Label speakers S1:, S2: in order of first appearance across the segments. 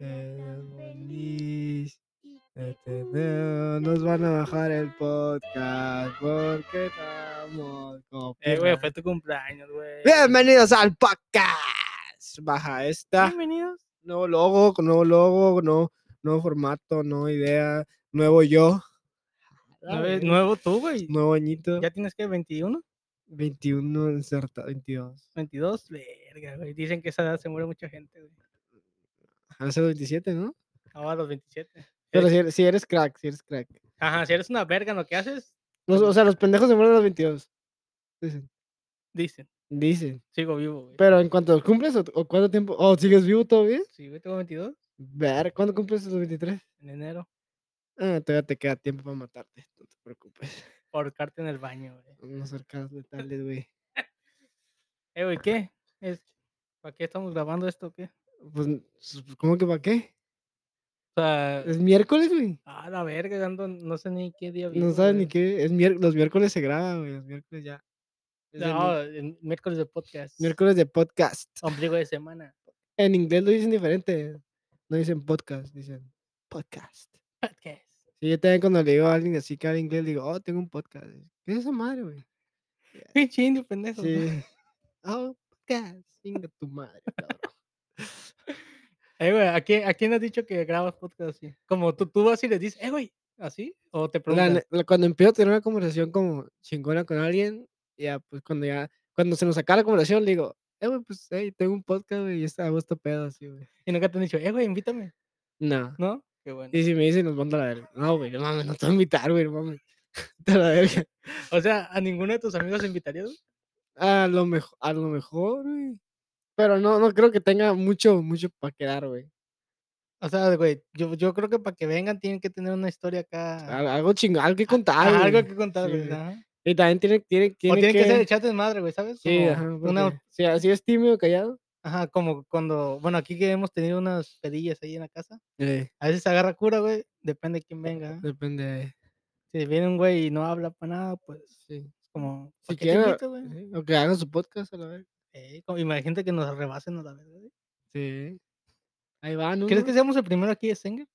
S1: no eh, nos van a bajar el podcast porque estamos
S2: Eh,
S1: copyright.
S2: güey, fue tu cumpleaños, güey.
S1: Bienvenidos al podcast. Baja esta.
S2: Bienvenidos.
S1: Nuevo logo, nuevo logo, no, nuevo formato, nueva idea, nuevo yo.
S2: Nueve- Nuevo tú, güey.
S1: Nuevo añito.
S2: ¿Ya tienes que 21?
S1: 21 inserta- 22.
S2: 22, verga, güey. Dicen que esa edad se muere mucha gente, güey.
S1: Hace 27, ¿no?
S2: Ahora los 27.
S1: Pero si eres, si eres crack, si eres crack.
S2: Ajá, si eres una verga en lo que haces,
S1: Los- o sea, los pendejos se mueren a los 22. Dicen.
S2: dicen,
S1: Dicen.
S2: sigo vivo, güey.
S1: Pero en cuanto cumples o, o cuánto tiempo. ¿O sigues vivo todavía?
S2: Sí, güey, tengo 22
S1: Ver, ¿cuándo cumples los 23?
S2: en enero.
S1: Ah, todavía te queda tiempo para matarte. No te preocupes.
S2: Ahorcarte en el baño, güey.
S1: No cercanos letales, güey.
S2: Eh, güey, ¿qué? Es... ¿Para qué estamos grabando esto, o qué?
S1: Pues, s- ¿cómo que para qué?
S2: O sea,
S1: Es miércoles, güey.
S2: a la verga, ando, no sé ni qué día
S1: No
S2: vivo,
S1: sabes ni
S2: güey.
S1: qué. Es miér- los miércoles se graba, güey. Los miércoles ya. es de mi-
S2: No, el miércoles de podcast.
S1: miércoles de podcast.
S2: Ombligo de semana.
S1: En inglés lo dicen diferente. No dicen podcast, dicen podcast.
S2: Podcast.
S1: Sí, yo también cuando le digo a alguien así que habla inglés, le digo, oh, tengo un podcast. ¿Qué es esa madre, güey?
S2: Pinche indio, pendejo.
S1: Sí. Oh, podcast. Chinga tu madre, cabrón.
S2: Eh, güey, ¿a quién, a quién has dicho que grabas podcast así? Como tú, tú vas y les dices, eh, güey, ¿así? O te
S1: La
S2: preguntan,
S1: ne- la- cuando empiezo a tener una conversación como chingona con alguien, ya, pues cuando ya, cuando se nos acaba la conversación, le digo, eh, güey, pues, hey, tengo un podcast, güey, y está a gusto pedo así, güey.
S2: y nunca te han dicho, eh, güey, invítame,
S1: No.
S2: ¿no? Qué bueno.
S1: Y si me dicen, nos manda a la verga. No, güey, no mames, no te voy a invitar, güey, no mames. Te la verga.
S2: O sea, ¿a ninguno de tus amigos invitarías? güey?
S1: A lo mejor, a lo mejor, güey. Pero no, no creo que tenga mucho, mucho para quedar, güey.
S2: O sea, güey, yo, yo creo que para que vengan tienen que tener una historia acá.
S1: Al- Algo chingón, Ah. algo que contar.
S2: ajá, algo
S1: güey.
S2: que contar,
S1: sí,
S2: güey.
S1: güey.
S2: ajá.
S1: Y también tiene, tiene,
S2: O
S1: tiene
S2: tienen que, ser echarte madre, güey, ¿sabes?
S1: Sí,
S2: Como
S1: ajá.
S2: Una,
S1: porque Si así es tímido, callado.
S2: ajá, como cuando, bueno, aquí que hemos tenido unas pedillas ahí en la casa.
S1: Eh,
S2: A veces agarra cura, güey, depende de quién venga. ¿eh?
S1: depende.
S2: Si viene un güey y no habla para nada, pues
S1: Sí.
S2: es como,
S1: Si
S2: ¿para qué te
S1: quieren,
S2: invito, güey?
S1: sí, o que hagan su podcast a la vez.
S2: Eh, como- imagínate que nos rebasen a la verga, güey.
S1: Sí. Ahí van.
S2: ¿Crees
S1: uno.
S2: que seamos el primero aquí de Senga?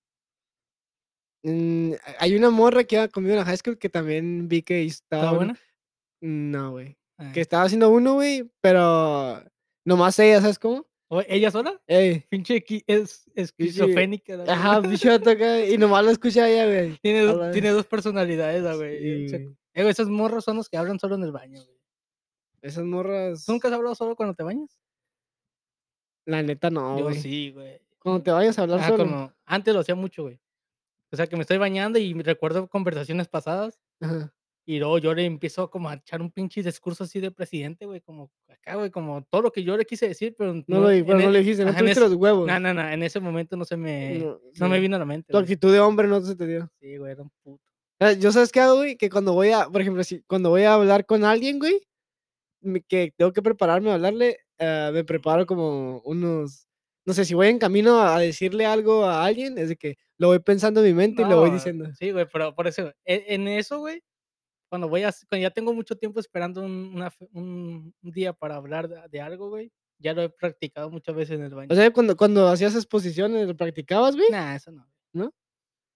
S1: Mm, a- hay una morra que iba conmigo en la high school que también vi que estaba.
S2: ¿Está
S1: en-
S2: buena?
S1: No, güey.
S2: Ah,
S1: Que estaba haciendo uno, güey, pero nomás ella, ¿sabes cómo?
S2: ¿o- ¿Ella sola?
S1: Ey,
S2: Pinche equi- es esquizofénica. la verga.
S1: ajá, bicho toca y nomás la escucha ella, güey.
S2: Tiene, do-
S1: la
S2: tiene dos personalidades, la güey.
S1: Sí,
S2: o sea,
S1: Ah, güey.
S2: eh, güey, esos morros son los que hablan solo en el baño, güey.
S1: Esas morras.
S2: ¿Tú nunca has hablado solo cuando te bañas?
S1: La neta, no,
S2: Yo
S1: güey.
S2: sí, güey.
S1: Cuando te vayas a hablar
S2: Ajá,
S1: solo.
S2: cuando- Antes lo hacía mucho, güey. O sea, que me estoy bañando y me recuerdo conversaciones pasadas
S1: Ajá.
S2: y luego yo le empiezo como a echar un pinche discurso así de presidente, güey, como acá, güey, como todo lo que yo le quise decir, pero
S1: No, lo, di-
S2: en
S1: pero no
S2: e-
S1: le dijiste, no
S2: ajá, en
S1: tuviste
S2: ese-
S1: los huevos.
S2: No, no, no, en ese momento no se me... No,
S1: No,
S2: me
S1: sí.
S2: vino a la mente.
S1: Tu
S2: güey.
S1: actitud de hombre no se te dio.
S2: Sí, güey, era un puto.
S1: Ah, Yo sabes qué hago, güey, que cuando voy a, por ejemplo, si cuando voy a hablar con alguien, güey, me- que tengo que prepararme a hablarle, ah, me preparo como unos, no sé, si voy en camino a decirle algo a alguien, es de que lo voy pensando en mi mente y lo voy
S2: No,
S1: diciendo.
S2: Sí, güey, pero por eso, e- en eso, güey, cuando voy a, s- cuando ya tengo mucho tiempo esperando un, una fe- un- un día para hablar de, de algo, güey, ya lo he practicado muchas veces en el baño.
S1: O sea, cuando, cuando hacías exposiciones, lo practicabas, güey.
S2: nah, eso no.
S1: ¿no?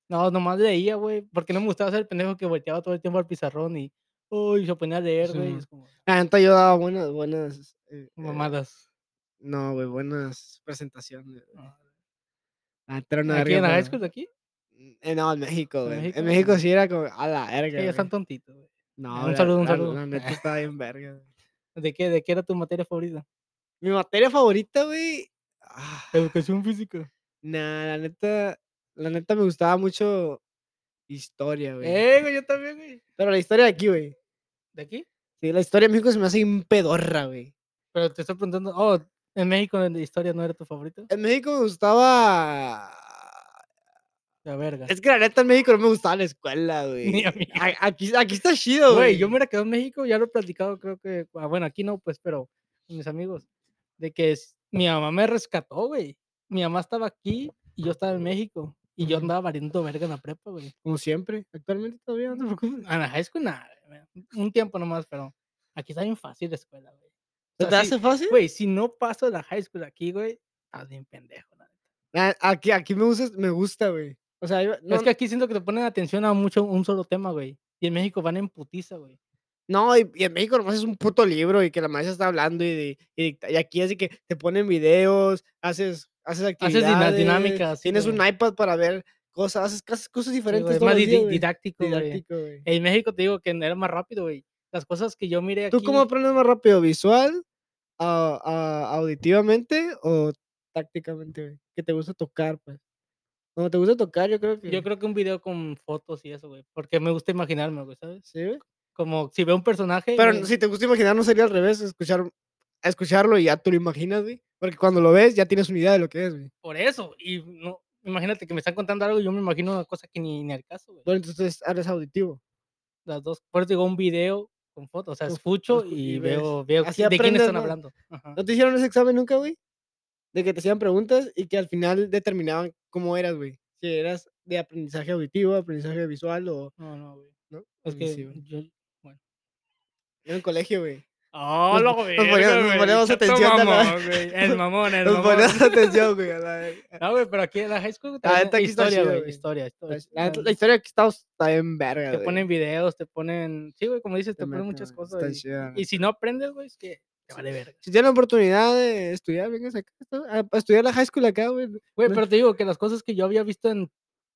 S2: No, nomás leía, güey, porque no me gustaba ser el pendejo que volteaba todo el tiempo al pizarrón y, uy, se ponía a leer, güey, y
S1: Sí.
S2: es como,
S1: La neta, yo daba buenas, buenas, eh, eh,
S2: mamadas.
S1: no, güey, buenas presentaciones. güey.
S2: Ah,
S1: La neta era una
S2: ¿Aquí
S1: verga
S2: en la
S1: para-
S2: high school de aquí?
S1: Eh, no, en México,
S2: ¿En
S1: güey. En México,
S2: México? Ah.
S1: sí era como a la verga.
S2: Que ellos
S1: güey.
S2: están tontitos, güey.
S1: No,
S2: un
S1: la-
S2: saludo, un
S1: la-
S2: saludo.
S1: La neta estaba bien verga. güey.
S2: ¿De qué, ¿De qué era tu materia favorita?
S1: Mi materia favorita, güey. ah,
S2: Educación física.
S1: nah, la neta. La neta me gustaba mucho historia, güey.
S2: Eh, güey, yo también, güey.
S1: Pero la historia de aquí, güey.
S2: ¿De aquí?
S1: Sí, la historia de México se me hace bien pedorra, güey.
S2: Pero te estoy preguntando, oh, en México la historia no era tu favorito.
S1: En México me gustaba.
S2: La verga.
S1: Es que la neta en México no me gustaba la escuela,
S2: Ni
S1: güey.
S2: a mí.
S1: A- Aquí, aquí está chido,
S2: Güey, yo me hubiera quedado en México, ya lo he platicado, creo que, ah, bueno, aquí no, pues, pero con mis amigos, de que es- mi mamá me rescató, güey. Mi mamá estaba aquí y yo estaba en México. Y yo
S1: Ujú.
S2: andaba valiendo verga en la prepa, güey.
S1: Como siempre. Actualmente todavía no te preocupes.
S2: En la high school, nada, güey, un tiempo nomás, pero aquí está bien fácil la escuela, güey. O
S1: ¿Se
S2: sea,
S1: te
S2: sí,
S1: hace fácil?
S2: Güey, si no paso de la high school aquí, güey, estás bien pendejo, la neta.
S1: Ah, Aquí, aquí me gusta, me gusta, güey. O sea, iba- no,
S2: es que aquí siento que te ponen atención a mucho un solo tema, güey. Y en México van en putiza, güey.
S1: no y, y en México nomás es un puto libro y que la maestra está hablando y, de- y, dicta- y aquí así que te ponen videos, haces, haces
S2: Haces
S1: actividades.
S2: dina- dinámicas. sí,
S1: Tienes
S2: güey.
S1: un iPad para ver cosas, haces cas- cosas
S2: Sí, güey,
S1: diferentes.
S2: es
S1: todos
S2: más
S1: los
S2: didi-
S1: días, güey.
S2: didáctico, güey.
S1: Didáctico, güey.
S2: En México te digo que era más rápido, güey. Las cosas que yo miré aquí.
S1: ¿Tú cómo aprendes más rápido? ¿Visual? a- a- ¿Auditivamente o tácticamente, güey? Que te gusta tocar, pues. Cuando te gusta tocar, yo creo que.
S2: Yo creo que un video con fotos y eso, güey. Porque me gusta imaginarme, güey, ¿sabes?
S1: Sí, güey.
S2: Como si veo un personaje.
S1: Pero
S2: me-
S1: si te gusta imaginar, no sería al revés, escuchar, escucharlo y ya tú lo imaginas, güey. Porque cuando lo ves, ya tienes una idea de lo que es, güey.
S2: Por eso. Y no, imagínate que me están contando algo y yo me imagino una cosa que ni, ni al caso, güey.
S1: Bueno, entonces eres auditivo.
S2: Las dos. Por eso digo un video con fotos. O sea,
S1: Con fo-
S2: escucho
S1: escu-
S2: y,
S1: y ves.
S2: veo, veo
S1: Así
S2: qui- de quién
S1: aprendes
S2: están
S1: más.
S2: hablando. Ajá.
S1: ¿No te hicieron ese examen nunca, güey? De que te hacían preguntas y que al final determinaban cómo eras, güey. Si eras de aprendizaje auditivo, aprendizaje visual o.
S2: No, no, güey.
S1: ¿No?
S2: Es
S1: Sí,
S2: que
S1: sí, güey.
S2: yo...
S1: Yo en el colegio, güey.
S2: ¡Oh,
S1: Nos-
S2: la
S1: nos
S2: verga,
S1: ponemos- nos
S2: güey!
S1: ponemos
S2: Chato
S1: atención a la-
S2: mamón, güey, El mamón, el
S1: Nos
S2: mamón.
S1: ponías atención, güey. a la verga.
S2: No, güey, pero Ah, aquí en la high school
S1: La
S2: también
S1: neta aquí está
S2: historia,
S1: chido,
S2: güey,
S1: güey.
S2: historia,
S1: La,
S2: historia. o
S1: neta-
S2: sea,
S1: la historia que está, está bien verga,
S2: Pues, Te
S1: güey.
S2: ponen videos, te ponen... Sí, güey, como dices, te
S1: La
S2: ponen
S1: neta,
S2: muchas
S1: güey,
S2: cosas.
S1: está
S2: y-
S1: chida, la
S2: Y, si no aprendes, güey, es que te vale verga.
S1: Si tienen la oportunidad de estudiar, vengan acá, ¿no? a, a estudiar la high school acá, güey.
S2: Güey,
S1: No-
S2: pero te digo que las cosas que yo había visto en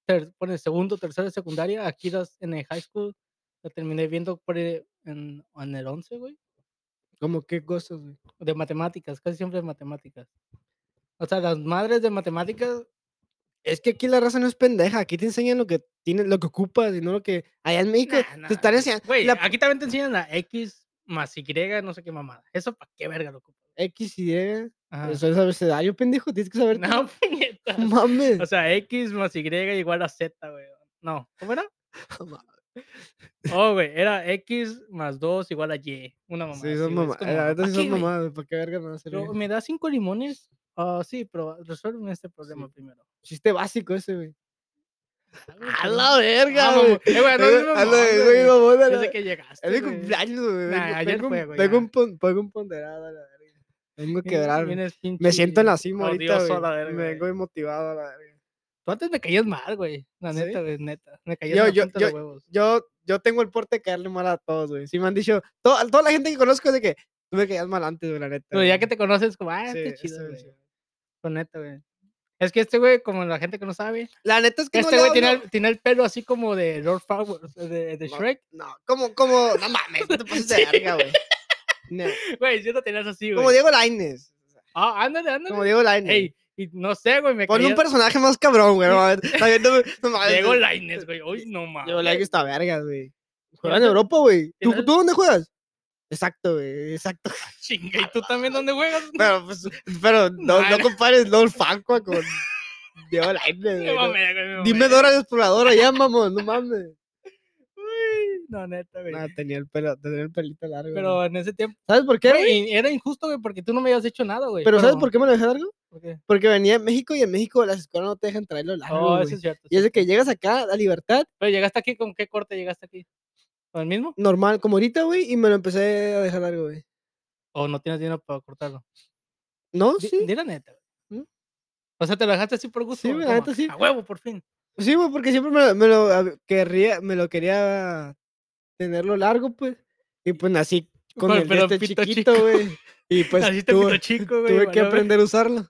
S2: ter- por el segundo, tercero de secundaria, aquí las, en el high school, la terminé viendo por el- en, en el 11, güey.
S1: Como qué cosas, güey.
S2: de matemáticas, casi siempre de matemáticas. O sea, las madres de matemáticas,
S1: Es que aquí la raza no es pendeja, aquí te enseñan lo que tienes, lo que ocupas y no lo que allá en México
S2: nah, nah,
S1: te están enseñando
S2: güey,
S1: la
S2: aquí también te enseñan la X más Y, no sé qué mamada. Eso para qué verga lo ocupas.
S1: X y Y,
S2: Ajá.
S1: eso es abecedario, pendejo, tienes que saber.
S2: Ah. No, puñetas.
S1: mames.
S2: O sea, X más Y igual a Z, güey. No, ¿cómo era? Oh, güey, era X más 2 igual a Y. Una mamada.
S1: sí,
S2: así,
S1: son
S2: güey, es
S1: mamadas,
S2: como,
S1: la verdad sí
S2: "¿Pa'
S1: son
S2: qué, güey?
S1: mamadas, ¿para qué verga no va a servir?
S2: Pero, ¿Me da cinco limones? Ah, sí, pero resuelve este problema primero.
S1: Chiste básico ese, güey.
S2: Ah, güey,
S1: ¡A
S2: pero-
S1: la verga,
S2: Ah,
S1: güey!
S2: mamón. Eh, güey, no,
S1: Güey,
S2: no,
S1: a la-
S2: mamón,
S1: güey,
S2: güey.
S1: mamón, a la-
S2: Desde que llegaste.
S1: Es mi
S2: güey.
S1: cumpleaños, güey.
S2: Nah,
S1: vengo-
S2: ayer
S1: vengo,
S2: fue, güey,
S1: vengo
S2: ya.
S1: un pon- vengo un ponderado a la verga. Vengo a
S2: Vienes-
S1: quebrar.
S2: vienes
S1: Me siento en la
S2: pinche
S1: cima ahorita,
S2: odioso a la
S1: güey.
S2: verga,
S1: Me vengo
S2: güey.
S1: emotivado a la verga.
S2: Tú antes me caías mal, güey. La
S1: ¿Sí?
S2: neta, güey, neta. Me caías
S1: Yo-
S2: mal
S1: yo-
S2: punta de huevos.
S1: Yo, yo tengo el porte de caerle mal a todos, güey. Sí me han dicho, to- a toda la gente que conozco es de que tú me caías mal antes, güey, la neta.
S2: Pero ya
S1: güey".
S2: que te conoces, como, ah,
S1: Sí,
S2: este
S1: este
S2: chido,
S1: güey,
S2: güey.
S1: sí.
S2: Pues neta, güey. Es que este güey, como la gente que no sabe,
S1: La neta es que no
S2: este
S1: le
S2: güey tiene,
S1: hablo-
S2: el- tiene el pelo así como de Lord Powers, de, de
S1: No.
S2: Shrek.
S1: No, como, como, no mames, no te pases de
S2: Sí.
S1: verga, güey. No,
S2: Güey, yo lo tenías así,
S1: Como
S2: güey.
S1: Diego Lainez.
S2: Ah, ándale, ándale.
S1: Como Diego Lainez.
S2: Ey, y no sé, güey, me
S1: Ponle un
S2: caías.
S1: personaje más cabrón, güey. no mames, está viendo- no mames,
S2: Llegó
S1: güey.
S2: Lainez, güey. Uy, no mames.
S1: Yo le hago esta verga, güey. Juega en
S2: te-
S1: Europa, güey. ¿Tú,
S2: final-
S1: tú dónde juegas? Exacto, güey, exacto.
S2: Chinga, ¿y tú también dónde juegas?
S1: Pero, pues, pero no,
S2: No,
S1: no
S2: no.
S1: compares LOL Facua con Diego Lainez,
S2: Me
S1: güey, no.
S2: mamé, güey, me
S1: Dime
S2: mamé.
S1: Dora la exploradora ya, mamón, no mames.
S2: Uy, No, neta, güey.
S1: No, tenía el pelo, tenía el pelito largo. güey.
S2: Pero en ese tiempo.
S1: ¿Sabes por qué,
S2: Güey,
S1: güey?
S2: y era injusto, güey, porque tú no me habías hecho nada, güey.
S1: Pero ¿sabes por qué me lo dejé largo?
S2: porque
S1: Porque venía a México y en México las escuelas no te dejan traerlo largo,
S2: Oh,
S1: güey.
S2: eso es cierto.
S1: Y es de
S2: sí.
S1: que llegas acá a Libertad,
S2: Pero llegaste aquí, ¿con qué corte llegaste aquí? ¿Con el mismo?
S1: normal, como ahorita, güey, y me lo empecé a dejar largo, güey.
S2: ¿O no tienes dinero para cortarlo?
S1: ¿No?
S2: Di,
S1: Sí.
S2: di la neta, güey.
S1: ¿Mm?
S2: O sea, te lo dejaste así por gusto.
S1: Sí,
S2: güey,
S1: la neta,
S2: toma,
S1: sí.
S2: A huevo, por fin.
S1: Sí, güey, porque siempre me, lo- me lo hab- querría, me lo quería tenerlo largo, pues. Y pues nací con
S2: Con el
S1: el
S2: pelo
S1: de este
S2: pito
S1: chiquito,
S2: chico.
S1: güey. Y pues
S2: así te pito
S1: tuve,
S2: chico, güey.
S1: tuve que
S2: valió, güey.
S1: aprender a usarlo.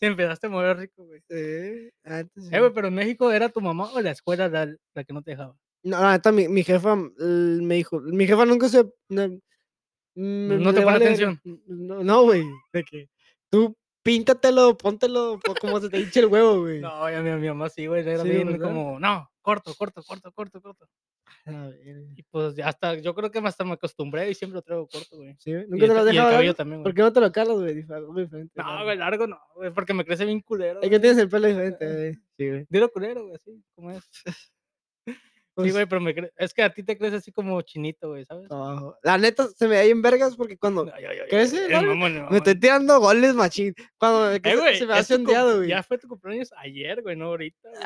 S2: Te empezaste a mover rico, güey.
S1: Sí, antes sí.
S2: Eh, güey, pero en México era tu mamá o la escuela la, la que no te dejaba.
S1: No, la neta, mi, mi jefa mm, l- me dijo, mi jefa nunca se... No, mm,
S2: No te
S1: le
S2: pone
S1: verga.
S2: atención.
S1: N- No, no, güey, de que tú píntatelo, póntelo, po- como se te hinche el huevo, güey.
S2: No, ya mi, mi mamá sí, güey. Era
S1: Sí,
S2: bien
S1: ¿verdad?
S2: como, no, corto, corto, corto, corto, corto.
S1: A ver,
S2: Y pues ya hasta, yo creo que hasta me acostumbré y siempre lo traigo corto, güey.
S1: ¿sí? güey?
S2: Y
S1: ¿Nunca te
S2: el
S1: lo
S2: ca-
S1: has
S2: y el
S1: dejado
S2: cabello
S1: largo?
S2: también,
S1: ¿Por
S2: güey.
S1: qué no te lo cargas, güey? Dif- algo diferente,
S2: No,
S1: largo.
S2: güey, largo no, güey, porque me crece bien culero.
S1: Es que
S2: güey.
S1: tienes el pelo diferente, güey. Sí, güey.
S2: Dilo culero, güey, así, como es. Sí,
S1: Pues,
S2: güey, pero me cre- es que a ti te crece así como chinito, güey, ¿sabes?
S1: no, La neta, se me da en vergas porque cuando...
S2: No, yo- yo- yo-
S1: crece,
S2: el
S1: largo.
S2: mamón, el
S1: Me
S2: mamón.
S1: estoy tirando goles, machín. Cuando que
S2: Eh,
S1: se-
S2: güey,
S1: se me
S2: es
S1: hace
S2: tu cum-
S1: ondeado, güey. Ah,
S2: Ya fue tu cumpleaños ayer, güey, no ahorita, güey.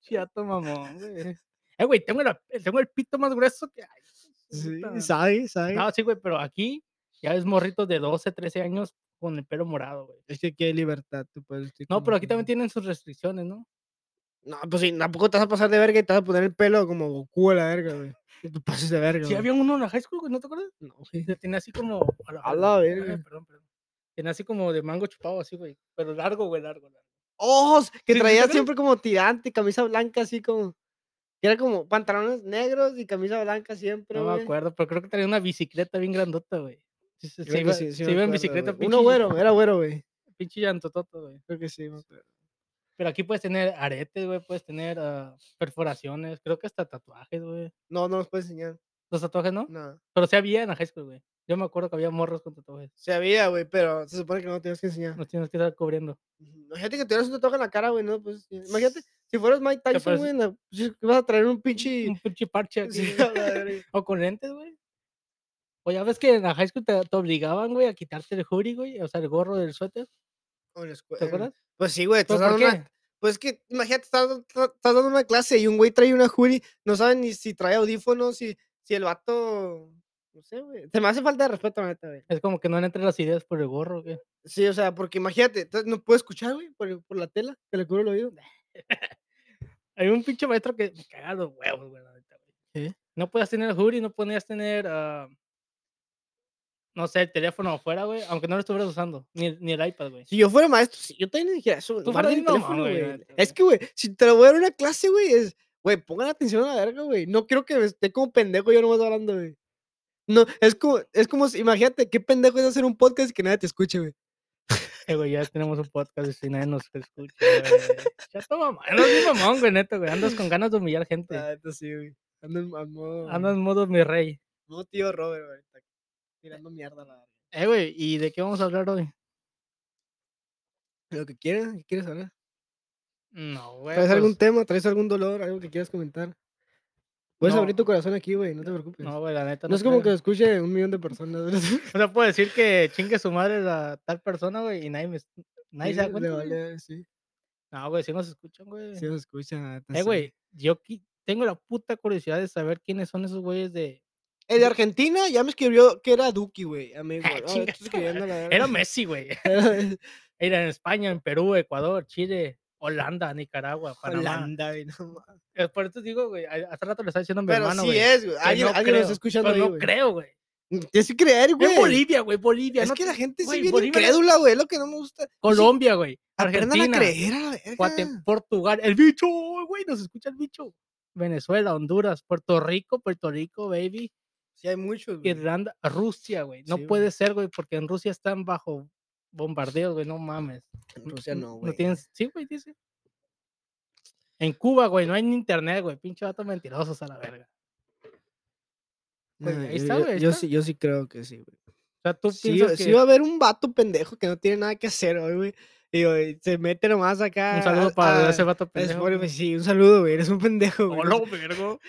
S2: Chato mamón, güey. Eh, güey, tengo, la- tengo el pito más grueso que hay.
S1: Sí,
S2: puta.
S1: sabe, sabe.
S2: No, sí, güey, pero aquí ya ves morritos de 12, 13 años con el pelo morado, güey.
S1: Es que aquí hay libertad, tú puedes... decir
S2: No,
S1: como
S2: pero aquí
S1: quieras.
S2: también tienen sus restricciones, ¿no?
S1: No, pues sí, tampoco te vas a pasar de verga y te vas a poner el pelo como Goku a la verga, güey. No te pases de verga,
S2: Sí,
S1: güey.
S2: había uno en la high school, güey, ¿no te acuerdas?
S1: No, güey.
S2: Que Tenía así como. A la,
S1: A la
S2: ay,
S1: verga.
S2: Perdón, perdón. Tenía así como de mango chupado, así, güey. Pero largo, güey, largo. largo.
S1: ojos que
S2: Sí, sí,
S1: traía
S2: ¿te acuerdas?
S1: siempre como tirante, camisa blanca así como que era como pantalones negros y camisa blanca siempre,
S2: No me
S1: güey.
S2: acuerdo, pero creo que traía una bicicleta bien grandota, güey. Sí, Se,
S1: Creo
S2: se
S1: que
S2: iba,
S1: sí, sí
S2: se
S1: me
S2: iba en
S1: acuerdo,
S2: bicicleta,
S1: güey. Uno
S2: pinche-
S1: güero, era güero, güey.
S2: Pinche llantototo, güey.
S1: Creo que sí, me acuerdo.
S2: Pero aquí puedes tener aretes, güey, puedes tener ah, perforaciones, creo que hasta tatuajes, güey.
S1: No, no los puedes enseñar.
S2: Los tatuajes, ¿no?
S1: No.
S2: Pero sí había en la high school, güey. Yo me acuerdo que había morros con tatuajes.
S1: Se había, güey, pero se supone que no lo tenías que enseñar.
S2: Nos tienes que estar cubriendo.
S1: Ujú. Imagínate que tuvieras un tatuaje en la cara, güey, no, pues imagínate si fueras Mike Tyson,
S2: parece-
S1: güey, en la- pues, vas a traer un pinche
S2: Un pinche parche aquí.
S1: Sí,
S2: güey.
S1: a la verga.
S2: O con lentes, güey. O ya ves que en la high school te, te obligaban, güey, a quitarte el hoodie, güey. O sea, el gorro del suéter.
S1: O en la escue-
S2: ¿Te
S1: en-
S2: acuerdas?
S1: Pues sí, güey,
S2: ¿Pero
S1: estás dando
S2: por qué?
S1: una- Pues es que, imagínate, estás, dando- estás dando una clase y un güey trae una hoodie, no saben ni si trae audífonos, si, si el vato. No sé, güey. Se me hace falta de respeto, la neta, güey.
S2: Es como que no le entran las ideas por el gorro, güey.
S1: Sí, o sea, porque imagínate, entonces no puedo escuchar, güey, por, el- por la tela que le cubre el oído.
S2: Hay un pinche maestro que me caga los huevos, güey. la neta, güey.
S1: ¿Sí?
S2: No podías tener hoodie, no podías tener, ah, no sé, el teléfono afuera, güey, aunque no lo estuvieras usando, ni, el- ni el iPad, güey.
S1: Si yo fuera maestro, sí, yo también le dijera eso.
S2: Tú
S1: guarden
S2: fueras
S1: el
S2: bien
S1: teléfono,
S2: mamón, Pues, güey, la
S1: güey.
S2: neta,
S1: Es
S2: güey.
S1: que, güey, si te lo voy a dar una clase, güey, es. Güey, pongan atención a la verga, güey. No quiero que esté como pendejo yo nomás hablando, güey. No, es como, es como, si- imagínate, qué pendejo es hacer un podcast y que nadie te escuche, güey.
S2: Eh, güey, ya tenemos un podcast y si nadie nos escucha, güey. Ya toma, mamón, no es mamón, güey, neto, güey. Andas con ganas de humillar gente.
S1: Ah, esto sí, güey. Ando en en modo.
S2: Andas en modo mi rey.
S1: No, tío Robert, güey. Está tirando mierda a la verga.
S2: Eh, güey, ¿y de qué vamos a hablar hoy?
S1: Lo que quieras, ¿qué quieres hablar?
S2: No, güey.
S1: ¿Traes algún
S2: pues,
S1: tema? ¿Traes algún dolor? ¿Algo que quieras comentar? Puedes abrir
S2: No.
S1: tu corazón aquí, güey, no te preocupes.
S2: No,
S1: No,
S2: güey, la neta.
S1: es como que
S2: creo.
S1: lo escuche un millón de personas. güey.
S2: O sea, puedo decir que chingue su madre a tal persona, güey, y nadie me...
S1: Sí,
S2: Nadie se da
S1: le
S2: cuenta, güey.
S1: vale, sí,
S2: No, güey, si nos escuchan, güey.
S1: sí lo escucha. la neta,
S2: Eh,
S1: sí.
S2: güey, yo qui- tengo la puta curiosidad de saber quiénes son esos güeyes de.
S1: El de Argentina ya me escribió que era Duki, güey. Amigo,
S2: Ah,
S1: no,
S2: chinga
S1: estoy
S2: tu madre.
S1: escribiendo la verga.
S2: Era Messi, güey. Era en España, en Perú, Ecuador, Chile, Holanda, Nicaragua, Panamá.
S1: Holanda, güey, no mames.
S2: Eh, Por eso digo, güey, a- hace rato le estaba diciendo a mi
S1: Pero
S2: hermano,
S1: sí
S2: güey.
S1: es, güey.
S2: que
S1: Alguien,
S2: no
S1: alguien lo
S2: creo,
S1: está escuchando
S2: pero
S1: ahí,
S2: no
S1: güey.
S2: creo, güey.
S1: Tienes que creer, güey.
S2: En Bolivia, güey, Bolivia.
S1: Es
S2: no
S1: que la
S2: te-
S1: gente sí
S2: güey,
S1: viene
S2: Bolivia no-
S1: crédula, güey, es lo que no me gusta.
S2: Colombia, güey.
S1: Aprendan a
S2: Argentina,
S1: creer a la verga.
S2: Guate- Portugal, el bicho, güey, nos escucha el bicho. Venezuela, Honduras, Puerto Rico, Puerto Rico, baby.
S1: Sí, hay muchos, güey.
S2: Irlanda, Rusia, güey. No
S1: Sí, güey.
S2: puede ser, güey, porque en Rusia están bajo bombardeo, güey, no mames.
S1: En Rusia
S2: N-
S1: no, güey.
S2: tienen- Sí, güey, dice. En Cuba, güey, no hay ni internet, güey. Pinche vato mentirosos a la verga. güey,
S1: Ah,
S2: ahí
S1: yo-
S2: está,
S1: yo-
S2: güey, ahí
S1: Yo
S2: está.
S1: sí, yo sí creo que sí, güey.
S2: O sea, tú
S1: Sí,
S2: piensas
S1: sí
S2: que
S1: va a haber un vato pendejo que no tiene nada que hacer hoy, güey. Y güey, se mete nomás acá.
S2: un
S1: a- Ah,
S2: saludo para
S1: a-
S2: ese vato
S1: a
S2: pendejo.
S1: Spotify.
S2: güey.
S1: Sí, un saludo, güey. Eres un pendejo, güey.
S2: Hola, vergo.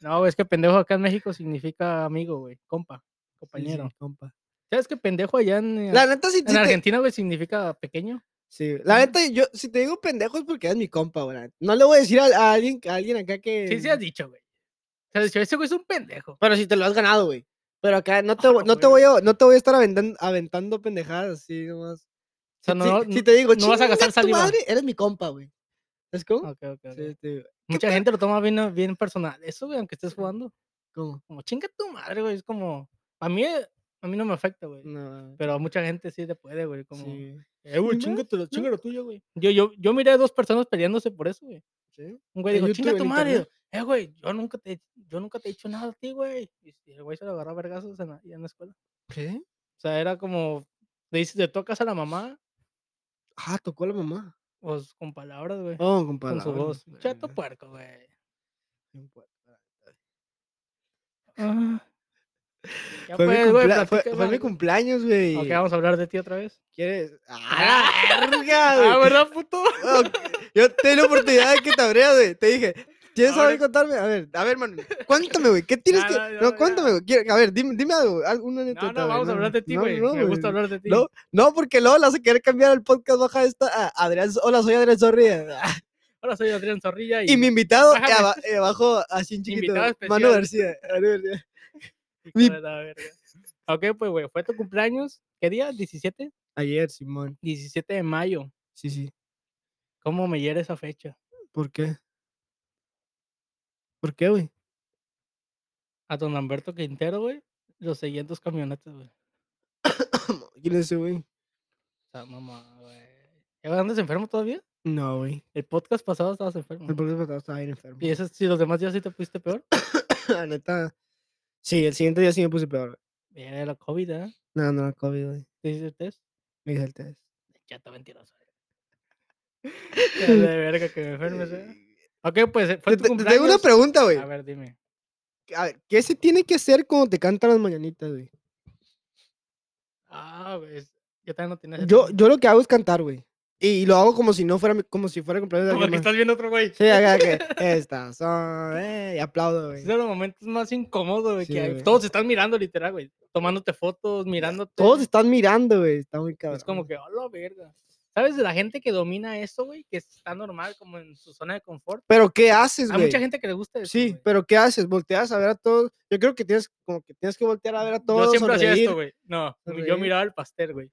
S2: No, güey, es que pendejo acá en México significa amigo, güey, compa,
S1: Sí, sí,
S2: compañero.
S1: compa.
S2: ¿Sabes que pendejo allá en,
S1: La neta, sí,
S2: en Argentina, güey, significa pequeño?
S1: Sí, la
S2: Ajá.
S1: neta, yo, si te digo pendejo es porque eres mi compa, güey. la neta. No le voy a decir a, a alguien, a alguien acá que.
S2: Sí, se has dicho, güey. Se ha dicho, ese güey es un pendejo.
S1: Pero si te lo has ganado, güey. Pero acá no te, voy-
S2: Ah,
S1: no te, voy,
S2: güey.
S1: a, no te voy a estar aventando, aventando pendejadas así nomás.
S2: O sea,
S1: Si-
S2: no,
S1: si, si te digo,
S2: no vas a gastar
S1: "Chinga tu
S2: saliva".
S1: madre, eres mi compa, güey. ¿Sabes cómo?
S2: Ok, ok, ok.
S1: Sí, te digo,
S2: Mucha
S1: pe-
S2: gente lo toma bien, bien personal. Eso, güey, aunque estés jugando.
S1: ¿Cómo?
S2: Como chinga tu madre, güey. Es como. A mí, eh, a mí no me afecta, güey.
S1: No,
S2: Pero a mucha gente Mm. sí le puede, güey. Como.
S1: sí.
S2: Eh,
S1: "Ni
S2: güey,
S1: más,
S2: chingatelo,
S1: ¿no?".
S2: chinga lo tuyo, güey. Yo, yo, yo miré a dos personas peleándose por eso, güey.
S1: ¿Sí?
S2: Un güey
S1: En
S2: dijo,
S1: YouTube,
S2: chinga tu
S1: en
S2: madre.
S1: internet.
S2: Eh, güey, yo nunca te, yo nunca te he dicho nada a ti, güey. Y y el güey se lo agarró a vergazos en la, ya en la escuela.
S1: ¿Qué?
S2: O sea, era como. Le dices, le tocas a la mamá,
S1: Ah, tocó a la mamá.
S2: pues con palabras, güey.
S1: Oh, compa.
S2: con su voz. Chato puerco, güey. Ah. Ya
S1: Fue,
S2: pues,
S1: mi,
S2: güey,
S1: cumplea- fue,
S2: platica,
S1: fue mi
S2: Marco.
S1: cumpleaños, güey.
S2: Ok, vamos a hablar de ti otra vez.
S1: ¿Quieres? ¡Ah, la verga, güey!
S2: ¿verdad, puto?
S1: Ok, Yo te di la oportunidad de que te abriera, güey. Te dije, ¿quieres
S2: Ahora-
S1: saber contarme? A ver, a ver, man. Cuéntame, güey. ¿Qué tienes
S2: Ya,
S1: que.?
S2: no, ya,
S1: No,
S2: ya.
S1: cuéntame, güey. quiero- A ver, dime, dime algo. Alguna
S2: No,
S1: anécdota,
S2: no,
S1: güey,
S2: vamos a hablar de ti,
S1: no,
S2: güey.
S1: no,
S2: Me gusta hablar de ti.
S1: No, no, porque luego las querer cambiar el podcast baja esta. a Adrián, hola, soy Adrián Zorrilla.
S2: Ahora soy Adrián Zorrilla y,
S1: Y mi invitado,
S2: bájame.
S1: aba- eh, abajo, así en chiquito.
S2: Invitado
S1: Manu
S2: especial.
S1: García. Manu García.
S2: y
S1: mi-
S2: cara de la verga. Ok, pues, güey, fue tu cumpleaños. ¿Qué día? ¿17?
S1: Ayer, Simón.
S2: 17 de mayo.
S1: Sí, sí.
S2: ¿Cómo me hiere esa fecha?
S1: ¿Por qué? ¿Por qué, güey?
S2: A don Lamberto Quintero, güey, los seguían dos camionetas, güey.
S1: ¿Quién es ese, güey?
S2: O sea, mamá, güey. ¿Ya andas enfermo todavía?
S1: No, güey.
S2: El podcast pasado estabas enfermo.
S1: El
S2: ¿no?
S1: podcast pasado estaba bien enfermo.
S2: Y eso, si los demás días sí te pusiste peor.
S1: La neta. Sí, el siguiente día sí me puse peor. güey.
S2: Era la COVID, ¿eh?
S1: No, no, COVID, güey.
S2: ¿Te hiciste el test?
S1: Me hice el test.
S2: Ya está mentiroso. eh. Ya de verga que me enfermes, ¿eh? Ok, pues eh, fue
S1: Te,
S2: tu
S1: te- te tengo una
S2: cumpleaños.
S1: pregunta, güey.
S2: A ver, dime.
S1: A ver, ¿Qué se tiene que hacer cuando te cantan las mañanitas, güey?
S2: Ah, güey. es- Yo también no tenía ese
S1: Yo,
S2: tema.
S1: yo lo que hago es cantar, güey. Y lo hago como si no fuera, mi- como si fuera cumpleaños de
S2: Como el
S1: alguien
S2: que
S1: más.
S2: estás viendo otro güey.
S1: Sí, acá que estas son, eh, y aplaudo, güey.
S2: Es de los momentos más incómodos, güey.
S1: Sí,
S2: que hay.
S1: güey.
S2: todos están mirando, literal, güey. Tomándote fotos, mirándote.
S1: Todos están mirando, güey. Está muy cabrón.
S2: Es como que, hola, verga. ¿Sabes? de La gente que domina eso, güey, que está normal, como en su zona de confort.
S1: Pero ¿qué haces,
S2: Hay
S1: güey?
S2: mucha gente que le gusta eso.
S1: Sí,
S2: güey.
S1: pero ¿qué haces? Volteas a ver a todos. Yo creo que tienes como que tienes que voltear a ver a todos.
S2: Yo siempre hacía
S1: sonreír,
S2: esto, güey. No, yo
S1: sonreír.
S2: miraba el pastel, güey.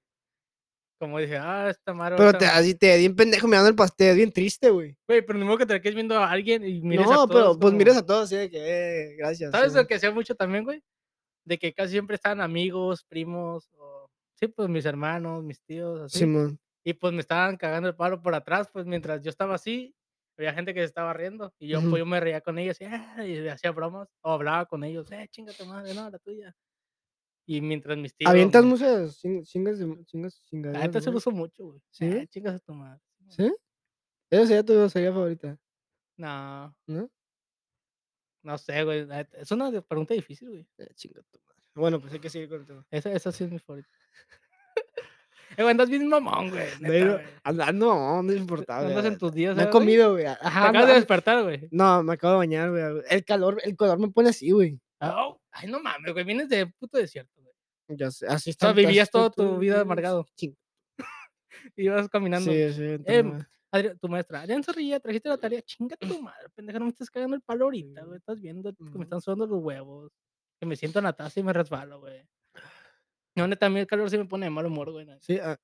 S2: Como dije, ah, esta madre.
S1: Pero
S2: ahorita
S1: te,
S2: no".
S1: así te bien pendejo mirando el pastel, bien triste, güey.
S2: Güey, pero ni modo que te quedes viendo a alguien y mires a
S1: No,
S2: todos.
S1: pero pues
S2: como-
S1: miras a todos así de que, eh, gracias.
S2: ¿Sabes
S1: Simón.
S2: lo que hacía mucho también, güey? De que casi siempre estaban amigos, primos, o... sí, pues mis hermanos, mis tíos, así.
S1: Simón.
S2: Y pues me estaban cagando el palo por atrás, pues mientras yo estaba así, había gente que se estaba riendo. Y yo,
S1: Ujú.
S2: pues, yo me reía con ellos y, "Ah", y le hacía bromas. O hablaba con ellos, eh, chingate madre, no, la tuya. Y mientras mis tíos.
S1: Avientas
S2: me-
S1: muchas ching- chingas de chingas
S2: La
S1: chingaderas
S2: neta
S1: de
S2: se
S1: madre.
S2: puso mucho, güey.
S1: ¿Sí?
S2: "Ah, chingas a tu madre".
S1: ¿Sí? Esa sería tu grosería favorita.
S2: No,
S1: ¿No?
S2: no sé, güey. la neta, Es una de- pregunta difícil, güey.
S1: Eh, chinga tu madre. Bueno, pues hay que seguir con el tema.
S2: Esa, esa sí es mi favorita. eh, güey, andas bien mamón, güey. neta,
S1: Pero,
S2: güey.
S1: andando, no es insoportable.
S2: Andas en tus días,
S1: No he
S2: ¿sabes, güey?
S1: comido, güey.
S2: Te
S1: Ajá.
S2: acabas de
S1: no,
S2: despertar, güey.
S1: No, me acabo de bañar, güey. El calor, el calor me pone así, güey.
S2: Au, Oh, Ay, no mames, güey. Vienes de puto desierto, güey.
S1: Ya sé, así
S2: sea,
S1: está.
S2: vivías toda tu vida amargado.
S1: Sí,
S2: Ibas caminando. Em,
S1: sí, sí. entiendo.
S2: Adri- tu maestra, Adrián Zorrilla, trajiste la tarea, chinga tu madre, pendeja, no me estás cagando el palo ahorita,
S1: Sí.
S2: güey, estás viendo que
S1: Ujú.
S2: me están sudando los huevos, que me siento en la taza y me resbalo, güey. No, neta, a mí el calor sí me pone de mal humor, güey. neta.
S1: Sí, ah,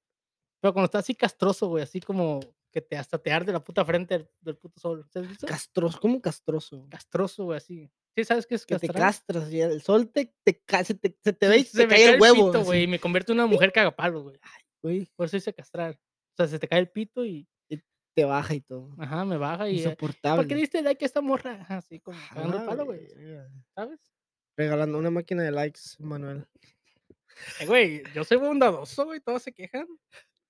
S2: Pero cuando estás así castroso, güey, así como que te hasta te arde la puta frente del, del puto sol. ¿sí has visto?
S1: castroso, como castroso.
S2: Castroso, güey, así. Sí, ¿sabes qué es
S1: Que te
S2: castrar?
S1: castras y el sol te, te, ca- se te, se te ve y se te
S2: Se me
S1: cae el huevo.
S2: pito,
S1: así,
S2: güey, y me convierto en una mujer cagapalo, güey.
S1: güey,
S2: Por eso hice castrar. O sea, se te cae el pito y,
S1: te baja y todo.
S2: ajá, me baja y... eh,
S1: Insoportable.
S2: ¿Por qué le diste like a esta morra? Así como cagando el
S1: Ah,
S2: palo, güey.
S1: verga.
S2: ¿Sabes?
S1: Regalando una máquina de likes, Manuel.
S2: Eh, Güey, yo soy bondadoso, güey, todos se quejan.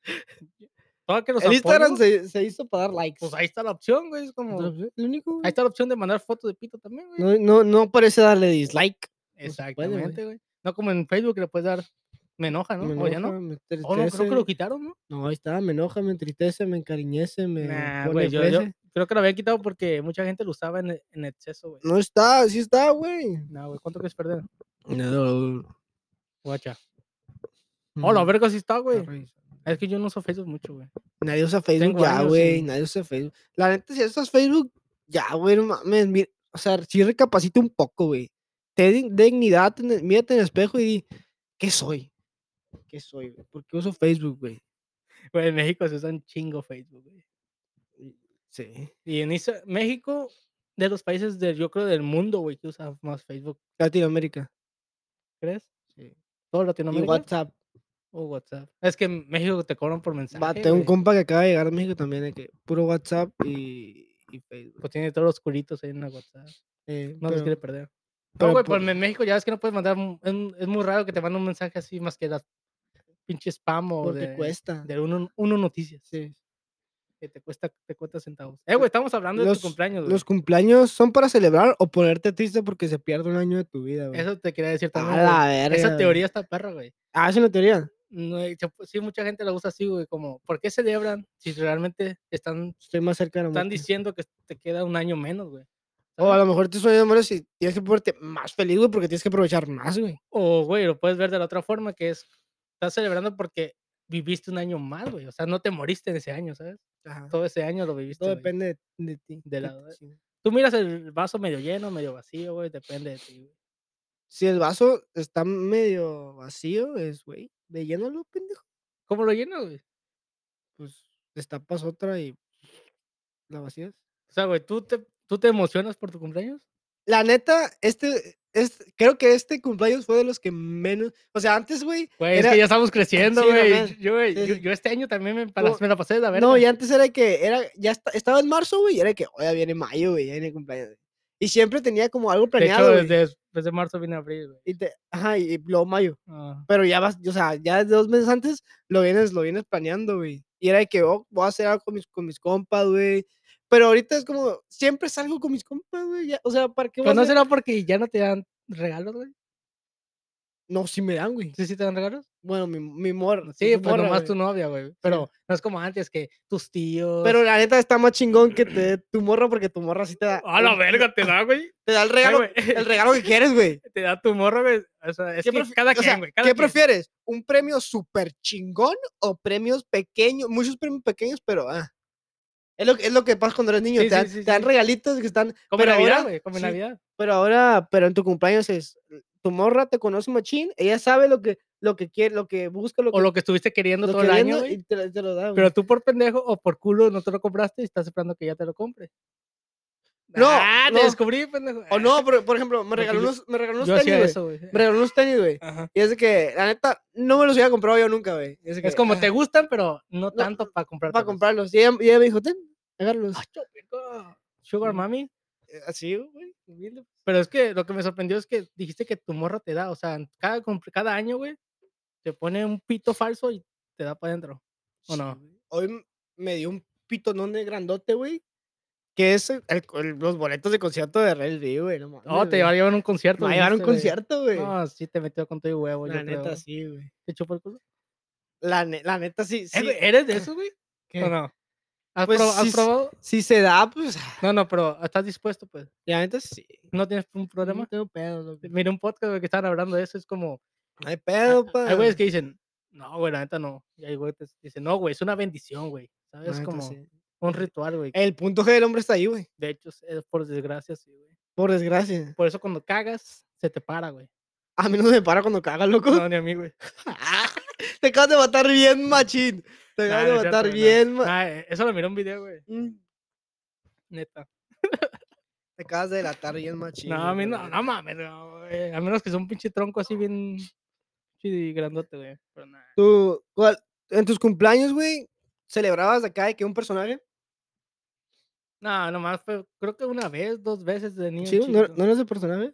S2: Todos que los
S1: El Instagram
S2: apoyo,
S1: se, se hizo para dar likes.
S2: Pues ahí está la opción, güey, es como... Ahí
S1: Entonces, lo único, güey.
S2: está la opción de mandar fotos de pito también, güey.
S1: No, no, no parece darle dislike. güey.
S2: Exactamente, güey. No como en Facebook que le puedes dar... Me enoja, ¿no?
S1: Me
S2: o ya no.
S1: enoja, me
S2: O no, creo que
S1: entristece.
S2: lo quitaron, ¿no?
S1: No, ahí está, me enoja, me entristece, me encariñece, me
S2: Nah,
S1: pone
S2: güey, yo, yo
S1: fresa.
S2: creo que lo había quitado porque mucha gente lo usaba en, en exceso, güey.
S1: No está, sí está, güey.
S2: No, güey, ¿cuánto quieres perder?
S1: No.
S2: Guacha. Hola,
S1: Ujú,
S2: verga, sí está,
S1: está
S2: güey.
S1: revisando.
S2: Es que yo no uso Facebook mucho, güey.
S1: Nadie usa Facebook
S2: Tengo
S1: ya,
S2: años
S1: güey.
S2: sin-
S1: Nadie usa Facebook. La neta, si usas Facebook, ya, güey, no mames. mi- o sea, sí recapacita un poco, güey. Te di- dignidad, en el- mírate en el espejo y di, ¿qué soy? ¿Qué soy, güey? ¿Por qué uso Facebook, güey?
S2: Güey, en México se usa un chingo Facebook, güey.
S1: Sí.
S2: Y en Isa- México, de los países del, yo creo, del mundo, güey, que usa más Facebook,
S1: Latinoamérica.
S2: ¿crees?
S1: Sí.
S2: Todo
S1: Y
S2: Latinoamérica
S1: WhatsApp.
S2: o WhatsApp. Es que en México te cobran por mensaje.
S1: Va, tengo un
S2: güey,
S1: compa que acaba de llegar a México también, de que puro WhatsApp y, y Facebook.
S2: Pues tiene todos los culitos ahí en la WhatsApp.
S1: Eh,
S2: No los
S1: pero-
S2: quiere perder.
S1: pero
S2: no, güey,
S1: por-
S2: pues en México ya ves que no puedes mandar. un- Es, es muy raro que te manden un mensaje así más que las pinche spam o
S1: porque
S2: de,
S1: cuesta.
S2: de uno, uno Noticias.
S1: Sí.
S2: Que te cuesta, te cuesta centavos. Eh, güey, estamos hablando de
S1: Los-
S2: tu cumpleaños, güey.
S1: Los cumpleaños son para celebrar o ponerte triste porque se pierde un año de tu vida, güey.
S2: Eso te quería decir también.
S1: A
S2: güey.
S1: la verga.
S2: Esa
S1: güey.
S2: teoría está perra, güey.
S1: Ah, es una teoría.
S2: no, hay- se pu- sí, mucha gente la usa así, güey, como, ¿por qué celebran si realmente están,
S1: Estoy más cerca de la
S2: están
S1: muerte.
S2: diciendo que te queda un año menos, güey?
S1: O a
S2: ¿sabes?
S1: lo mejor te sueño de amores y tienes que ponerte más feliz, güey, porque tienes que aprovechar más, güey.
S2: O, güey, lo puedes ver de la otra forma, que es, estás celebrando porque viviste un año más, güey, o sea, no te moriste en ese año, ¿sabes?
S1: Ajá. Todo,
S2: Todo ese año lo viviste. güey.
S1: depende de, de ti.
S2: De
S1: qué
S2: la-
S1: tan- sí.
S2: Tú miras el vaso medio lleno, medio vacío, güey, depende de ti, güey.
S1: Si el vaso está medio vacío, es, güey, de llénalo, pendejo.
S2: ¿Cómo lo llenas, güey?
S1: Pues destapas otra y la vacías.
S2: sea, güey, ¿tú te, ¿tú te emocionas por tu cumpleaños?
S1: La neta, este, este, creo que este cumpleaños fue de los que menos. O sea, antes, güey.
S2: Güey, es
S1: era-
S2: que ya estamos creciendo,
S1: Sí, no
S2: güey.
S1: mames.
S2: yo, güey,
S1: Sí,
S2: yo-
S1: sí.
S2: yo este año también me, pa- la-
S1: Como-
S2: me la pasé de la verga.
S1: No, y antes era que era, ya esta- estaba en marzo, güey, y era que, oye, viene mayo, güey, ya viene el cumpleaños. Y siempre tenía como algo
S2: De
S1: planeado.
S2: hecho,
S1: güey,
S2: desde, desde marzo vine a abril, güey.
S1: y te- ajá, y luego mayo.
S2: Ah,
S1: Pero ya vas, o sea, ya desde dos meses antes lo vienes, lo vienes planeando, güey. Y era de que, oh, voy a hacer algo con mis, con mis compas, güey. Pero ahorita es como, siempre salgo con mis compas, güey. ya, O sea, ¿para qué voy a
S2: Pues no
S1: hacer?
S2: será porque ya no te dan regalos, güey.
S1: No, sí me dan, güey.
S2: ¿Sí, sí te dan regalos?
S1: Bueno, mi, mi mor.
S2: Sí,
S1: mi
S2: pues
S1: morra,
S2: nomás
S1: güey.
S2: tu novia, güey. Pero no es como antes que tus tíos.
S1: Pero la neta está más chingón que te dé tu morra porque tu morra sí te da.
S2: A la
S1: un-
S2: verga te da, güey.
S1: Te da el
S2: Ay,
S1: regalo,
S2: güey,
S1: el regalo que quieres, güey.
S2: Te da tu morro, güey. O sea, es
S1: ¿Qué
S2: que
S1: prefi-
S2: cada
S1: o sea,
S2: quien, güey. cada
S1: ¿Qué
S2: quien.
S1: prefieres? ¿Un premio súper chingón o premios pequeños? Muchos premios pequeños, pero ah. Es lo, que- es lo que pasa cuando eres niño.
S2: Sí,
S1: te,
S2: sí,
S1: dan,
S2: sí,
S1: te dan
S2: sí.
S1: regalitos que están.
S2: Como en
S1: pero
S2: Navidad,
S1: ahora-
S2: güey. Como en
S1: sí,
S2: Navidad.
S1: Pero ahora, pero en tu cumpleaños es. Tu morra te conoce machín, ella sabe lo que, lo que quiere, lo que busca, lo que.
S2: O lo que pues estuviste queriendo
S1: lo
S2: todo
S1: que
S2: el año,
S1: viendo
S2: güey.
S1: y te, lo- te lo da, güey.
S2: Pero tú por pendejo o por culo no te lo compraste y estás esperando que ya te lo compre.
S1: No,
S2: Ah, te
S1: no.
S2: descubrí, pendejo.
S1: O no, pero, por ejemplo, me
S2: Lo que
S1: regaló
S2: yo-
S1: unos, me regaló unos
S2: yo hacía
S1: tenis, güey.
S2: eso, güey.
S1: Me regaló unos tenis, güey.
S2: Ajá.
S1: Y es de que, la neta, no me los había comprado yo nunca, güey. Es, de que,
S2: Es como
S1: ah,
S2: te pues". gustan, pero no tanto para comprar.
S1: Para comprarlos. Y ella, y ella me dijo, ten, agárralos.
S2: Sugar
S1: Mm.
S2: Mami.
S1: Eh, Así, güey. humilde, pues.
S2: Pero es que lo que me sorprendió es que dijiste que tu morra te da. O sea, en cada, cumple- cada año, güey, te pone un pito falso y te da para adentro. ¿O
S1: Sí,
S2: no?
S1: güey. Hoy m- me dio un pitonón de grandote, güey. Que es el- el- el- los boletos de concierto de Rel B, güey. No, mames,
S2: No, te
S1: güey.
S2: va a llevar a un
S1: Me
S2: concierto.
S1: va a llevar a un
S2: dijiste, güey.
S1: concierto, güey.
S2: No, sí te metió con todo y huevo.
S1: la
S2: yo
S1: neta,
S2: creo.
S1: sí, güey.
S2: ¿Te chupó el culo?
S1: La, ne- la neta, sí.
S2: Eh,
S1: sí.
S2: güey, ¿Eres de eso, güey?
S1: ¿Qué?
S2: ¿O no? ¿Has,
S1: Pues
S2: proba- has
S1: sí s-
S2: probado?
S1: Si se da, pues.
S2: No, no, pero ¿estás dispuesto, pues?
S1: La neta, sí.
S2: ¿No tienes un
S1: No
S2: problema?
S1: tengo pedo, loco.
S2: Mira un podcast güey, que estaban hablando de eso, es como...
S1: No hay pedo, pa.
S2: Hay güeyes que dicen, no, güey, la neta no. Y hay güeyes que dicen, no, güey, es una bendición, güey.
S1: La
S2: ¿Sabes?
S1: neta,
S2: como
S1: sí. Eh.
S2: un ritual, güey.
S1: El punto G del hombre está ahí, güey.
S2: De hecho, es por desgracia, sí, güey.
S1: Por desgracia.
S2: Por eso cuando cagas, se te para, güey.
S1: A mí no me para cuando caga, loco.
S2: No, ni a mí, güey.
S1: Te acabas de matar bien, machín. Te
S2: Nah,
S1: acabas
S2: no
S1: de
S2: es
S1: matar
S2: cierto, güey,
S1: bien,
S2: no.
S1: ma-
S2: Nah, eh, eso lo miré en un video, güey.
S1: Mm.
S2: Neta.
S1: Te acabas de delatar bien, machín.
S2: no, a mí
S1: loco,
S2: no,
S1: la
S2: no mames, no, güey. A menos que sea un pinche tronco así bien... pinche grandote, güey. Pero nada.
S1: ¿Tú, cuál- en tus cumpleaños, güey, celebrabas acá de que un personaje?
S2: No, nomás fue, creo que una vez, dos veces de niño.
S1: Sí, ¿no,
S2: chiquito.
S1: ¿no eres de personaje?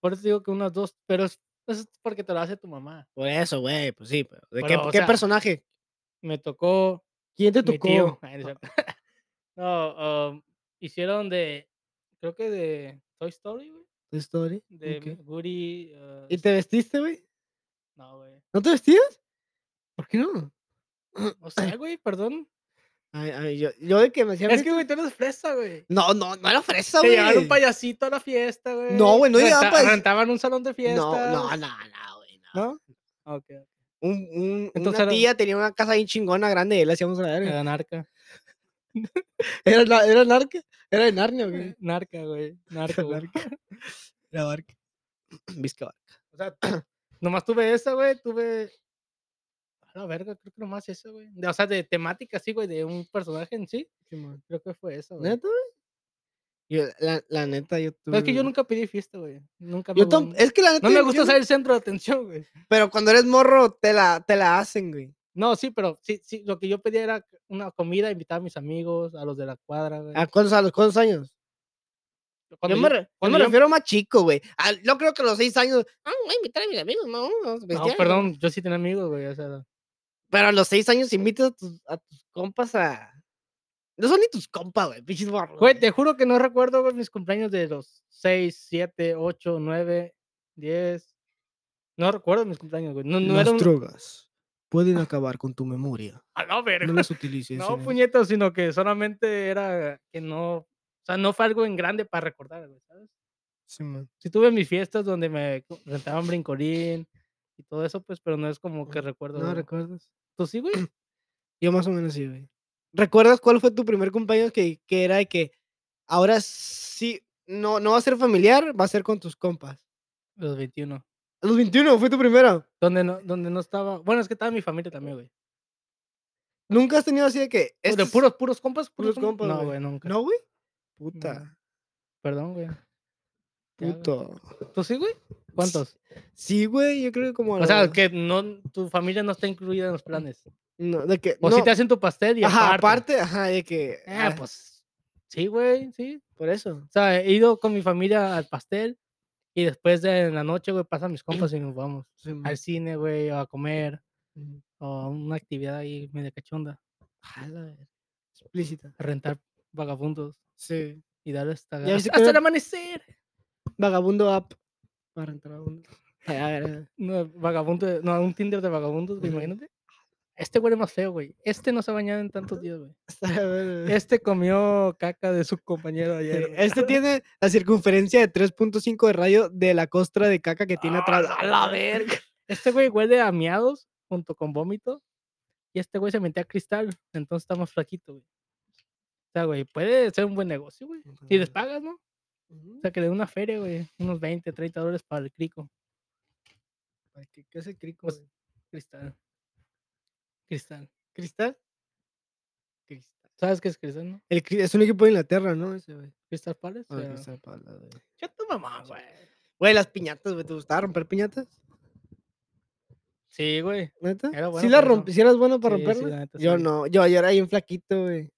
S2: Por eso digo que unas dos, pero es, eso es porque te lo hace tu mamá.
S1: Por eso, güey, pues sí. Pero, ¿De
S2: Pero,
S1: qué,
S2: o
S1: qué
S2: sea,
S1: personaje?
S2: Me tocó
S1: ¿Quién te
S2: mi tío.
S1: tocó?
S2: Ay, no es cierto. No, um, hicieron de, creo que de Toy Story, güey.
S1: ¿Tu story?
S2: De
S1: ok.
S2: Woody. uh,
S1: ¿Y te vestiste, güey?
S2: No, güey.
S1: ¿No te vestías? ¿Por qué no?
S2: O sea, güey, perdón.
S1: Ay, ay, yo, yo de que me hacía...
S2: Es que, güey, tú eres fresa, güey.
S1: No, no, no era fresa,
S2: Te
S1: güey.
S2: llevaron un payasito a la fiesta, güey.
S1: No, güey, no llevaban
S2: Renta-
S1: payas-
S2: Rentaban un salón de fiesta.
S1: No, no, no, no, güey. No.
S2: ¿No? Ok.
S1: Un, un,
S2: Entonces
S1: una
S2: era-
S1: tía tenía una casa bien chingona grande y le hacíamos a la verga.
S2: Era narca.
S1: Ah. Era, na- era narca, era de Narnia, güey.
S2: Narca, güey. Narca, güey.
S1: Era barca. Vizca barca.
S2: O sea, nomás tuve esa, güey, tuve... A la verga, creo que nomás esa, güey. De- O sea, de temática, sí, güey, de un personaje en sí. Creo que fue esa, güey.
S1: ¿Neta, güey? Yo, la, la neta, yo
S2: Pero es que yo
S1: tuve-
S2: nunca pedí fiesta, güey. Nunca me
S1: Yo tam-
S2: gu-
S1: Es que la neta.
S2: No me
S1: yo-
S2: gusta
S1: yo
S2: ser el centro de atención, güey.
S1: Pero cuando eres morro, te la, te la hacen, güey.
S2: No, sí, pero sí, sí, lo que yo pedía era una comida, invitar a mis amigos, a los de la cuadra, güey.
S1: ¿A, cuántos, a los cuántos años? Ah, Yo
S2: Cuando
S1: me,
S2: yo-
S1: re- yo
S2: cuando
S1: me
S2: yo-
S1: refiero más chico, güey. Al- Yo creo que a los seis años. Ah, voy a invitar a mis amigos, no. vamos a
S2: No,
S1: pistear",
S2: perdón, yo sí tenía amigos, güey. O sea,
S1: Pero a los seis años invitas a tus, a tus compas a. No son ni tus compas, güey. Pinches morros.
S2: Güey, te juro que no recuerdo güey, mis cumpleaños de los 6, 7, 8, 9, 10. No recuerdo mis cumpleaños, güey. No, no era un...
S1: drogas pueden acabar con tu memoria.
S2: A la verga.
S1: utilices.
S2: No, pues, puñetos, sino que solamente era que no... O sea, no fue algo en grande para recordar, güey, ¿sabes? Sí tuve mis fiestas donde me co- rentaban brincolín y todo eso, pues, pero no es como que
S1: Ujú.
S2: recuerdo.
S1: ¿No
S2: güey.
S1: recuerdas?
S2: ¿Tú sí, güey?
S1: Yo más o menos sí, güey. ¿Recuerdas cuál fue tu primer cumpleaños que, que era de que ahora sí, no, no va a ser familiar, va a ser con tus compas?
S2: Los 21.
S1: A los 21 fue tu primero.
S2: Donde no, donde no estaba... Bueno, es que estaba mi familia también, güey.
S1: ¿Nunca has tenido así de que...
S2: Pues,
S1: este
S2: De
S1: es-
S2: puros, puros compas,
S1: puros compas,
S2: No,
S1: güey.
S2: güey, nunca.
S1: ¿No, güey? Puta.
S2: Perdón, güey. Ya, güey.
S1: Puto.
S2: ¿Tú sí, güey? ¿Cuántos?
S1: Sí, güey, yo creo que como. a
S2: O
S1: la
S2: sea,
S1: vez-
S2: que no, tu familia no está incluida en los planes.
S1: No, de que.
S2: O
S1: no,
S2: si te hacen tu pastel y
S1: Ajá, aparte,
S2: aparte.
S1: eh. ajá, de que.
S2: Ah, pues. Sí, güey, sí.
S1: Por eso.
S2: O sea, he ido con mi familia al pastel y después de la noche, güey, pasan mis compas y nos vamos al cine, güey, o a comer
S1: Ujú.
S2: o a una actividad ahí media cachonda.
S1: mm, A la ver- Explícita.
S2: A rentar vagabundos
S1: Sí.
S2: y dar hasta,
S1: Ya viste
S2: hasta,
S1: que
S2: hasta
S1: era-
S2: el amanecer.
S1: Vagabundo app. Para rentar vagabundo. A ver,
S2: No, vagabundo, no, un Tinder de vagabundos, güey,
S1: Ujú.
S2: imagínate. Este huele más feo, güey. Este no se ha bañado en tantos días, güey.
S1: a ver.
S2: Este comió caca de su compañero
S1: Sí,
S2: ayer. güey.
S1: Este tiene la circunferencia de 3.5 de radio de la costra de caca que tiene atrás.
S2: ¡A Ah, la verga! Este güey huele a miados junto con vómito. Y este güey se metió a cristal. Entonces está más flaquito, güey. O sea, güey, puede ser un buen negocio, güey. Si les pagas, ¿no? O sea, que le den una feria, güey. Unos 20, 30 dólares para el crico.
S1: Ay, ¿Qué, qué es el crico?
S2: Pues-
S1: güey?
S2: Cristal. Cristal.
S1: ¿Cristal? Cristal.
S2: ¿Sabes qué es cristal, no?
S1: El cri- es un equipo de Inglaterra, ¿no? Ese, güey.
S2: Cristal Palace.
S1: Ah,
S2: o-
S1: Crystal Palace, güey.
S2: Ya tu mamá, güey.
S1: Güey, las piñatas, güey. ¿Te gustaba romper piñatas?
S2: Sí, güey.
S1: ¿Neta?
S2: Era bueno
S1: ¿Sí, las
S2: para eso.
S1: romp- sí eras bueno para
S2: Sí, sí,
S1: romperlas?
S2: la neta,
S1: yo
S2: sí.
S1: no. Yo, yo era bien flaquito, güey.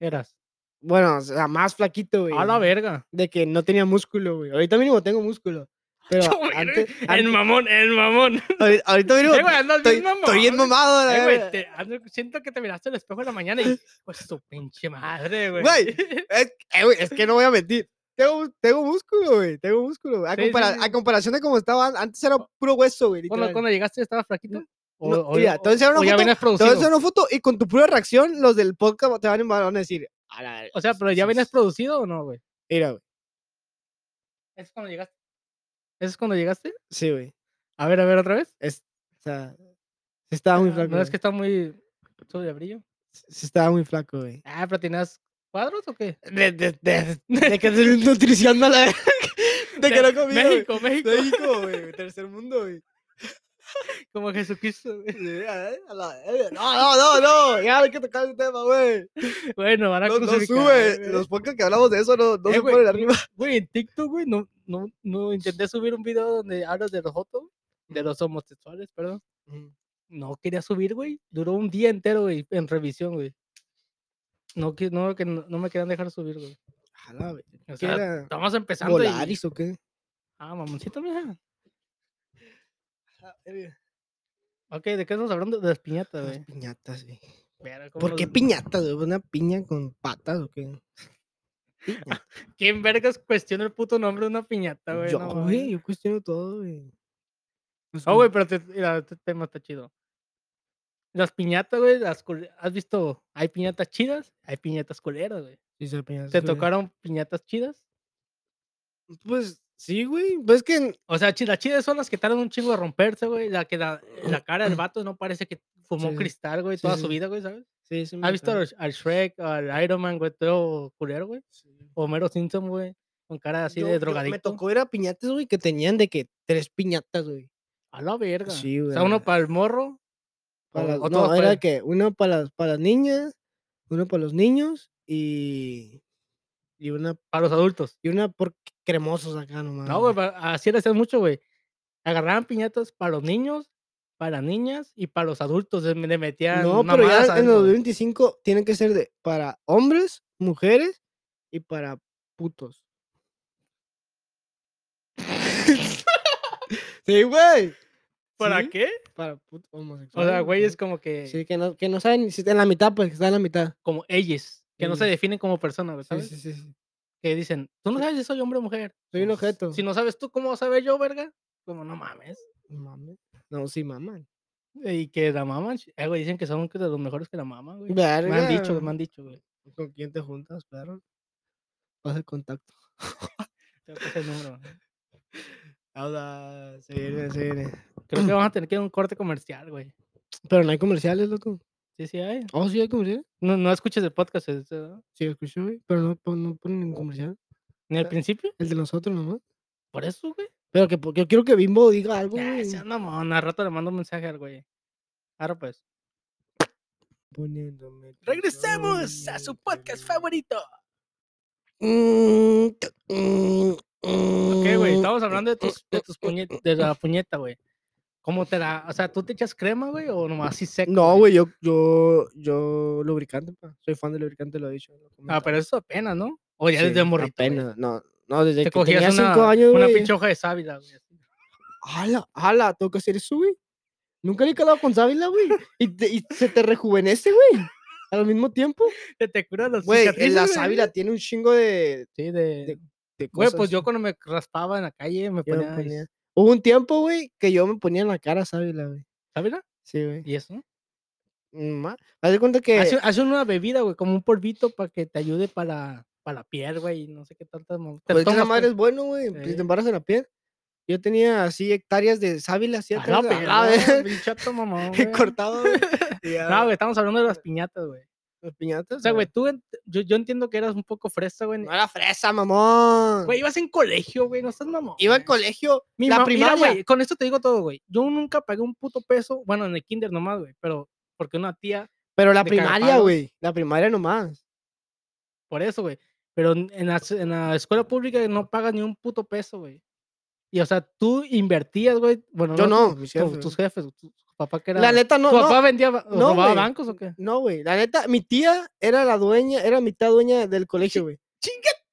S2: Eras.
S1: Bueno, o sea, más flaquito, güey.
S2: A la verga.
S1: De que no tenía músculo, güey. Ahorita mínimo tengo músculo. Pero antes,
S2: el
S1: antes-
S2: mamón, el mamón. Eh,
S1: ahori- ahorita mínimo
S2: güey, andas
S1: estoy,
S2: bien
S1: estoy bien
S2: mamón.
S1: mamado, la
S2: Eh, güey,
S1: verga.
S2: te- ando- siento que te miraste al espejo en la mañana y pues su pinche madre, güey.
S1: Güey, Es, eh, güey, es que no voy a mentir. Tengo, mus- tengo músculo, güey. Tengo músculo. güey. A,
S2: Sí, sí,
S1: compara-
S2: sí.
S1: a comparación de cómo estaba an- antes, era puro hueso, güey.
S2: Cuando,
S1: literal.
S2: cuando llegaste estabas flaquito. O,
S1: No,
S2: o-
S1: mira, te voy a enseñar
S2: o
S1: una
S2: ya
S1: foto,
S2: venías
S1: Te
S2: producido.
S1: voy a hacer una foto y con tu pura reacción, los del podcast te van, a- van a decir. "A la verga".
S2: O sea, pero ya venías producido o no, güey.
S1: Mira, güey.
S2: Eso es cuando llegaste. Eso es cuando llegaste.
S1: Sí, güey.
S2: A ver, a ver, otra vez.
S1: Es, o sea, sí estaba muy
S2: Ah,
S1: flaco.
S2: No es que
S1: güey.
S2: está muy. Sobre brillo.
S1: Sí estaba muy flaco, güey.
S2: Ah, pero tenías cuadros o qué?
S1: De, de, de, de que de nutrición a la verga. De que no comía. güey.
S2: México, México.
S1: México, güey. Tercer mundo, güey.
S2: Como Jesucristo, güey.
S1: Sí, a- a la verga. No, no, no, no. Ya hay que tocar el tema, güey.
S2: Bueno, van a
S1: No, no
S2: crucificar,
S1: sube.
S2: güey.
S1: Los podcasts que hablamos de eso no, no
S2: Eh,
S1: se
S2: güey,
S1: ponen arriba.
S2: Güey, en TikTok, güey, no, no, no intenté subir un video donde hablas de los jotos, de los homosexuales, perdón. No quería subir, güey. Duró un día entero, güey, en revisión, güey. No, que- no, que no, no me querían dejar subir, güey.
S1: A la verga.
S2: O
S1: ¿Qué
S2: sea,
S1: era?
S2: estamos empezando. y-
S1: ¿Volaris o qué?
S2: Ah, mamoncito, mija. eh, Ok, ¿de qué estamos hablando? De las piñatas,
S1: Las
S2: güey.
S1: piñatas, güey.
S2: Verga, ¿cómo
S1: ¿Por
S2: nos-
S1: qué piñatas, güey? ¿Una piña con patas o qué? Piña.
S2: ¿Quién vergas cuestiona el puto nombre de una piñata, Ah, güey?
S1: Yo,
S2: No mames.
S1: güey, yo cuestiono todo, güey. Pues,
S2: Ah, güey, pero te- mira, este tema está chido. Las piñatas, güey, las cul- has visto, hay piñatas chidas, hay piñatas culeras, güey.
S1: sí soy piñata,
S2: ¿Te
S1: sí, güey.
S2: tocaron piñatas chidas?
S1: Pues sí, güey. Pues es que
S2: O sea, chi- las chidas son las que tardan un chingo de romperse, güey. La que la, la cara del vato no parece que fumó
S1: Sí,
S2: cristal, güey,
S1: sí,
S2: toda
S1: sí,
S2: su
S1: sí.
S2: vida, güey, ¿sabes?
S1: Sí, sí me
S2: ¿Has visto
S1: tocaba.
S2: al, al Shrek, al Iron Man, güey, todo culero, güey? Homero Simpson, güey, con cara así
S1: Yo-
S2: de
S1: yo-
S2: drogadicto.
S1: Me tocó ir a piñatas, güey, que tenían de que tres piñatas, güey.
S2: A la verga.
S1: Sí,
S2: o sea, uno
S1: güey.
S2: para el morro.
S1: Para
S2: o-
S1: las-
S2: o todas
S1: no, era
S2: para-
S1: que una para las, para las niñas, una para los niños y, y una
S2: para los adultos.
S1: y una por cremosos acá nomás.
S2: No, güey, pa- así lo hacían mucho, güey. Agarraban piñatas para los niños, para las niñas y para los adultos. Le le metían.
S1: No, pero ya
S2: mamadas
S1: en
S2: adentro,
S1: los
S2: güey.
S1: 25 tienen que ser de para hombres, mujeres y para putos. sí, güey.
S2: ¿Para
S1: Sí,
S2: qué?
S1: Para putos
S2: O
S1: homosexuales.
S2: sea, güey, es
S1: ¿no?
S2: como que.
S1: Sí, que no, que no saben si está en la mitad, pues que está en la mitad.
S2: Como ellos, que no se
S1: Ellos.
S2: definen como personas, güey,
S1: Mm. Sí,
S2: ¿sabes?
S1: sí, sí, sí.
S2: Que dicen, tú no
S1: Sí.
S2: sabes si soy hombre o mujer.
S1: Soy un
S2: Pues,
S1: objeto.
S2: Si no sabes tú, ¿cómo sabes yo, verga? Como, no mames.
S1: Mames. No, sí, maman.
S2: Y que la maman, ch- eh, güey, dicen que son que de los mejores que la maman, güey. pues, Me han dicho,
S1: Verga. pues,
S2: me han dicho, güey.
S1: ¿Con quién te juntas, claro? Pasa el contacto.
S2: Tengo que hacer el número, güey.
S1: Ahora, se viene, se viene.
S2: Creo que vamos a tener que ir a un corte comercial, güey.
S1: Pero no hay comerciales, loco.
S2: Sí, sí, hay.
S1: Oh, sí, hay comerciales.
S2: No, no escuches el podcast, este, ¿no?
S1: Sí, lo escuché, güey. Pero no, pon- no ponen ningún comercial.
S2: Ni al
S1: Ah.
S2: principio.
S1: El de nosotros nomás.
S2: Por eso, güey.
S1: Pero que po- yo quiero que Bimbo diga algo,
S2: Ya,
S1: güey.
S2: sea mamón, al rato le mando un mensaje al güey. Ahora pues.
S1: Poniéndome
S2: Regresamos a su podcast
S1: favorito.
S2: favorito. Ok,
S1: Mm,
S3: ¿Qué,
S2: güey, estamos hablando de, tus, de, tus puñe- de la puñeta, güey. ¿Cómo te la...? O sea, ¿tú te echas crema, güey? ¿O nomás así seco?
S1: No, güey, yo, yo, yo lubricante, pa. soy fan del lubricante, lo he dicho. lo he
S2: Ah,
S1: comentado.
S2: pero eso apenas, ¿no? O ya desde
S1: Sí,
S2: morrito, güey.
S1: apenas, no, no, desde que
S2: Te
S1: tenía
S2: cogías una,
S1: cinco años,
S2: una
S1: güey.
S2: pinche hoja de sábila, güey. así.
S1: Ala, ala, tengo que hacer eso, güey. Nunca le he calado con sábila, güey. Y, te- y se te rejuvenece, güey. Al mismo tiempo.
S2: Te, te curan las
S1: Güey, en
S2: cicatrices,
S1: la
S2: güey.
S1: sábila tiene un chingo de,
S2: Sí, de...
S1: de
S2: Güey,
S1: cosas.
S2: pues yo cuando me raspaba en la calle me
S1: Yo pues, me
S2: ponía...
S1: ponía- Hubo un tiempo, güey, que yo me ponía en la cara sábila, güey.
S2: ¿Sábila?
S1: Sí, güey.
S2: ¿Y eso?
S1: Ma- Haz de cuenta que...
S2: Hace, hace una bebida, güey, como un polvito para que te ayude para, para la piel, güey, y no sé qué tantas... mam- Te
S1: Pues es que esa
S2: tomas,
S1: madre
S2: pues.
S1: es bueno, güey. pues,
S2: Sí.
S1: Te embarras en la piel. Yo tenía así hectáreas de sábila, ¿sí?
S2: A la
S1: atrás, a la
S2: perra,
S1: verga,
S2: pinche vato mamón, pues, güey.
S1: Cortado, güey. y ya,
S2: No, güey, estamos hablando de las piñatas, güey.
S1: Las piñatas.
S2: O sea, güey, tú, ent- yo, yo entiendo que eras un poco fresa, güey.
S1: No era fresa, mamón.
S2: Güey, ibas en colegio, güey, no estás mamón.
S1: Iba al
S2: güey.
S1: colegio.
S2: Mi
S1: la
S2: ma- mira,
S1: primaria.
S2: güey, con esto te digo todo, güey. Yo nunca pagué un puto peso, bueno, en el kinder nomás, güey, pero porque una tía,
S1: Pero la
S2: de
S1: primaria,
S2: cagapalos.
S1: güey. La primaria nomás.
S2: por eso, güey. Pero en en la, s- en la escuela pública no pagas ni un puto peso, güey. Y, o sea, tú invertías, güey. Bueno,
S1: Yo no, mis
S2: tu-
S1: jefes.
S2: tus jefes, tu, tu papá que era...
S1: La neta, no.
S2: ¿Tu papá
S1: No,
S2: vendía, ba-
S1: no,
S2: robaba
S1: güey.
S2: bancos o qué?
S1: no, güey. La neta, mi tía era la dueña, era mitad dueña del colegio, güey.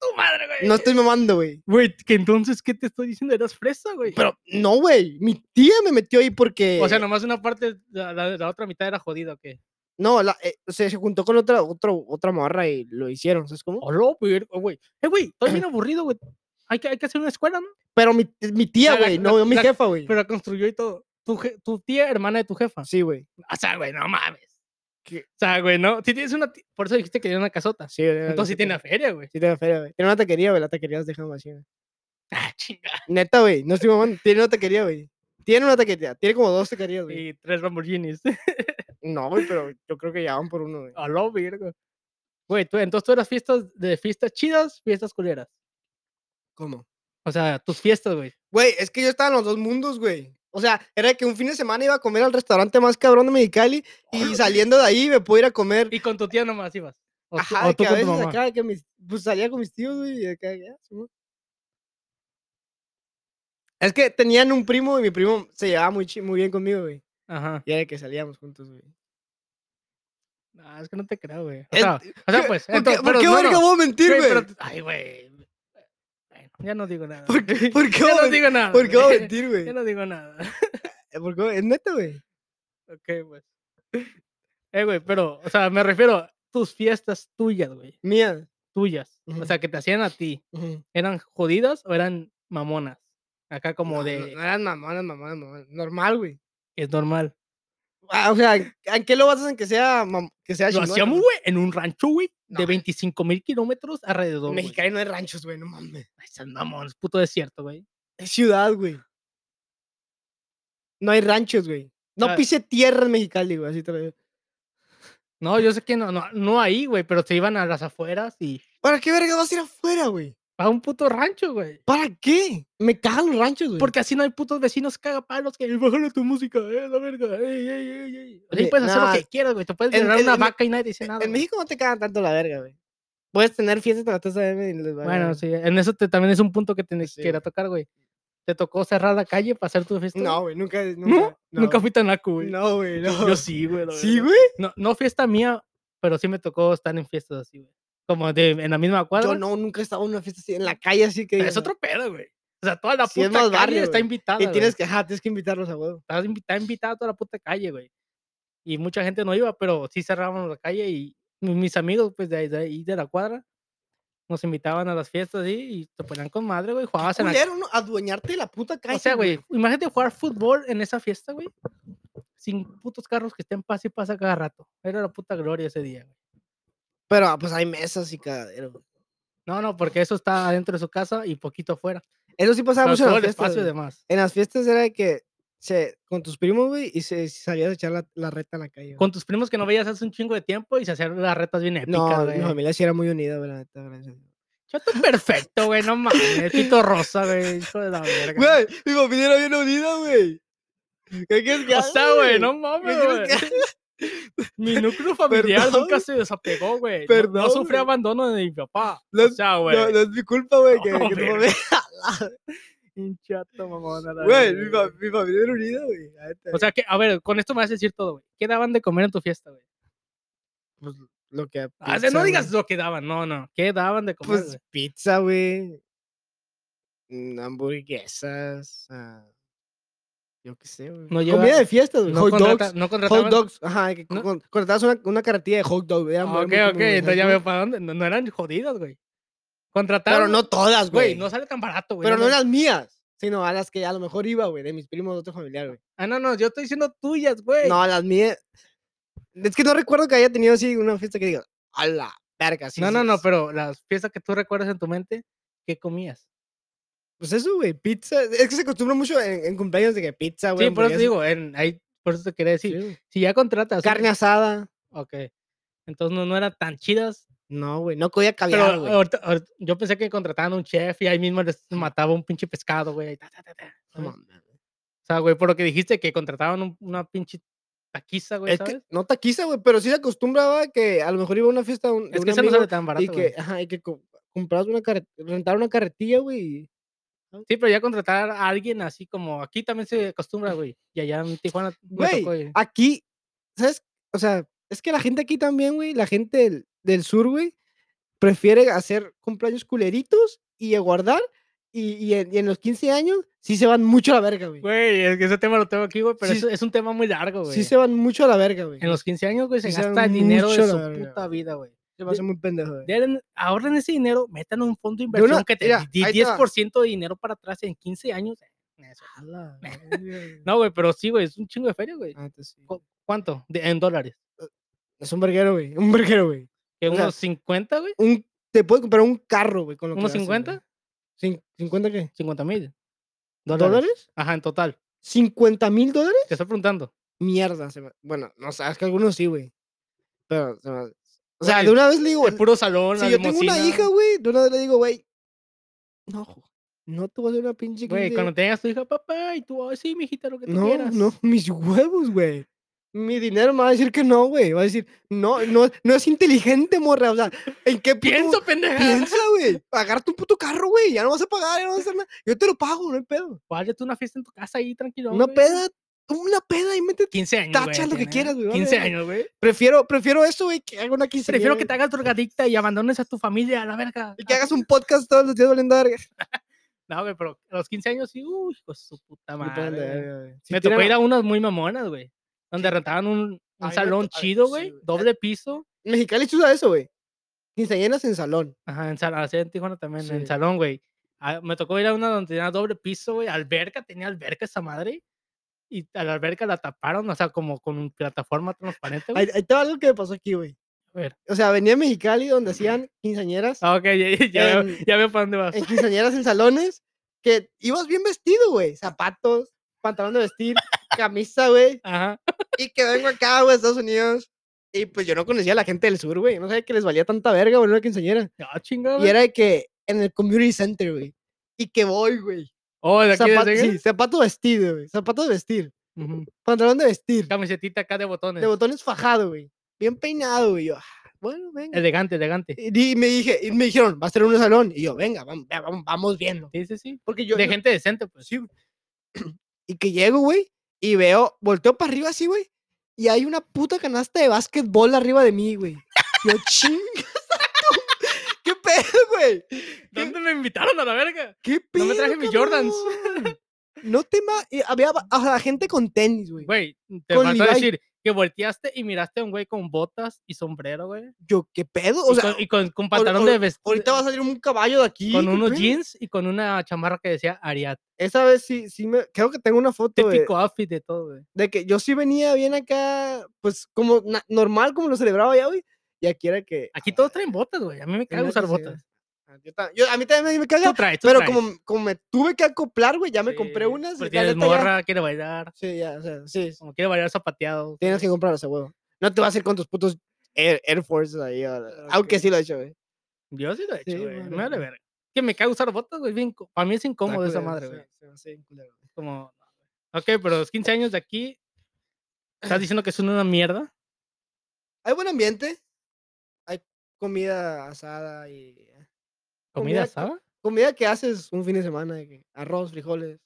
S2: ¡Tu madre, güey!
S1: No estoy mamando, güey.
S2: Güey, que entonces, ¿qué te estoy diciendo? Eras fresa, güey.
S1: Pero no, güey. Mi tía me metió ahí porque.
S2: O sea, nomás una parte, la, la- la otra mitad era jodida, ¿o qué?
S1: No, la- eh, o sea, se juntó con otra, otro, otra morra y lo hicieron, ¿sabes cómo?
S2: ¡Hola, güey! ¡Eh, güey! Estoy bien aburrido, güey. Hay que, hay que hacer una escuela, ¿no?
S1: Pero mi, mi tía,
S2: sea, la-
S1: güey,
S2: la-
S1: no, mi
S2: la-
S1: jefa, güey.
S2: Pero la construyó y todo. Tu, je- tu tía, hermana de tu jefa.
S1: Sí, güey.
S2: O sea, güey, no mames.
S1: ¿Qué? Ah,
S2: O sea, güey, no. Si tienes una. ti- Por eso dijiste que tiene una casota.
S1: Sí, güey.
S2: Entonces sí tiene la feria, güey.
S1: Sí, tiene feria, güey. Tiene una taquería, güey. La taquería las dejan vacía. güey.
S2: Ah, chinga.
S1: Neta, güey. No estoy mamando. Tiene una taquería, güey. Tiene una taquería. Tiene como dos taquerías, güey.
S2: Y tres Lamborghinis.
S1: No, güey, pero yo creo que ya van por uno, güey.
S2: A lo virgo. Güey, tú, entonces tú eras fiestas de fiestas chidas, fiestas culeras.
S1: ¿Cómo?
S2: O sea, tus fiestas, güey.
S1: Güey, es que yo estaba en los dos mundos, güey. O sea, era que un fin de semana iba a comer al restaurante más cabrón de Mexicali y saliendo de ahí me puedo ir a comer.
S2: Y con tu tía nomás ibas. O, tú-
S1: Ajá,
S2: o tú
S1: que a
S2: con tu
S1: veces
S2: mamá.
S1: acá que mis, pues salía con mis tíos, güey, y "Ah, acá, ya, Simón. Es que tenían un primo y mi primo se llevaba muy, chi- muy bien conmigo, güey.
S2: Ajá.
S1: Y era que salíamos juntos, güey.
S2: Ah, es que no te creo, güey. O
S1: Es-
S2: sea, o sea,
S1: ¿Qué-
S2: pues.
S1: ¿Por qué,
S2: entonces-
S1: por
S2: pero
S1: qué
S2: no,
S1: verga
S2: no,
S1: voy a mentir,
S2: güey,
S1: güey?
S2: pero- Ay, güey. Bueno, ya no digo nada.
S1: ¿Por
S2: güey.
S1: qué, por qué
S2: Ya
S1: voy
S2: no
S1: a men-
S2: digo nada.
S1: por qué voy a
S2: güey.
S1: mentir, güey? Eh,
S2: Ya no digo nada.
S1: ¿Por qué voy- Es neta, güey.
S2: Ok, pues. Eh, güey, pero, o sea, me refiero a tus fiestas tuyas, güey.
S1: Mía.
S2: Tuyas.
S1: Ujú.
S2: O sea, que te hacían a ti.
S1: Ujú.
S2: ¿Eran jodidas o eran mamonas? Acá como
S1: No, no,
S2: de,
S1: No, eran mamonas, mamonas, mamonas. Normal, güey.
S2: es normal.
S1: Ah, o sea, ¿en qué lo basas en que sea, mam- que sea
S2: Lo
S1: chingón,
S2: hacíamos,
S1: güey?
S2: güey, en un rancho, güey,
S1: No.
S2: de 25 mil kilómetros alrededor.
S1: En
S2: güey.
S1: Mexicali no hay ranchos, güey, no mames.
S2: Ay, esas mamonas, puto desierto, güey.
S1: Es ciudad, güey. No hay ranchos, güey. No
S2: Ah.
S1: pise tierra en Mexicali, güey, así te lo digo.
S2: No, yo sé que no, no, no ahí, güey, pero se iban a las afueras y.
S1: ¿Para qué verga vas a ir afuera, güey?
S2: A un puto rancho, güey.
S1: ¿Para qué? Me cagan los ranchos, güey.
S2: Porque así no hay putos vecinos cagapalos que bájale tu música, eh, la verga, ey, ey, ey, ey". Ahí
S1: Oye,
S2: puedes hacer lo
S1: nah,
S2: que quieras, güey. Te puedes
S1: en-
S2: violar
S1: en-
S2: una
S1: en-
S2: vaca y nadie te dice
S1: en-
S2: nada.
S1: en
S2: güey.
S1: México no te cagan tanto la verga, güey. Puedes tener fiestas de la taza de M y les vale
S2: Bueno,
S1: verga.
S2: sí, en eso te- también es un punto que tenés
S1: Pues Sí,
S2: que ir a tocar, güey. Te tocó cerrar la calle para hacer tu fiesta.
S1: No, güey, nunca, nunca.
S2: ¿No?
S1: no,
S2: Nunca fui tan acu, güey.
S1: No, güey, no.
S2: Yo sí, güey. la
S1: ¿Sí,
S2: verdad.
S1: güey?
S2: No, no fiesta mía, pero sí me tocó estar en fiestas así, güey. Como de, en la misma cuadra.
S1: Yo no, nunca he estado en una fiesta así, en la calle así que...
S2: pero
S1: digas,
S2: es otro pedo, güey. O sea, toda la
S1: Sí,
S2: puta
S1: es más
S2: calle
S1: barrio,
S2: está
S1: güey.
S2: invitada.
S1: Y
S2: güey.
S1: tienes que, ajá, tienes que invitarlos a huevo.
S2: Estaba invi- estaba invitada toda la puta calle, güey. Y mucha gente no iba, pero sí cerrábamos la calle y mi- mis amigos, pues, de ahí de, ahí de la cuadra, nos invitaban a las fiestas sí, y te ponían con madre, güey. Jugabas en la
S1: Culero, ¿no? Adueñarte de la puta calle,
S2: O sea, güey, imagínate jugar fútbol en esa fiesta, güey. Sin putos carros que estén pase y pasa cada rato. Era la puta gloria ese día, güey.
S1: Pero, ah, pues, hay mesas y cagadero, güey.
S2: No, no, porque eso está adentro de su casa y poquito afuera.
S1: Eso sí pasaba
S2: Pero
S1: mucho en
S2: todo
S1: las
S2: el
S1: fiestas,
S2: espacio y
S1: güey.
S2: demás.
S1: En las fiestas era de que se, con tus primos, güey, y se salías a echar la, la reta en la calle. güey.
S2: Con tus primos que no veías hace un chingo de tiempo y se hacían las retas bien épicas,
S1: No,
S2: güey.
S1: mi familia sí era muy unida, güey, la neta, gracias.
S2: Chato perfecto, güey, no mames. Pito rosa, güey, hijo de la verga.
S1: Güey, mi familia era bien unida, güey. ¿Qué quieres que
S2: o
S1: haga,
S2: sea, güey, no mames,
S1: ¿Qué
S2: güey.
S1: quieres que haga?
S2: Mi núcleo familiar
S1: Perdón,
S2: nunca se desapegó, güey. No- No,
S1: perdón,
S2: sufrí
S1: güey.
S2: abandono de mi papá.
S1: No
S2: o
S1: es-
S2: sea, güey.
S1: No, no es mi culpa, güey. Que,
S2: No,
S1: que no
S2: verga.
S1: me-
S2: Hinchato, mamón. a la
S1: Güey,
S2: verga,
S1: mi, fa- mi familia era unida, güey. la neta,
S2: O sea, que, a ver, con esto me vas a decir todo, güey. ¿Qué daban de comer en tu fiesta, güey?
S1: pues, lo que.
S2: Ah, o sea, no
S1: pizza,
S2: digas
S1: güey.
S2: lo que daban, no, no. ¿Qué daban de comer?
S1: Pues pizza, güey. mm, Hamburguesas. ah, yo qué sé, güey.
S2: No lleva-
S1: Comida de fiestas,
S2: güey?
S1: güey.
S2: no,
S1: hot
S2: contrata-
S1: dogs.
S2: no
S1: Hot
S2: contrataban.
S1: dogs. Ajá, que
S2: no-
S1: con- contratabas una, una carretilla de hot dogs.
S2: Ah, ok, ok, entonces ya veo para dónde. No, no eran jodidas, güey. Contrataron.
S1: Pero no todas,
S2: güey.
S1: güey.
S2: No sale tan barato, güey.
S1: pero no
S2: mames.
S1: las mías, sino a las que a lo mejor iba, güey, de mis primos de otro familiar, güey.
S2: Ah, no, no, yo estoy diciendo tuyas, güey.
S1: No, las mías. Es que no recuerdo que haya tenido así una fiesta que diga, a la verga, sí.
S2: no,
S1: sí,
S2: no, no,
S1: sí".
S2: pero las piezas que tú recuerdas en tu mente, ¿qué comías?
S1: Pues eso, güey, pizza. Es que se acostumbra mucho en, en cumpleaños de que pizza, güey.
S2: sí, por eso te
S1: hamburguesa,
S2: digo, en, ahí, por eso te quería decir.
S1: pues sí, güey.
S2: Si ya contratas. un-
S1: Carne asada.
S2: Ok. Entonces no, no eran tan chidas.
S1: No, güey, no podía
S2: Pero ah,
S1: caviar, Ah, güey.
S2: ahorita- ahorita- yo pensé que contrataban un chef y ahí mismo les mataba un pinche pescado, güey. ta, ta, ta, ta,
S1: No
S2: ¿sabes?
S1: mames.
S2: O sea, güey, por lo que dijiste que contrataban un- una pinche taquiza, güey,
S1: Es
S2: ¿sabes?
S1: que no taquiza, güey, pero sí se acostumbraba que a lo mejor iba a una fiesta de un, de
S2: es
S1: un
S2: que eso no
S1: amigo
S2: sale tan barato,
S1: y que,
S2: güey.
S1: ajá, y que co- comprabas una carre- rentar una carretilla, güey.
S2: Sí, pero ya contratar a alguien así como aquí también se acostumbra, güey. Y allá en Tijuana me
S1: Güey,
S2: tocó, güey.
S1: Aquí, ¿sabes? O sea, es que la gente aquí también, güey, la gente del, del sur, güey, prefiere hacer cumpleaños culeritos y guardar. Y, y en, y en los 15 años sí se van mucho a la verga, güey.
S2: Güey, es que ese tema lo tengo aquí, güey, pero
S1: Sí-
S2: eso es, un tema muy largo, güey.
S1: Sí se van mucho a la verga, güey.
S2: En los 15 años, güey, se
S1: sí se
S2: gasta el
S1: van
S2: dinero de
S1: mucho la
S2: su
S1: verga,
S2: puta vida, güey.
S1: Se me hace muy pendejo, güey.
S2: Den- Ahorren ese dinero, metan un fondo de
S1: De una-
S2: inversión que te
S1: mira,
S2: di-
S1: ahí te va.
S2: 10% de dinero para atrás en 15 años. eh, eso.
S1: A la Ah. verga,
S2: No, güey, pero sí, güey, es un chingo de feria, güey.
S1: güey. Neta, sí.
S2: Co- ¿Cuánto? De- en dólares.
S1: Es un verguero, güey. Un verguero, güey.
S2: ¿Que
S1: O sea,
S2: unos 50, güey?
S1: un, te puedes comprar un carro, güey, con lo que
S2: ¿Unos
S1: gastas,
S2: 50?
S1: güey. Cin- ¿50 qué?
S2: 50 mil.
S1: ¿Dólares?
S2: Ajá, en total.
S1: ¿50 mil dólares?
S2: Te estoy preguntando.
S1: Mierda. se me- Bueno, no sabes que algunos sí, güey. Pero, se me- o sea,
S2: Güey,
S1: de una vez le digo,
S2: El puro salón, la
S1: si yo tengo una
S2: limusina.
S1: hija, güey, de una vez le digo, güey, no, jo- no te voy a hacer una pinche
S2: Güey,
S1: quince-
S2: cuando tengas tu hija, papá, y tú, ay, sí, mijita, lo que tú
S1: No,
S2: quieras.
S1: no, mis huevos, güey. Mi dinero me va a decir que no, güey. Va a decir, no, no, no es inteligente, morra. O sea, ¿en qué puto
S2: Pienso, pendeja.
S1: Piensa, güey. Pagarte un puto carro, güey. Ya no vas a pagar, ya no vas a hacer nada. Yo te lo pago, no hay pedo.
S2: Válete una fiesta en tu casa ahí, tranquilo.
S1: Una
S2: güey.
S1: peda, una peda y métete.
S2: 15 años, güey.
S1: Tacha lo que
S2: tiene.
S1: quieras, güey, vale,
S2: 15
S1: verga.
S2: años, güey.
S1: Prefiero, prefiero eso, güey, que haga una quinceañera.
S2: Prefiero que te
S1: güey,
S2: hagas drogadicta y abandones a tu familia, a la verga.
S1: Y que hagas un podcast todos los días valiendo verga.
S2: No, güey, pero a los 15 años sí, uy, hijo de su puta
S1: Me pasan de
S2: madre. güey.
S1: verga, güey. Si
S2: me tocó
S1: tiran-
S2: ir a unas muy mamonas, güey. Donde rentaban un,
S1: A
S2: un
S1: mí me
S2: salón
S1: to- a-
S2: chido,
S1: sí,
S2: güey.
S1: güey.
S2: doble piso.
S1: Mexicali chusa eso, güey. Quinceañeras en salón.
S2: Ajá, en, sal- así en Tijuana también, en
S1: Sí.
S2: salón, güey. Ah, Me tocó ir a una donde tenía doble piso, güey. Alberca, tenía alberca esa madre. Y a la alberca la taparon, o sea, como con una plataforma transparente,
S1: Ahí,
S2: güey.
S1: ahí te va algo que me pasó aquí, güey.
S2: A ver.
S1: O sea, venía a Mexicali donde hacían quinceañeras.
S2: Ah, ok, ya, ya- ya veo,
S1: en-
S2: ya veo para dónde vas.
S1: En quinceañeras en salones. Que ibas bien vestido, güey. Zapatos, pantalón de vestir, camisa, güey.
S2: Ajá.
S1: Y que vengo acá, güey, a Estados Unidos. Y pues yo no conocía a la gente del sur, güey. yo No sabía que les valía tanta verga, güey, una quinceañera.
S2: Ah, chingada.
S1: Y era de que en el community center, güey. Y que voy, güey.
S2: Oh, de aquí de
S1: Zapato, sí,
S2: Seguir?
S1: zapato vestido, güey. Zapato de vestir.
S2: Ujú.
S1: Pantalón de vestir.
S2: Camisetita acá de botones.
S1: De botones fajado, güey. Bien peinado, güey. Yo, "Ah, bueno, venga.
S2: Elegante, elegante.
S1: Y di- me dije, y me dijeron, va a ser un salón. Y yo, venga, vamos, vamos, vamos viendo.
S2: Sí, sí, sí.
S1: Porque yo,
S2: de
S1: yo-
S2: gente decente, pues.
S1: Sí. Y que llego, güey, y veo, volteo para arriba así, güey, y hay una puta canasta de básquetbol arriba de mí, güey. Yo, chingas a tu- ¿Qué pedo, güey?
S2: ¿Dónde me invitaron a la verga?
S1: ¿Qué
S2: No
S1: pedo?
S2: me traje mis Jordans.
S1: cabrón? No te ma... y Había ba- o sea, gente con tenis, güey.
S2: Güey, te
S1: Con
S2: faltó
S1: Levi.
S2: decir que volteaste y miraste a un güey con botas y sombrero, güey.
S1: Yo, ¿qué pedo? O
S2: y
S1: sea,
S2: con, y con, con pantalón de vestir.
S1: ahorita va a salir un caballo de aquí.
S2: Con
S1: ¿qué
S2: unos
S1: pedo?
S2: jeans y con una chamarra que decía Ariat.
S1: Esa vez sí, sí me... Creo que tengo una foto, güey.
S2: Típico outfit de todo, güey.
S1: de que yo sí venía bien acá, pues como na- normal, como lo celebraba ya, güey. Y aquí era que.
S2: Aquí
S1: ah,
S2: todos traen botas, güey. A mí me
S1: en
S2: caga
S1: la
S2: usar
S1: quinceañera.
S2: botas.
S1: Ah, yo ta- yo- a mí también me, me caga,
S2: Tú traes, tú
S1: pero
S2: traes.
S1: como, como me tuve que acoplar, güey, ya me compré
S2: Sí,
S1: unas.
S2: Porque
S1: y la
S2: tienes
S1: neta ya-
S2: morra, quiere bailar.
S1: Sí, ya, o sea, sí. sí,
S2: Como quiere bailar zapateado.
S1: Tienes que comprar ese huevo. No te vas a ir con tus putos Air, Air Force ahí. a la- Aunque
S2: Ok.
S1: sí lo he hecho, güey.
S2: Yo sí lo he
S1: Sí,
S2: hecho, güey. me
S1: vale,
S2: vale
S1: güey.
S2: verga. Que me caga usar botas, güey. bien co- Para mí es
S1: Está
S2: incómodo esa
S1: culero,
S2: madre,
S1: sí,
S2: güey.
S1: sí, sí, bien culero.
S2: Como, no, güey. ok, pero los 15 años de aquí, ¿estás diciendo que es una mierda?
S1: Hay buen ambiente. Hay comida asada y.
S2: ¿Comida
S1: Comida
S2: asada?
S1: Comida que haces un fin de semana. de que arroz, frijoles.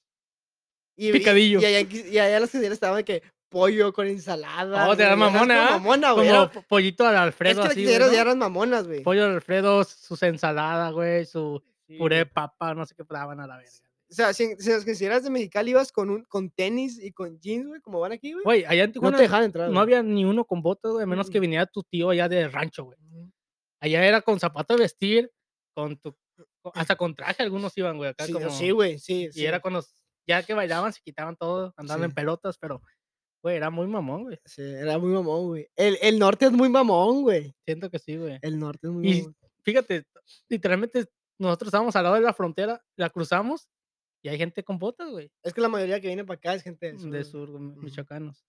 S1: Y, y-
S2: Picadillo.
S1: Y, allá, en Quis- y allá en las quesadillas estaban de que pollo con ensalada.
S2: Oh, te da
S1: güey, eras
S2: mamona,
S1: como
S2: ¿ah?
S1: mamona, güey.
S2: Como
S1: era-
S2: po- pollito al
S1: Es
S2: Alfredo,
S1: que las
S2: así, güey,
S1: quesadillas
S2: ¿no?
S1: ya eran mamonas, güey.
S2: Pollo al Alfredo, sus ensaladas, güey, su
S1: Sí,
S2: puré de
S1: güey.
S2: papa, no sé qué daban a la verga.
S1: O sea, si, si las quesadillas de Mexicali ibas con, un, con tenis y con jeans, güey, como van aquí, güey.
S2: Güey, allá en
S1: No te
S2: Tijuana no,
S1: dejaban entrar. güey.
S2: había ni uno con botas, güey, a menos que
S1: Mm.
S2: viniera tu tío allá de rancho, güey. Allá era con zapato de vestir, con tu, co- hasta con traje algunos iban, güey, acá
S1: Sí,
S2: como...
S1: Ah, sí, güey, sí.
S2: y era cuando, s- ya que bailaban, se quitaban todo, andaban en
S1: Sí.
S2: pelotas, pero, güey, era muy mamón, güey.
S1: Sí, era muy mamón, güey. El, el norte es muy mamón, güey.
S2: Siento que sí, güey.
S1: El norte es muy
S2: Y
S1: mamón.
S2: fíjate, literalmente nosotros estábamos al lado de la frontera, la cruzamos y hay gente con botas, güey,
S1: Es que la mayoría que viene para acá es gente
S2: Mm, de
S1: del sur.
S2: sur,
S1: güey.
S2: güey, mi-
S1: Ujú.
S2: michoacanos.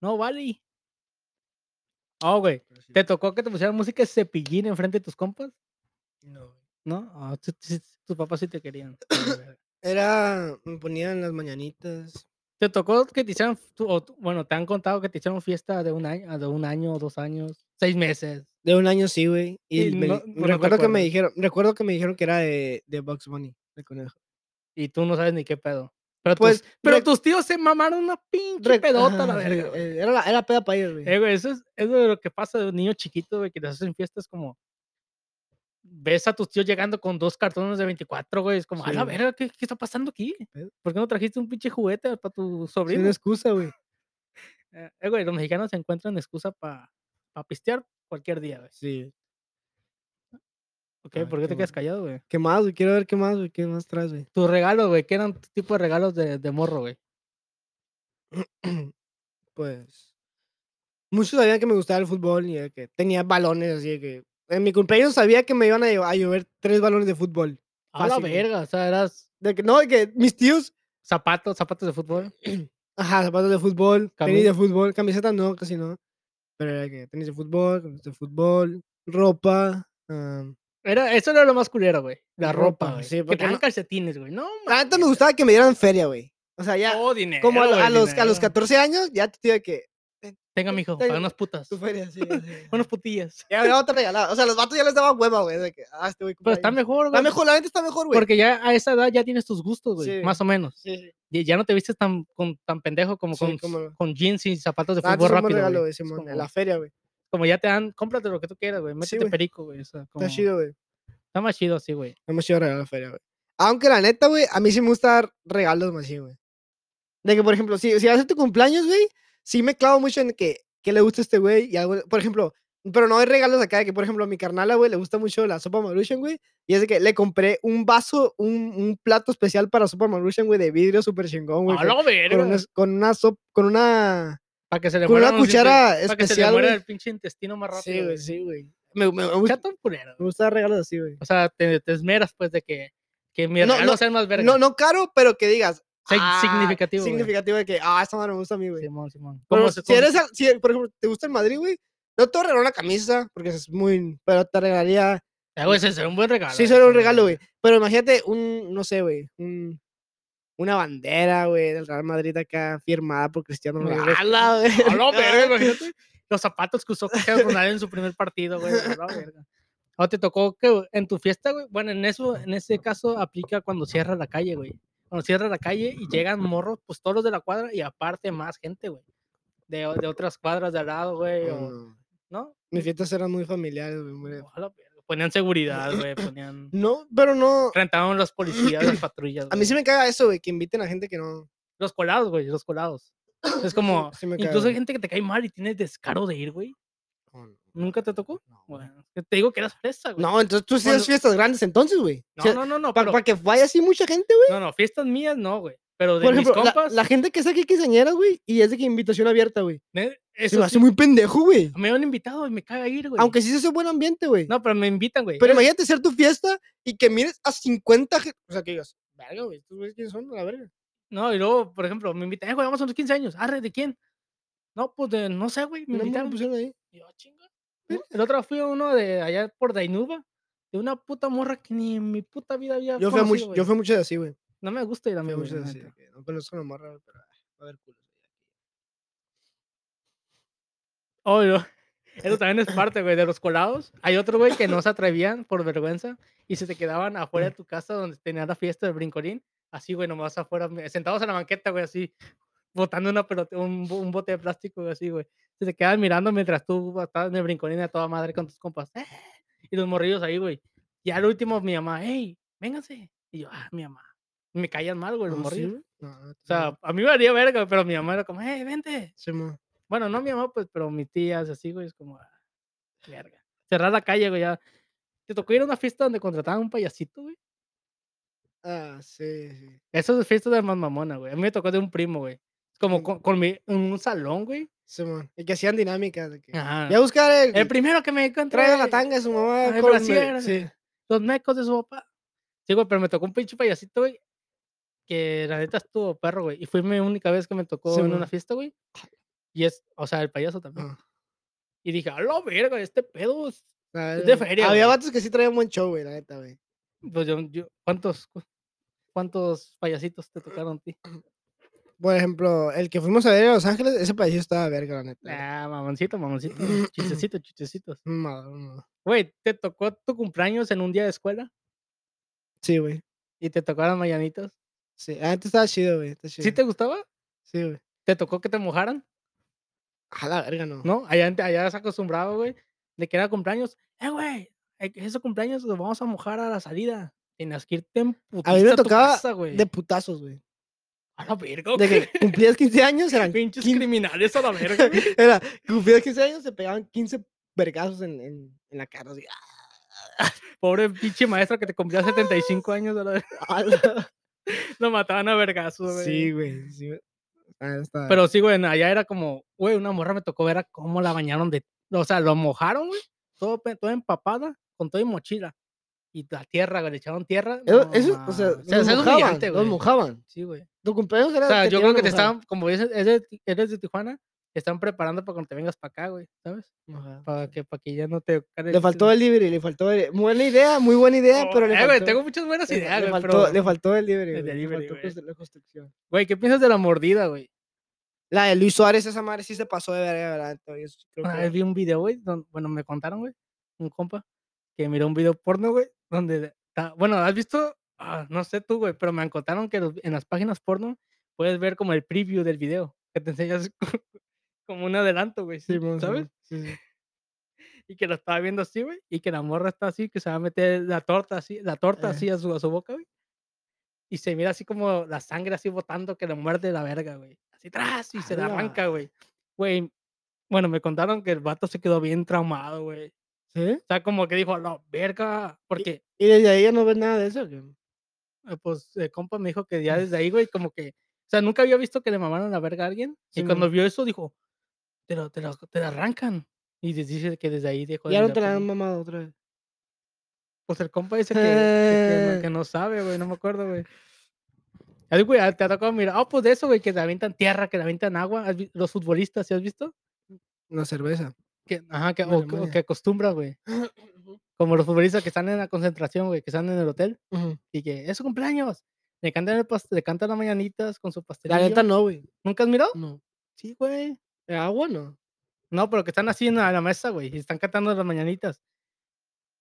S2: No, vale. Oh, güey,
S1: Pero sí.
S2: ¿te tocó que te pusieran música de cepillín enfrente de tus compas?
S1: No.
S2: ¿No? Ah, tú- tú- tus papás sí te querían.
S1: Era, me ponían las mañanitas.
S2: ¿Te tocó que te hicieran, tú- o tú- bueno, te han contado que te hicieron fiesta de un año, de un año, dos años, seis meses?
S1: De un año sí, güey. Y,
S2: Y
S1: me-
S2: no- pues no te
S1: recuerdo que me
S2: acuerdas.
S1: dijeron, recuerdo que me dijeron que era de, de Bugs Bunny, el conejo.
S2: y tú no sabes ni qué pedo. Pero,
S1: Pues,
S2: tus, pero
S1: rec-
S2: tus tíos se mamaron una pinche
S1: Rec-
S2: pedota a la
S1: ajá, sí,
S2: verga. güey.
S1: eh, Era la, era peda para ellos, güey.
S2: Eh, güey, eso es, eso es lo que pasa de un niño chiquito, güey, que les hacen fiestas como. Ves a tus tíos llegando con dos cartones de 24, güey. Es como, a
S1: Sí,
S2: la
S1: güey.
S2: verga, ¿qué, qué está pasando aquí?
S1: pedo?
S2: ¿Por qué no trajiste un pinche juguete para tu
S1: Sin
S2: sobrino?
S1: una excusa, güey.
S2: Eh, eh, güey, los mexicanos se encuentran excusa para pistear cualquier día, güey.
S1: Sí.
S2: ¿Ok?
S1: Ay,
S2: ¿Por Ah, qué
S1: qué
S2: te quedas
S1: bueno.
S2: callado, güey?
S1: ¿Qué más, güey? Quiero ver qué más, güey. ¿Qué más traes, güey?
S2: Tus regalos, güey, ¿qué eran tu tipo de regalos de, de morro, güey?
S1: Pues. Muchos sabían que me gustaba el fútbol y de que tenía balones, así de que. En mi cumpleaños sabía que me iban a lle- a llover tres balones de fútbol.
S2: A la
S1: Fácil, güey.
S2: verga, o sea, eras
S1: De que, no, de que mis tíos.
S2: zapatos, zapatos de fútbol.
S1: Ajá, zapatos de fútbol, tenis de
S2: Cami-
S1: fútbol, camiseta no, casi no. Pero era que tenis de fútbol, camiseta de fútbol, ropa. ah,
S2: Era, eso era lo más culero, güey. La ropa,
S1: ropa,
S2: güey.
S1: sí,
S2: Sí, que
S1: porque
S2: te dan
S1: no-
S2: calcetines, güey. No,
S1: La neta me
S2: mames,
S1: gustaba que me dieran feria, güey. O sea, ya.
S2: todo dinero,
S1: como a, lo-
S2: Oh, güey,
S1: a los, a los
S2: dinero.
S1: 14 años, ya te digo que.
S2: Tenga, mijo,
S1: Tenga-
S2: para unas putas.
S1: Tu feria, sí. así,
S2: Unas putillas.
S1: Ya, ya no te regalaba. O sea, los vatos ya les daba hueva, güey. De que, ah, este güey.
S2: Pero está
S1: cumpleaños.
S2: mejor, güey.
S1: Está mejor, la neta está mejor, güey.
S2: Porque ya a esa edad ya tienes tus gustos, güey.
S1: Sí.
S2: Más o menos.
S1: Sí, sí.
S2: Y ya no te vistes tan, con, tan pendejo como
S1: Sí,
S2: con,
S1: cómo-
S2: con jeans y zapatos de
S1: Ah, entonces
S2: fútbol
S1: es un buen
S2: rápido.
S1: regalo,
S2: güey.
S1: güey,
S2: Es
S1: Simón,
S2: como,
S1: en la feria, güey.
S2: como ya te dan, cómprate lo que tú quieras, güey. Métete
S1: güey.
S2: perico, güey. o sea, como-
S1: Está chido, güey.
S2: está más chido así, güey.
S1: Hemos chido regalar la feria, güey. Aunque la neta, güey, a mí sí me gusta dar regalos más así, güey. De que, por ejemplo, si, si hace tu cumpleaños, güey, sí me clavo mucho en que, que le gusta a este güey. Y algo, por ejemplo, pero no hay regalos acá, de que, por ejemplo, a mi carnala, güey, le gusta mucho la sopa Maruchan, güey. Y es de que le compré un vaso, un, un plato especial para sopa Maruchan, güey, de vidrio súper chingón, güey.
S2: A la
S1: Con, con
S2: verga.
S1: una, con una sop- con una...
S2: Para que se le
S1: con
S2: muera
S1: una
S2: un diente-
S1: cuchara
S2: Para que se le
S1: especial,
S2: muera
S1: güey.
S2: el pinche intestino más rápido.
S1: Sí, güey, sí, güey. Me, me- me
S2: Está
S1: gusta,
S2: tan culero.
S1: me gusta dar regalos así, güey.
S2: O sea, te, te esmeras, pues, de que, que mi
S1: No,
S2: regalo
S1: no,
S2: sea el más verga.
S1: No, no caro, pero que digas.
S2: Sig-
S1: "Ah,
S2: significativo, güey".
S1: Significativo de que, ah, esta madre me gusta a mí, güey.
S2: Simón, Simón.
S1: Pero
S2: Como se-
S1: si
S2: como-
S1: eres, al- si, por ejemplo, te gusta el Madrid, güey, no te regalaría una camisa, porque es muy. Pero te regalaría.
S2: Ah, güey, ese será un buen regalo.
S1: sí,
S2: güey,
S1: solo un
S2: ese
S1: regalo, güey. Pero imagínate un, no sé, güey, un. Una bandera, güey, del Real Madrid acá firmada por Cristiano
S2: No,
S1: Ronaldo.
S2: güey.
S1: ¡Hala, güey!
S2: A la
S1: No,
S2: verga, imagínate. Los zapatos que usó Cristiano Ronaldo en su primer partido, güey. a la verga. O te tocó que en tu fiesta, güey. Bueno, en eso, en ese caso aplica cuando cierra la calle, güey. Cuando cierra la calle y llegan morros, pues todos los de la cuadra y aparte más gente, güey. De, o- de otras cuadras de al lado, güey.
S1: no,
S2: o-
S1: no.
S2: ¿No?
S1: Mis fiestas eran muy familiares, güey. muy-
S2: A la verga. Ponían seguridad, güey. Ponían.
S1: No, pero no.
S2: Rentaban los policías, las patrullas.
S1: A mí
S2: güey.
S1: sí me caga eso, güey, que inviten a gente que no.
S2: Los colados, güey, los colados. Es
S1: sí-
S2: como,
S1: sí me cae,
S2: incluso hay
S1: güey.
S2: gente que te cae mal y tienes descaro de ir, güey.
S1: no, no,
S2: ¿Nunca te tocó?
S1: no, güey.
S2: Bueno, que te digo que eras fresa, güey.
S1: No, entonces tú sí
S2: Cuando-
S1: haces fiestas grandes entonces, güey.
S2: no,
S1: Sí-
S2: no, no, no,
S1: Para
S2: pero-
S1: que vaya así mucha gente, güey.
S2: no, no, fiestas mías no, güey. Pero de
S1: Por
S2: mis
S1: ejemplo, la-
S2: compas,
S1: la, gente que saque quinceañera, güey, y es de que invitación abierta, güey.
S2: ne-
S1: Se
S2: eso
S1: me
S2: sí,
S1: hace muy pendejo, güey.
S2: me han invitado y me caga ir, güey.
S1: Aunque sí se hace buen ambiente, güey.
S2: No, pero me invitan, güey.
S1: Pero
S2: Es-
S1: imagínate ser tu fiesta y que mires a 50 gente. O sea, que digas, verga, güey, ¿tú güeyes quiénes son? A La verga.
S2: No, y luego, por ejemplo, me invitan, eh, güey, vamos a unos 15 años. Arre, ¿de quién? No, pues de, no sé, güey, me
S1: No pues me
S2: invitaron.
S1: pusieron ahí.
S2: Y yo, "Ah, chinga. ¿no? El otro fui a uno de allá por Dainuba, de una puta morra que ni en mi puta vida había
S1: Yo fui, a
S2: conocido,
S1: much-
S2: güey.
S1: yo fui a muchas así, güey.
S2: No me gusta ir a
S1: Fui
S2: mi
S1: a muchas así. de que No conozco a la morra, pero ah, va a ver culo.
S2: Oh, y luego- Eso también es parte, güey, de los colados. Hay otros, güey, que no se atrevían por vergüenza y se te quedaban afuera de tu casa donde tenía la fiesta del brincolín. Así, güey, nomás afuera, me- sentados en la banqueta, güey, así, botando una pelota, un, bo- un bote de plástico, güey, así, güey. Se te quedaban mirando mientras tú estabas en el brincolín a toda madre con tus compas. ¡eh! Y los morrillos ahí, güey. Y al último, mi mamá, hey, vénganse. Y yo, ah, mi mamá. Y me caían mal, güey, los
S3: ¿Ah,
S2: morrillos.
S3: sí? Ah,
S2: O sea, a mí me valía verga, pero mi mamá era como, hey, vente,
S3: sí, mo.
S2: bueno, no mi mamá, pues, pero mis tías, así, güey, es como, ah, verga. Cerrar la calle, güey, ya. ¿Te tocó ir a una fiesta donde contrataban un payasito, güey?
S1: Ah, sí, sí.
S2: Esas es fiestas de más mamona, güey. A mí me tocó de un primo, güey. Es Como
S1: Mm.
S2: con, con mi, en un salón, güey.
S1: Simón. Y que hacían dinámicas. De que, voy
S2: Ajá.
S1: a buscar el,
S2: El primero que me encontré.
S1: traiga la tanga de su mamá.
S2: el
S1: con-
S2: brasier,
S1: sí.
S2: Los mecos de su papá. Sí, güey, pero me tocó un pinche payasito, güey. Que la neta estuvo perro, güey. Y fue mi única vez que me tocó en una
S1: Simón.
S2: fiesta, güey. Y es, o sea, el payaso también.
S1: Ah.
S2: Y dije, a la verga, este pedo es
S1: La
S2: Es de
S1: neta.
S2: feria,
S1: Había
S2: güey.
S1: vatos que sí traían buen show, güey, la neta, güey.
S2: Pues yo, yo- ¿cuántos, cu- cuántos payasitos
S1: Ah,
S2: te tocaron a ti?
S1: Por ejemplo, el que fuimos a ver a Los Ángeles, ese país estaba verga, la neta.
S2: Ah, mamoncito, mamoncito, chichecitos, chichecitos.
S1: Madre, no.
S2: Güey, te tocó tu cumpleaños en un día de escuela
S1: Sí, güey.
S2: y te tocaron mañanitas.
S1: Sí, antes estaba chido, güey. está
S2: ¿Sí
S1: chido.
S2: te gustaba?
S1: Sí, güey.
S2: ¿Te tocó que te mojaran?
S1: A la verga, no.
S2: ¿No? Allá, en- allá se acostumbraba, güey, de que era cumpleaños. Eh, güey, eh, esos cumpleaños los vamos a mojar a la salida. Tenías que irte en putiza tu
S1: tocaba
S2: casa, güey.
S1: De putazos, güey.
S2: A la verga,
S1: De
S2: güey.
S1: que cumplías 15 años, eran.
S2: Pinches
S1: quin-
S2: criminales a la verga, güey.
S1: Era, cumplías 15 años, se pegaban 15 vergazos en, en, en la cara. Así,
S2: Pobre pinche maestra que te cumplía 75 años. A la verga.
S1: ¡ah, la-
S2: Lo mataban a vergazos, güey.
S1: sí, güey. Sí, güey. Ah, está-
S2: Pero sí, güey, allá era como, güey, una morra me tocó ver a cómo la bañaron de, o sea, lo mojaron, güey, todo, pe- toda empapada, con todo y mochila. Y la tierra, güey, le echaron tierra.
S1: Eso,
S2: no
S1: Eh, eso, o sea,
S2: mames.
S1: los
S2: eso es
S1: mojaban,
S2: humillante,
S1: los
S2: güey.
S1: mojaban.
S2: Sí, güey.
S1: Tu cumpleaños era
S2: O sea, yo creo
S1: iban a
S2: que te
S1: mojar.
S2: estaban, como dices, eres, de Ti- eres de Tijuana, te están preparando para cuando te vengas para acá, güey, ¿sabes?
S1: Mojaban,
S2: Para
S1: sí.
S2: que, para que ya no te... care
S1: Le faltó el libre, le faltó el... Buena idea, muy buena idea,
S2: Oh,
S1: pero le
S2: eh,
S1: faltó...
S2: güey, tengo muchas buenas
S1: le, fa-
S2: ideas,
S1: le
S2: güey,
S1: faltó,
S2: pero...
S1: le faltó el libre,
S2: El
S1: güey, le
S2: delivery,
S1: faltó
S2: güey.
S1: cons- la construcción.
S2: Güey, ¿qué piensas de la mordida, güey?
S1: La de Luis Suárez, esa madre sí se pasó de verga, ¿verdad? Yo sí creo
S2: Una
S1: que-
S2: vez Ah, vi un video, güey, don- bueno, me contaron, güey, un compa, que miró un video porno, güey, donde, de- ta- bueno, ¿has visto? Ah, no sé tú, güey, pero me contaron que los- en las páginas porno puedes ver como el preview del video, que te enseñas como un adelanto, güey,
S1: Simón,
S2: ¿sabes?
S1: Simón, sí, sí.
S2: Y que lo estaba viendo así, güey, y que la morra está así, que se va a meter la torta así, la torta
S1: Eh.
S2: así a su, a su boca, güey. Y se mira así como la sangre así botando que le muerde la verga, güey. Así atrás y se la
S1: ¡Hala!
S2: arranca, güey. Güey, bueno, me contaron que el vato se quedó bien traumado, güey.
S1: ¿Sí?
S2: O sea, como que dijo, no, verga, porque,
S1: Y desde ahí ya no ves nada de eso. güey.
S2: eh, pues, el compa me dijo que
S1: Mm.
S2: ya desde ahí, güey, como que, o sea, nunca había visto que le mamaron la verga a alguien. y
S1: Simón.
S2: cuando vio eso, dijo, te lo, te lo- te la arrancan. Y des- dice que desde ahí dijo,
S1: Ya no te la han mamado otra vez.
S2: Pues el compa dice que, que- que
S1: Eh.
S2: no- que no sabe, güey, no me acuerdo, güey. Ay, güey, ah, te ha tocado mirar, oh, pues de eso, güey, que te avientan tierra, que te avientan agua. ¿Has vi- Los futbolistas, ¿sí has visto?
S1: Una cerveza.
S2: Que, ajá, que,
S1: Una
S2: o, que- o
S1: Alemania.
S2: que acostumbra, güey. Como los futbolistas que están en la concentración, güey, que están en el hotel
S1: Ujú.
S2: y que es su cumpleaños. Le cantan, el pas- le cantan las mañanitas con su pastelillo.
S1: La neta no, güey.
S2: ¿Nunca has mirado?
S1: No.
S2: Sí, güey.
S1: El agua no.
S2: No, pero que están así en la, la mesa, güey, y están cantando las mañanitas.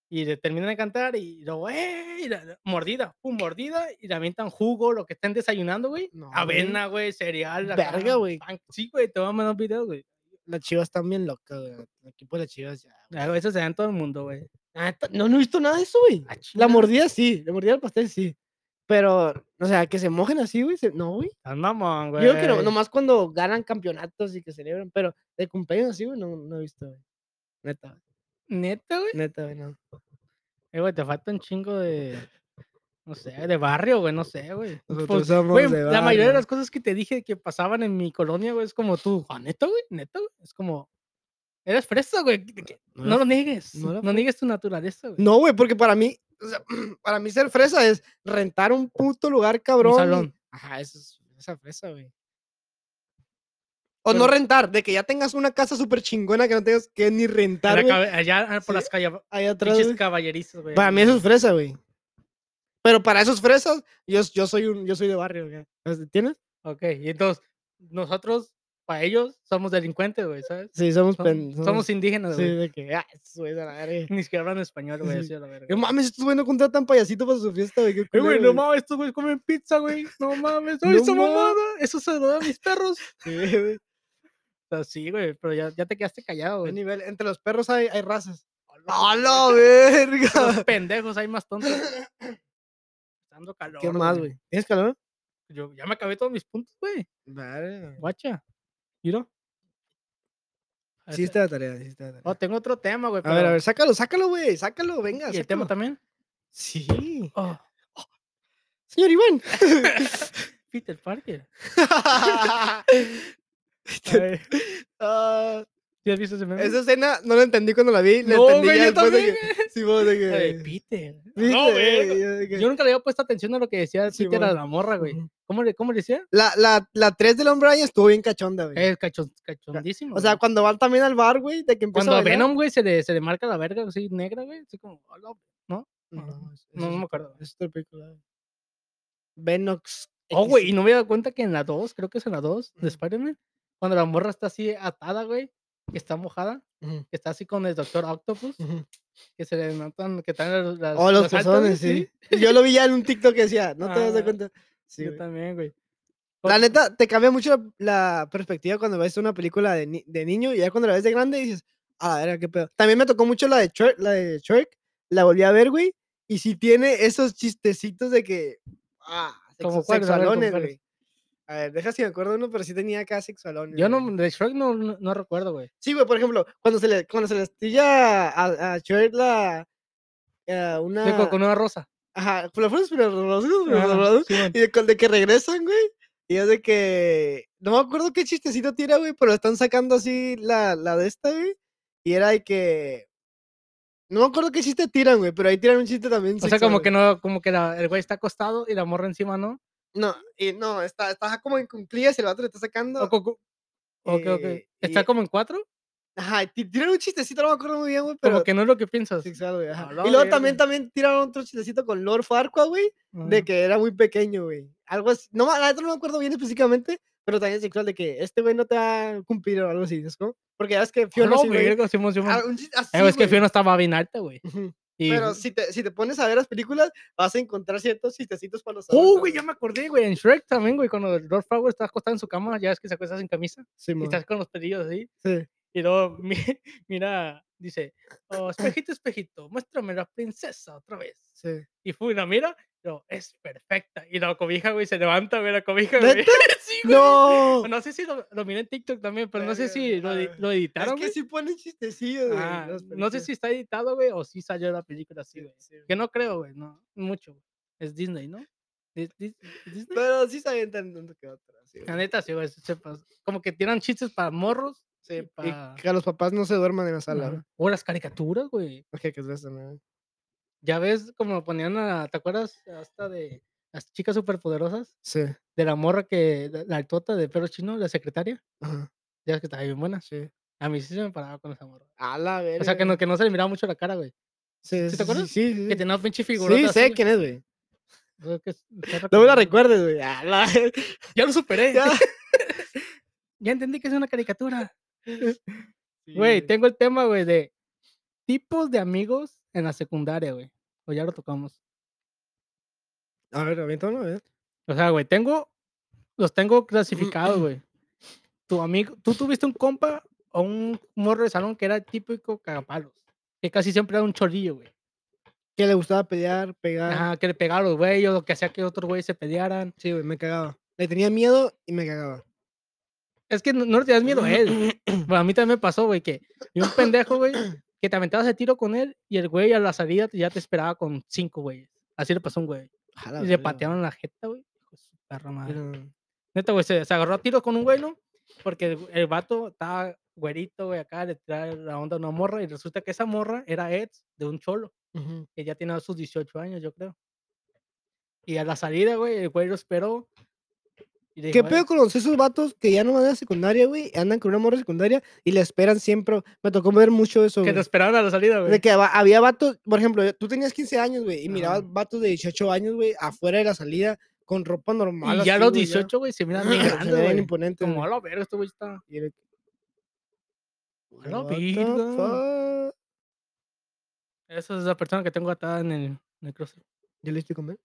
S2: Y le terminan de cantar y luego, ¡eh! y la- la- mordida, pum, mordida, y le avientan jugo, lo que estén desayunando, güey.
S1: No, güey.
S2: Avena, güey, cereal.
S1: Verga,
S2: acá,
S1: güey.
S2: pan. Sí, güey, te voy a mandar videos, güey.
S1: Las chivas están bien locas, güey. El equipo de las chivas ya. güey.
S2: Claro, Ah, eso se da en todo el mundo, güey.
S1: La neta, No, no he visto nada de eso, güey.
S2: Ah,
S1: La
S2: chinga,
S1: mordida sí, la mordida del pastel sí. Pero, o sea, que se mojen así, güey. se- No, güey.
S2: estás mamón,
S1: Yo
S2: güey.
S1: creo que no- nomás cuando ganan campeonatos y que celebran, pero de cumpleaños así, güey, no, no he visto, güey. Neta, güey.
S2: Neta, güey.
S1: Neta, güey, no.
S2: Eh, güey, te falta un chingo de. No sé, de barrio, güey, no sé, güey.
S1: Nosotros
S2: Pues,
S1: somos
S2: güey,
S1: de
S2: la mayoría de
S1: barrio.
S2: las cosas que te dije que pasaban en mi colonia, güey, es como tú, ah, neta, güey, neta, güey. Es como, eres fresa, güey. de que-
S1: No
S2: No,
S1: era
S2: lo niegues,
S1: no
S2: no,
S1: era
S2: niegues tu naturaleza, güey.
S1: No, güey, porque para mí, o sea, para mí ser fresa es rentar un puto lugar cabrón. y-
S2: salón.
S1: Ajá, eso es esa fresa, güey. O no
S2: Pero-
S1: rentar, de que ya tengas una casa súper chingona que no tengas que ni rentar,
S2: Era
S1: güey,
S2: cabe- allá ah,
S1: Sí,
S2: por las calles,
S1: ahí atrás,
S2: pinches
S1: güey.
S2: caballerizos, güey.
S1: Para
S2: ahí,
S1: mí eso es
S2: güey.
S1: fresa, güey. Pero para esos fresas, yo, yo soy un, yo soy de barrio, güey. ¿Entiendes?
S2: Ok, y entonces, nosotros para ellos somos delincuentes, güey, ¿sabes?
S1: Sí, somos
S2: Som-
S1: pen-
S2: Somos, indígenas,
S1: Sí,
S2: güey.
S1: de que, ah, esos güeyes a la verga.
S2: Ni siquiera hablan español, güey.
S1: Sí.
S2: así a la verga.
S1: No mames, estos güeyes no contratan payasito para su fiesta, güey. qué
S2: Eh, güey, no
S1: culero,
S2: mames, estos güeyes comen pizza, güey. No mames,
S1: No
S2: no esa
S1: mames.
S2: mamada. Eso se lo da a mis perros.
S1: güey. Sí, güey.
S2: O sea, sí, güey, pero ya, ya te quedaste callado,
S1: Hay
S2: güey.
S1: nivel. Entre los perros hay, hay razas. ¡A la verga!
S2: Los pendejos hay más tontos. Está Dando calor.
S1: ¿Qué más, güey? ¿Tienes calor?
S2: Yo ya me acabé todos mis puntos, güey.
S1: Vale.
S2: Guacha. Mira. A ver,
S1: Sí, está la tarea, sí está la tarea.
S2: Oh, tengo otro tema, güey.
S1: A ver, a
S2: pero-
S1: ver, sácalo, sácalo, güey. Sácalo, venga.
S2: ¿Y el tema
S1: sácalo.
S2: también?
S1: Sí.
S2: Oh,
S1: Señor Iván.
S2: Peter Parker. Ay,
S1: Ah,
S2: ¿Sí has visto ese meme?
S1: esa escena no la entendí cuando la vi. La
S2: No,
S1: entendí
S2: güey,
S1: ya
S2: yo
S1: después de
S2: también,
S1: que. Sí, vos de
S2: La de
S1: que.
S2: Peter.
S1: ¿viste?
S2: No, güey.
S1: Yo de que-
S2: Yo nunca le había puesto atención a lo que decía
S1: Sí,
S2: Peter a
S1: bueno.
S2: la morra, güey.
S1: Ujú.
S2: ¿Cómo le, cómo le decía?
S1: La, la, la 3 del hombre araña estuvo bien cachonda, güey.
S2: Es cachon- cachondísimo.
S1: O sea,
S2: güey.
S1: cuando van también al bar, güey, de que empieza
S2: cuando a
S1: a bailar.
S2: Venom, güey, se le, se le marca la verga así negra, güey. Así como, "Hola", ¿no?
S1: No, es-
S2: No,
S1: es-
S2: no me acuerdo.
S1: Es otra película. Venox.
S2: Oh,
S1: X.
S2: güey, y no me he dado cuenta que en la 2, creo que es en la 2
S1: Ujú.
S2: de Spider-Man, cuando la morra está así atada, güey, que está mojada,
S1: Ujú,
S2: que está así con el Doctor Octopus,
S1: ujú.
S2: que se le notan, que están las. las-
S1: Oh, los
S2: las altas,
S1: pezones,
S2: güey,
S1: sí. Yo lo vi ya en un TikTok que decía, no te das
S2: Ah,
S1: de cuenta. Sí,
S2: Yo
S1: güey.
S2: también, güey.
S1: La neta, te cambia mucho la, la perspectiva cuando ves una película de, ni- de niño y ya cuando la ves de grande dices, ah, era qué pedo. También me tocó mucho la de Shrek, la de Shrek, la volví a ver, güey, y sí tiene esos chistecitos de que, ah,
S2: ¿Cómo
S1: sexo-
S2: cuáles? A ver, ¿cómo
S1: sexualones,
S2: cuáles?
S1: güey. A ver, deja si me acuerdo uno, pero sí tenía acá sexualones.
S2: Yo
S1: güey.
S2: no, de Shrek no, no, no recuerdo, güey.
S1: Sí, güey, por ejemplo, cuando se le, cuando se le estilla a, a Shrek la... eh, una...
S2: De co- Con una rosa.
S1: Ajá, por los pero los
S2: Ah, Simón.
S1: y de, con- de que regresan, güey. Y es de que. No me acuerdo qué chistecito tira, güey, pero están sacando así la, la de esta, güey. Y era de que. No me acuerdo qué chiste tiran, güey, pero ahí tiran un chiste también.
S2: O sea, como que no, como que la- el güey está acostado y la morra encima, ¿no?
S1: No, y no, está, está como en cunclillas y el vato le está sacando.
S2: O co- co- ok, ok.
S1: eh,
S2: ¿Está
S1: y-
S2: como en cuatro?
S1: Ajá, y ti- tiran un chistecito, no me acuerdo muy bien, güey, pero.
S2: Como que no es lo que piensas.
S1: sexual, güey, ajá.
S2: A
S1: Y
S2: la
S1: luego también,
S2: verga.
S1: también tiraron otro chistecito con Lord Farquaad, güey. de
S2: Ah.
S1: que era muy pequeño, güey. Algo así. No, ma- la neta no me acuerdo bien específicamente, pero también sexual de que este güey no te va a cumplir o algo así, ¿sabes cómo? Porque ya ves que Fiona
S2: Hola,
S1: sí, güey.
S2: verga, Simón, Simón.
S1: Ah, un chis- así,
S2: Eh, es que
S1: güey.
S2: Fiona estaba bien alta, güey.
S1: Ujú.
S2: Y...
S1: Pero si te, si te pones a ver las películas, vas a encontrar ciertos chistecitos para los
S2: ¡Oh,
S1: adultos,
S2: güey! Ya me acordé, güey. En Shrek también, güey. Cuando el Lord Power está acostado en su cama, ya es que se acuesta sin camisa.
S1: Sí,
S2: Y
S1: mon.
S2: estás con los pelillos así.
S1: Sí.
S2: Y luego, mi- mira, dice, oh, espejito, espejito, muéstrame la princesa otra vez.
S1: sí.
S2: Y fui, la mira, yo, es perfecta. Y la cobija, güey, se levanta, güey, la cobija, güey.
S1: ¿Neta?
S2: sí, güey.
S1: ¡No!
S2: O No sé si lo, lo miré en TikTok también, pero no sé
S1: Verga,
S2: si lo,
S1: a
S2: di-
S1: ver.
S2: lo
S1: Es
S2: editaron,
S1: que
S2: güey.
S1: sí ponen chistecillos, güey.
S2: Ah,
S1: las
S2: no sé
S1: películas.
S2: si está editado, güey, o si salió la película así, güey.
S1: sí, güey.
S2: Que no creo, güey, no, mucho. güey. Es Disney, ¿no? Dis- Dis- Disney.
S1: Pero sí sabían tanto que otra. Sí,
S2: La
S1: güey.
S2: neta, sí, güey, se pas- como que tiran chistes para morros,
S1: Sí, y
S2: pa-
S1: que a los papás no se duerman en la sala.
S2: ajá, o las caricaturas, güey.
S1: güey. Ok, que es eso, ¿no?
S2: Ya ves como ponían a, ¿te acuerdas? Hasta de las chicas superpoderosas,
S1: Sí.
S2: de la morra que, la- la actota de perro chino, la secretaria,
S1: Ajá.
S2: ya ves que estaba bien buena.
S1: Sí.
S2: A mí sí se me paraba con esa morra.
S1: A la verga.
S2: O sea, que no, que no se le miraba mucho la cara, güey.
S1: Sí,
S2: ¿Sí te acuerdas?
S1: Sí, sí.
S2: Que
S1: sí.
S2: tenía una pinche figura.
S1: Sí, sé quién es, güey. No me la recuerdes, güey. A la-
S2: Ya lo superé.
S1: Ya.
S2: Ya. entendí que es una caricatura. Güey,
S1: Sí,
S2: tengo el tema, güey, de tipos de amigos en la secundaria, güey. O ya lo tocamos.
S1: A ver, aviéntalo, a ver.
S2: O sea, güey, tengo. Los tengo clasificados, güey. Tu amigo. Tú tuviste un compa o un morro de salón que era típico cagapalos. Que casi siempre era un chorillo, güey.
S1: Que le gustaba pelear, pegar.
S2: Ajá, que le pegaba a los güeyes, o que hacía que otros güeyes se pelearan.
S1: Sí, güey, me cagaba. Le tenía miedo y me cagaba.
S2: Es que no, no le tenías miedo a él. Bueno, a mí también me pasó, güey, que y un pendejo, güey, que te aventabas de tiro con él y el güey a la salida ya te esperaba con cinco güeyes. Así le pasó a un güey.
S1: A la
S2: Y le
S1: verga, Ah.
S2: patearon la jeta, güey. Hijo de su perra
S1: güey.
S2: madre.
S1: Mira,
S2: Neta, güey, se, se agarró a tiros con un güey, ¿no? Porque el, el vato estaba güerito, güey, acá le trae la onda a una morra y resulta que esa morra era ex de un cholo
S1: ujú.
S2: que ya tenía sus 18 años, yo creo. Y a la salida, güey, el güey lo esperó. y le
S1: ¿Qué
S2: dijo, "Eh,
S1: pedo con los esos vatos que ya no van a la secundaria, güey? Andan con una morra secundaria y la esperan siempre. Me tocó ver mucho eso,
S2: Que
S1: güey.
S2: te esperaban a la salida, güey.
S1: De que haba- había vatos, por ejemplo, tú tenías 15 años, güey, y
S2: Ajá.
S1: mirabas vatos de 18 años, güey, afuera de la salida, con ropa normal.
S2: Y ya
S1: así,
S2: los
S1: güey,
S2: 18, güey, se miran bien
S1: Se
S2: grandes,
S1: ve bien
S2: güey.
S1: imponente.
S2: Como
S1: güey.
S2: a la verga, este güey está.
S1: Y de-
S2: A la
S1: What the
S2: verga.
S1: fuck?
S2: Esa es la persona que tengo atada en el, en el closet.
S1: ¿Ya le diste comer?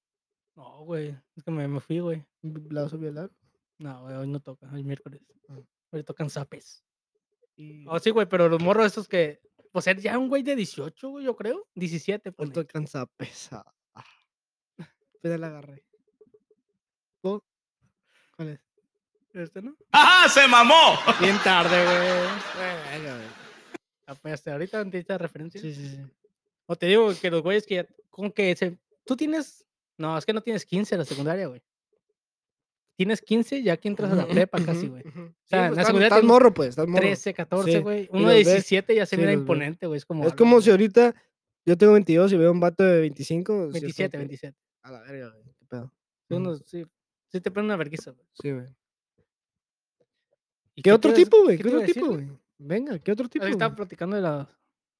S2: No, güey. Es que me, me fui, güey.
S1: ¿Un brazo violar?
S2: No, güey, hoy no toca, hoy miércoles.
S1: Ah.
S2: Hoy tocan zapes.
S1: Y
S2: Oh, sí, güey, pero los morros esos que. Pues era ya un güey de 18, güey, yo creo. 17,
S1: pues
S2: ponle.
S1: te alcanza a pesar. Pues ya la agarré. ¿Tú? ¿Cuál es?
S2: Este, ¿no?
S3: ¡Ajá! ¡Se mamó!
S2: Bien tarde, güey.
S1: Verga, güey.
S2: Apenas Ah, pues, ahorita te diste referencia.
S1: Sí, sí, sí.
S2: O te digo que los güeyes que ya. Con que se. Tú tienes. No, es que no tienes 15 en la secundaria, güey. Tienes 15 ya que entras a la
S1: Ujú,
S2: prepa
S1: ujú,
S2: casi, güey.
S1: ujú. Sí,
S2: sea,
S1: pues,
S2: en la
S1: estás-
S2: secundaria
S1: estás
S2: tengo
S1: morro, pues, estás morro.
S2: 13, 14,
S1: Sí,
S2: güey.
S1: y
S2: Uno de
S1: los ves,
S2: 17 ya
S1: sí,
S2: se mira
S1: los ves.
S2: imponente, güey. Es como.
S1: Es
S2: "A la
S1: como si
S2: verga".
S1: ahorita yo tengo 22 y veo un vato de 25. sí es como
S2: 27,
S1: pues, que,
S2: 27.
S1: A la verga, güey. ¿Qué pedo?
S2: Uno, sí. Sí te prende una vergüenza, güey.
S1: Sí, güey.
S2: ¿Y
S1: ¿Qué
S2: te
S1: otro
S2: iba a decir-
S1: tipo, güey? ¿Qué
S2: te iba
S1: otro
S2: a decir,
S1: tipo, güey? Venga, ¿qué otro tipo?
S2: Ahí estaba
S1: güey?
S2: platicando de la.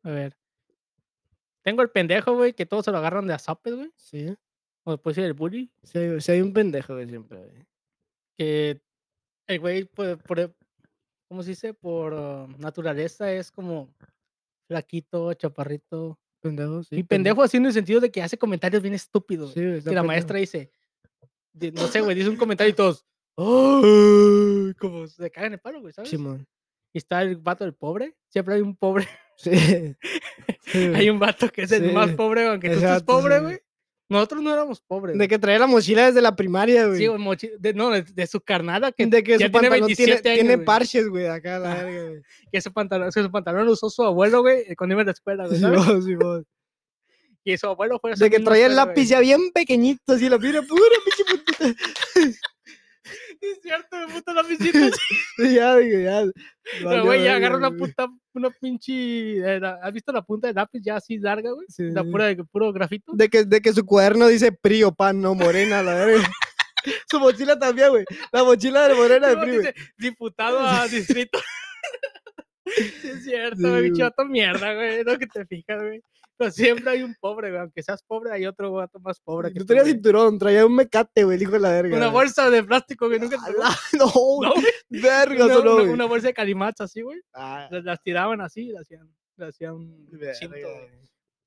S2: A ver. Tengo el pendejo, güey, que todos se lo agarran de azapes, güey.
S1: Sí,
S2: O después el bully.
S1: sí, hay- sí hay un pendejo, güey, siempre, güey.
S2: Que el güey, por, por- ¿cómo se dice? Por uh, naturaleza es como flaquito, chaparrito.
S1: Pendejo, sí.
S2: y pendejo así en el sentido de que hace comentarios bien estúpidos.
S1: Sí,
S2: güey,
S1: güey,
S2: que
S1: está
S2: la
S1: pendejo.
S2: maestra dice, de- no sé, güey, dice un comentario y todos. "Ay", Como se cagan el palo, güey, ¿sabes?
S1: Simón.
S2: Y está el vato del pobre. Siempre hay un pobre
S1: Sí. Sí, güey.
S2: Hay un vato que es el más
S1: Sí,
S2: pobre, aunque tú
S1: ese
S2: estés
S1: vato sí,
S2: pobre,
S1: güey.
S2: güey. Nosotros no éramos pobres.
S1: De que trae la mochila desde la primaria,
S2: güey.
S1: güey.
S2: Sí, güey, mochi- de, no, de, de su carnada que,
S1: de que
S2: ya
S1: su
S2: tiene
S1: pantalón tiene,
S2: 27 años,
S1: tiene
S2: güey.
S1: parches, güey, acá la verga, güey.
S2: que ese pantalón, ese pantalón lo usó su abuelo, güey, eh, cuando iba a la escuela, güey. ¿sabes?
S1: Simón,
S2: Pues,
S1: Simón.
S2: Y su abuelo fue
S1: De
S2: a esa
S1: que
S2: misma
S1: traía el
S2: escuela,
S1: lápiz
S2: güey.
S1: ya bien pequeñito, así la mira, pura pinche puntita.
S2: Es cierto, el puto lapicito. así,
S1: Sí, ya, digo, ya.
S2: pero,
S1: valió
S2: güey, ya
S1: verga,
S2: agarra una
S1: güey.
S2: puta, una pinche. eh, la- ¿Has visto la punta del lápiz ya así larga, güey?
S1: Sí,
S2: La
S1: sí.
S2: pura, de- puro grafito.
S1: De que, de que su cuaderno dice Prio, pan, no morena, la verga. su mochila también, güey. La mochila de morena de
S2: Simón
S1: Prio, güey.
S2: dice, diputado a distrito. sí, es cierto, güey,
S1: Sí,
S2: pinche
S1: güey.
S2: vato mierda, güey, es lo que te fijas, güey. Pero siempre hay un pobre, güey, aunque seas pobre, hay otro vato más pobre que
S1: No
S2: tú,
S1: tenía
S2: güey.
S1: cinturón, traía un mecate, güey, el hijo de la verga.
S2: Una
S1: güey.
S2: bolsa de plástico que nunca te
S1: A
S2: tocó.
S1: la- No,
S2: No, güey,
S1: verga,
S2: una,
S1: solo,
S2: una-
S1: güey.
S2: una bolsa de calimacha así, güey.
S1: Ah,
S2: Las, las tiraban así, y le hacían, le hacían
S1: verga,
S2: chinto, güey.
S1: güey.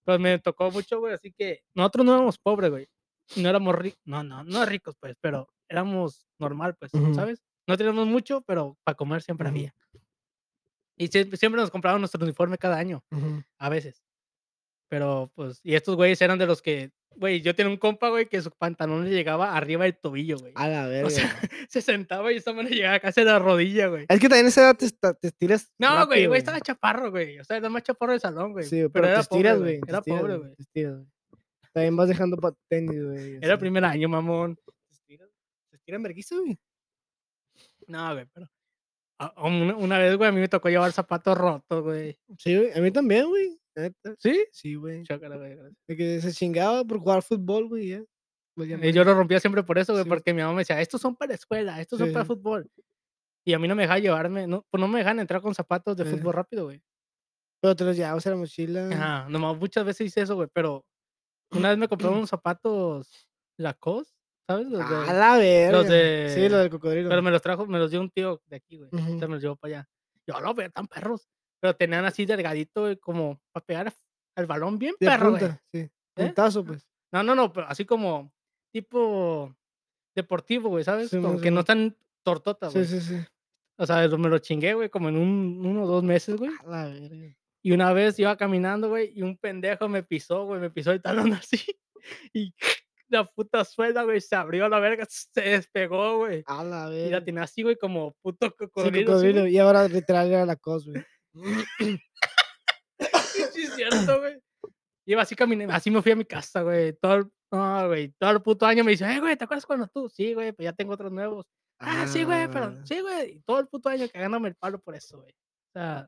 S2: Pues me tocó mucho, güey, así que nosotros no éramos pobres, güey. No éramos ricos, no, no, no ricos, pues, pero éramos normal, pues,
S1: Ujú.
S2: ¿sabes? No teníamos mucho, pero para comer siempre
S1: Ujú.
S2: había. Y siempre, siempre nos compraban nuestro uniforme cada año,
S1: Ujú.
S2: a veces. Pero, pues, y estos güeyes eran de los que, güey, yo tenía un compa, güey, que su pantalón le llegaba arriba del tobillo, güey.
S1: A la verga.
S2: O sea,
S1: güey.
S2: Se sentaba y esa mano llegaba casi a la rodilla, güey.
S1: Es que también a esa edad te, esta- te estiras.
S2: No, güey,
S1: Eh, rápido,
S2: güey, estaba chaparro, güey. O sea, era más chaparro del salón, güey.
S1: Sí, pero, te
S2: era pobre,
S1: estiras, güey. te
S2: Era
S1: estiras,
S2: pobre, güey.
S1: Te estiras, güey. También vas dejando pa- tenis, güey.
S2: Era el primer año, mamón.
S1: ¿Te estiran verguiza, güey?
S2: No, güey, pero. a- a Una, una vez, güey, a mí me tocó llevar zapatos rotos, güey.
S1: Sí, güey. A mí también, güey. la neta.
S2: ¿Sí?
S1: Sí, güey.
S2: Chócala, güey, gracias.
S1: De que se chingaba por jugar fútbol, güey, ya. Valía
S2: Y
S1: madre.
S2: Eh, yo lo rompía siempre por eso, güey,
S1: Sí.
S2: porque mi mamá me decía, estos son para la escuela, estos
S1: Sí,
S2: son para
S1: sí.
S2: fútbol. Y a mí no me dejaba llevarme, no, pues no me dejan entrar con zapatos de
S1: Sí.
S2: fútbol rápido, güey.
S1: Pero te los llevabas a la mochila.
S2: Ajá, nomás muchas veces hice eso, güey, pero una vez me compraron unos zapatos Lacoste, ¿sabes? Los de-
S1: A la verga.
S2: Ah, los de-
S1: Sí, Ah, los del cocodrilo.
S2: Pero me los trajo, me los dio un tío de aquí, güey.
S1: Ujú.
S2: Entonces me los llevó para allá. Yo lo veo tan perros. Pero tenían así delgadito, güey, como para pegar al balón bien
S1: De
S2: perro, güey. ¿Eh?
S1: punta, sí. Puntazo, pues.
S2: No, no, no, pero así como tipo deportivo, güey, ¿sabes?
S1: Sí,
S2: como
S1: más
S2: que
S1: o menos.
S2: no están tortota,
S1: Sí,
S2: Ah, güey.
S1: sí, sí.
S2: O sea, lo- me lo chingué, güey, como en un, uno o dos meses, güey.
S1: A la verga.
S2: Y una vez iba caminando, güey, y un pendejo me pisó, güey, me pisó el talón así. Y la puta suela, güey, se abrió la verga, se despegó, güey.
S1: A la
S2: Y
S1: verga.
S2: la tenía así, güey, como puto
S1: Sí,
S2: cocodrilo. así, güey.
S1: cocodrilo. Y ahora literal era la cosa, güey.
S2: Sí, es cierto, güey. Iba así caminando, así me fui a mi casa, güey. Todo el, no, güey, todo el puto año me dice, eh, güey, ¿te acuerdas cuando tú? Sí, güey, pues ya tengo otros nuevos. Ah, sí, güey, pero
S1: Ah,
S2: sí, güey. Y todo el puto año cagándome el palo por eso, güey. O sea,